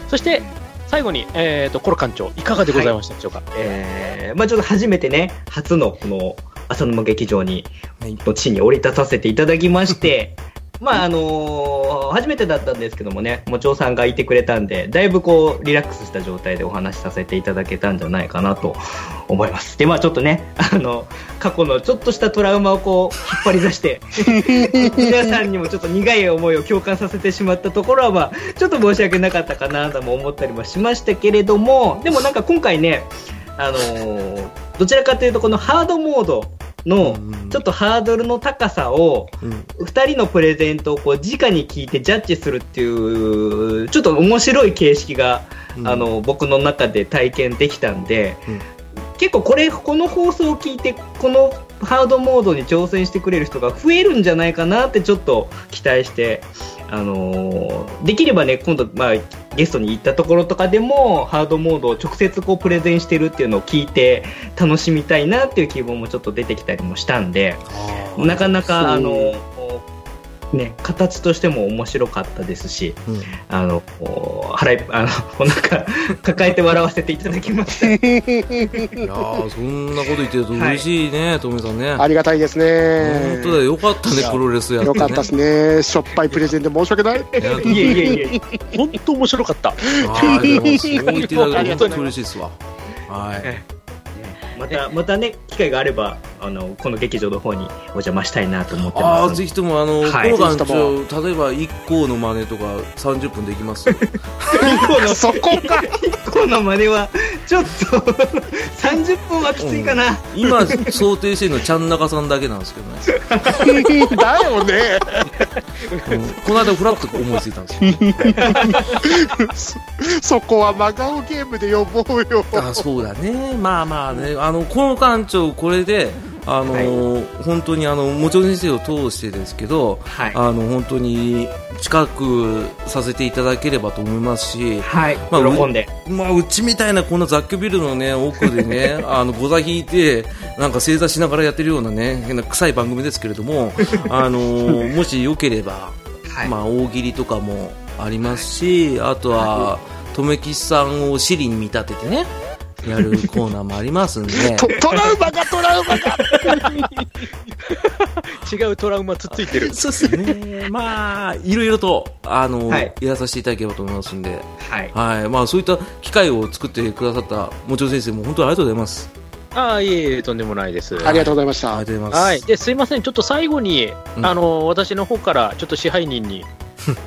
そして、最後に、えー、とコロ館長いかがでございましたでしょうか、
えー、まあちょっと初めてね、初のこの浅沼劇場に、
はい
の地に降り立たせていただきまして、まああのー初めてだったんですけどもね、もちおさんがいてくれたんで、だいぶこう、リラックスした状態でお話しさせていただけたんじゃないかなと思います。で、まあちょっとね、あの、過去のちょっとしたトラウマをこう、引っ張り出して、皆さんにもちょっと苦い思いを共感させてしまったところは、まあちょっと申し訳なかったかなとも思ったりもしましたけれども、でもなんか今回ね、あのーどちらかというとこのハードモードのちょっとハードルの高さを
うん
2人のプレゼントをこう直に聞いてジャッジするっていうちょっと面白い形式が、
うん
あの僕の中で体験できたんで、
うん
結構これこの放送を聞いてこのハードモードに挑戦してくれる人が増えるんじゃないかなってちょっと期待して、あのーできればね今度、まあ、ゲストに行ったところとかでもハードモードを直接こうプレゼンしてるっていうのを聞いて楽しみたいなっていう希望もちょっと出てきたりもしたんで。なかなか、あ
そう
の、ね、形としても面白かったですし、
うん
あの、お腹いっぱい、あの、お腹抱えて笑わせていただきました。
いやーそんなこと言ってると嬉しいね、トミさんね。
ありがたいです
本
ね。
当だよ、よかったね、プロレスやって
よ
ね。
かったですね。しょっぱいプレゼンで申し訳ない。
いや
いえいえいえ。
本当面白かった。
ああ、でも、そう言っていただけて、本当に嬉しいですわ。はい。
また、またね、機会があれば、あの、この劇場の方にお邪魔したいなと思って
あ
ま
あ、
す
ぜ。ひとも、あの、
はい
コロ団長、例えば、一行の真似とか、30分できます。
そこか。
この真似は、ちょっと、30分はきついかな。
今、想定してるのは、ちゃん中さんだけなんですけどね。
だよね。
うんこの間、フラッと思いついたんですよ。
そそこは真顔ゲームで呼ぼうよ。
あーそうだね。まあまあね、あの、コロ団長、これで、あのー本当に、あの、もちろん先生を通してですけど、
はい。
あの本当に近くさせていただければと思いますし、
はい。
まあ
喜んで。
まあ、うちみたいなこんな雑居ビルの、ね、奥 でねあのご座引いてなんか正座しながらやってるような、ね、変な臭い番組ですけれども あのーもしよければ、
はい。
まあ、大喜利とかもありますし、あとは留吉さんを尻に見立ててねやるコーナーもありますんで。
トトラウマがトラウマが。
違うトラウマつっついてる。
そうですね。まあ、いろいろと、あの、
はい
やらさせていただければと思いますんで、
はい。
はい、まあそういった機会を作ってくださったもちろん先生も本当にありがとうございます。
ああ、いえいえ、とんでもないです。
ありがとうございまし
あり
た。
がとうございます。
はい、ですいません、ちょっと最後に、
うん
あの私の方からちょっと支配人 に、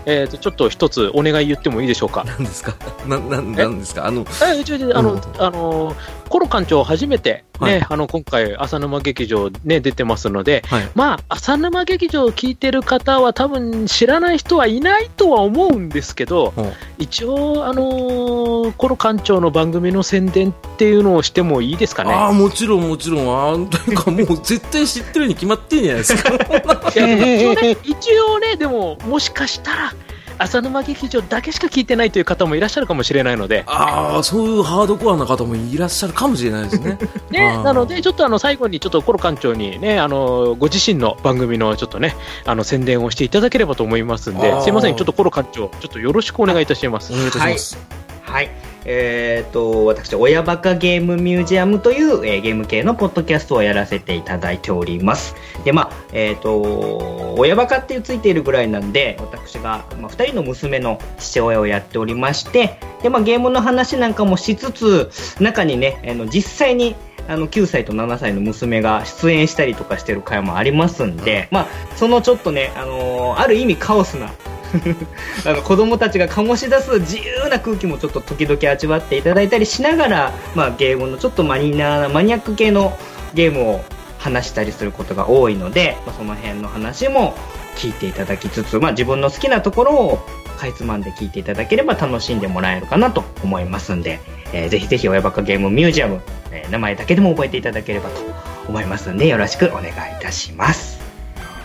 えー、とちょっと一つお願い言ってもいいでしょうか。
何ですか。 な、なん、なんですか。あの、
えうちであの、
うん
あのコロ館長、初めて、ね
はい
あの今回、浅沼劇場、ね、出てますので、
はい。
まあ、浅沼劇場を聞いてる方は、多分知らない人はいないとは思うんですけど、
うん
一応、あのコロ館長の番組の宣伝っていうのをしてもいいですか
あ
ね。
あ、もちろん、もちろん、あーというか、もう絶対知ってるに決まってんじゃないですか。
いや一応ね、一応ね、でも、もしかしたら、浅沼劇場だけしか聞いてないという方もいらっしゃるかもしれないので、
ああ、そういうハードコアな方もいらっしゃるかもしれないですね。あ
ね、
ー
なので、ちょっとあの最後に、ちょっとコロ館長にね、あのご自身の番組のちょっとね、あの宣伝をしていただければと思いますん
あー
で、すいません、ちょっとコロ館長、ちょっとよろしくお願いいたしま
お
す。
願いいたします。
はい。えー、と私、親バカゲームミュージアムという、えーゲーム系のポッドキャストをやらせていただいております。で、まあ、えー、と、親バカってついているぐらいなんで、私が、まあ、2人の娘の父親をやっておりまして、で、まあ、ゲームの話なんかもしつつ、中にね、あの実際に、あの9歳と7歳の娘が出演したりとかしてる回もありますんで、まあ、そのちょっとね、あのーある意味カオスな あの子供たちが醸し出す自由な空気もちょっと時々味わっていただいたりしながら、まあ、ゲームのちょっとマニナマニアック系のゲームを話したりすることが多いので、まあ、その辺の話も聞いていただきつつ、まあ、自分の好きなところをかいつまんで聞いていただければ楽しんでもらえるかなと思いますんで、えーぜひぜひ親バカゲームミュージアム、えー名前だけでも覚えていただければと思いますんでよろしくお願いいたします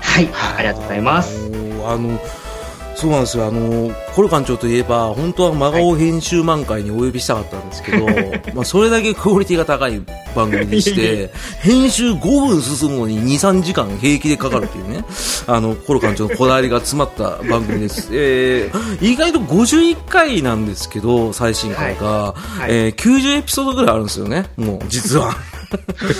はいありがとうございます
あのー。あのそうなんですよあのコル館長といえば本当は真顔編集満開にお呼びしたかったんで すけど、まあそれだけクオリティが高い番組でし
いえい
て編集5分進むのに23時間平気でかかるっていうねあのコル館長のこだわりが詰まった番 組です、えー意外と51回なんですけど最新回が、
いはい
えー90エピソードぐらいあるんですよねもう実 は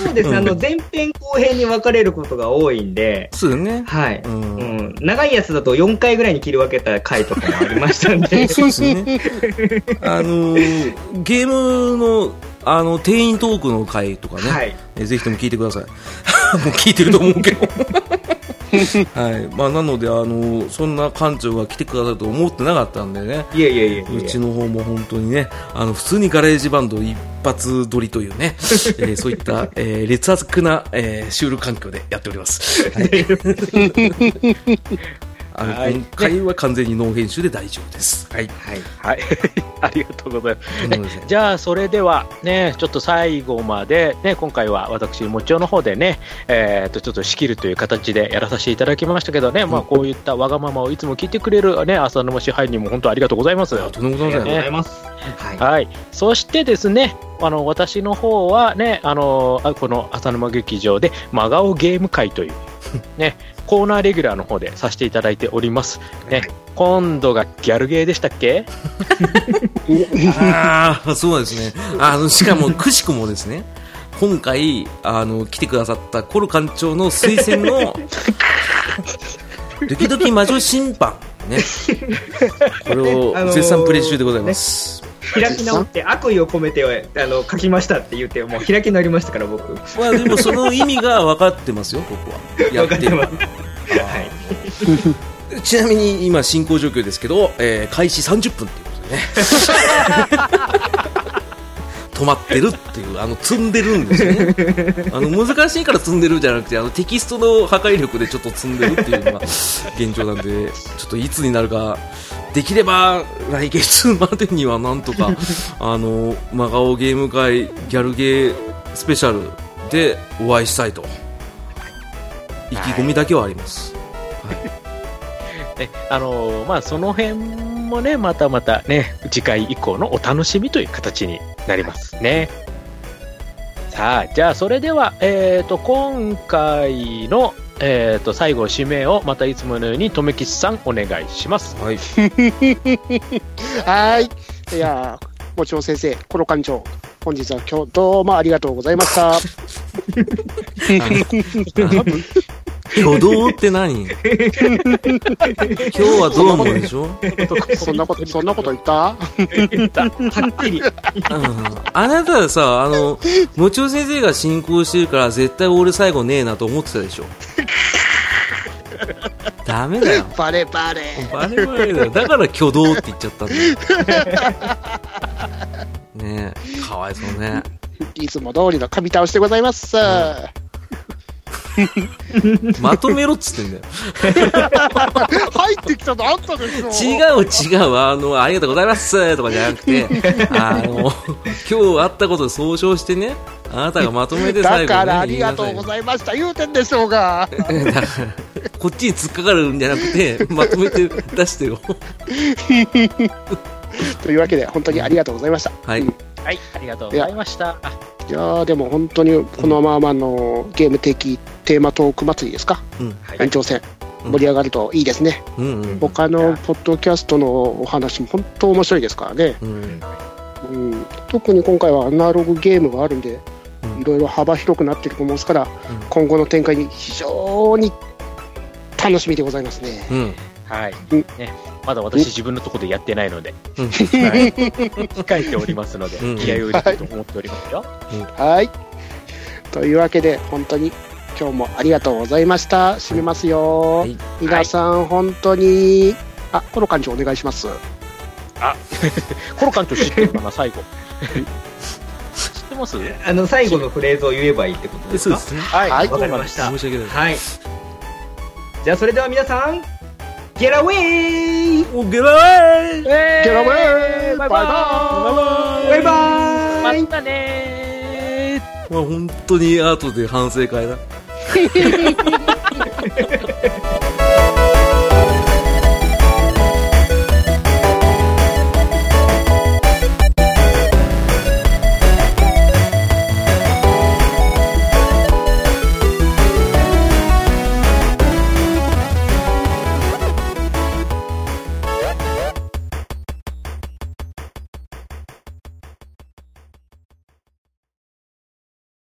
そうですね、あの、前編後編に分かれることが多いんで、
そうよね
はい。
う
うんん、長いやつだと4回ぐらいに切り分けた回とかもありましたんで。
ですよね。あのーゲームの、あの、店員トークの回とかね、
はい
えぜひとも聞いてください。 もう聞いてると思うけど。はい。まあ、なので、あのーそんな館長が来てくださると思ってなかったんでね。
いやいやいやいや
うちの方も本当にね、あの、普通にガレージバンド一発撮りというね、えーそういった、えー劣悪な、えー、シュール環境でやっております。はい。あの
はい
今回は完全にノー編集で大丈夫です。はい。
は
は
い。
い。 ありがとうございます。
とんでもないです
じゃあ、それではね、ちょっと最後まで、ね、今回は私、もちおの方でね、えっと、ちょっと仕切るという形でやらさせていただきましたけどね、まあ、こういったわがままをいつも聞いてくれるね、浅沼支配人も本当ありがとうございます。
とんでもございません
ありがとうございます。はい。
はい、そしてですね、あの私の方はね、あのあこの浅沼劇場で真顔ゲーム会という、ね、コーナーレギュラーの方でさせていただいております。ね、今度がギャルゲーでしたっけ？
ああ、そうですね。あの、しかも、くしくもですね、今回、あの、来てくださったコル館長の推薦の、ドキドキ魔女審判。ね。これを
あのー
絶賛プレイ中でございます。
開き直って悪意を込めてあの書きましたって言ってもう開き直りましたから僕分
まあ、でもその意味が分かってますよ、僕は。やっ
か
て
って
る
ますはい
ちなみに今進行状況ですけど、えー開始30分っていうこと でね止まってるっていうあの積んでるんですよねあの難しいから積んでるんじゃなくてあのテキストの破壊力でちょっと積んでるっていうのが現状なんでちょっといつになるかできれば来月までにはなんとかあの真顔ゲーム会ギャルゲースペシャルでお会いしたいと意気込みだけはあります、
ね、あのまあその辺もね、またまたね、次回以降のお楽しみという形になりますね。さあ、じゃあそれでは、えっ、と今回のえっ、と最後締めをまたいつものように留吉さんお願いします。
はい
はーい。いやー、もちろん先生、コロ館長、本日は今日どうもありがとうございました。
挙動って何今日はどうもでしょ、うん、
そんなこと、そんなこと言った
はっきり
あなたはさ、あの、もちろん先生が進行してるから絶対俺最後ねえなと思ってたでしょダメだよ。
バレバレ。
バレバレだよ。だから挙動って言っちゃったんだよ。ねえ、かわいそうね。
いつも通りの噛み倒しでございます。
まとめろっつってんだよ。
入ってきたのあったでしょ
違う違う、あの、ありがとうございますとかじゃなく て、あの、今日あったことを総称してね、あなたがまとめて最後
だ
に
からありがとうご
い
ざいました言うてんでしょうが
ます。こっちに突っかかるんじゃなく て、まとめて出してよ。
というわけで本当にありがとうございました
はい。
はい、ありがとうございました。あ
いやーでも本当にこのままあのゲーム的テーマトーク祭りですか
うん。
延長戦
うん
盛り上がるといいですね、
うんうん。
他のポッドキャストのお話も本当面白いですからね、
うん。
うん、特に今回はアナログゲームがあるんで
うん
いろいろ幅広くなってると思うんですから、今後の展開に非常に楽しみでございますね、
うん。
はい
うん。
ね、まだ私自分のところでやってないので、
うん
はい、控えておりますので
うん、
気合を入れてと思っておりますよ。
はい。というわけで、本当に今日もありがとうございました。締めますよ。
はい
皆さん、本当に、あ、この感じお願いします。
コロ館長知ってるか な、最後。知ってます
あの最後のフレーズを言えばいいってこと
で
です
そう
か
ですね。
はい
はい
わかりました
申し訳ない。
はいじゃあそれでは皆さんゲラウェイ
おゲラーイ
ゲラウェイバイバ
バイバーイ
またねー
まあ本当に後で反省会だ。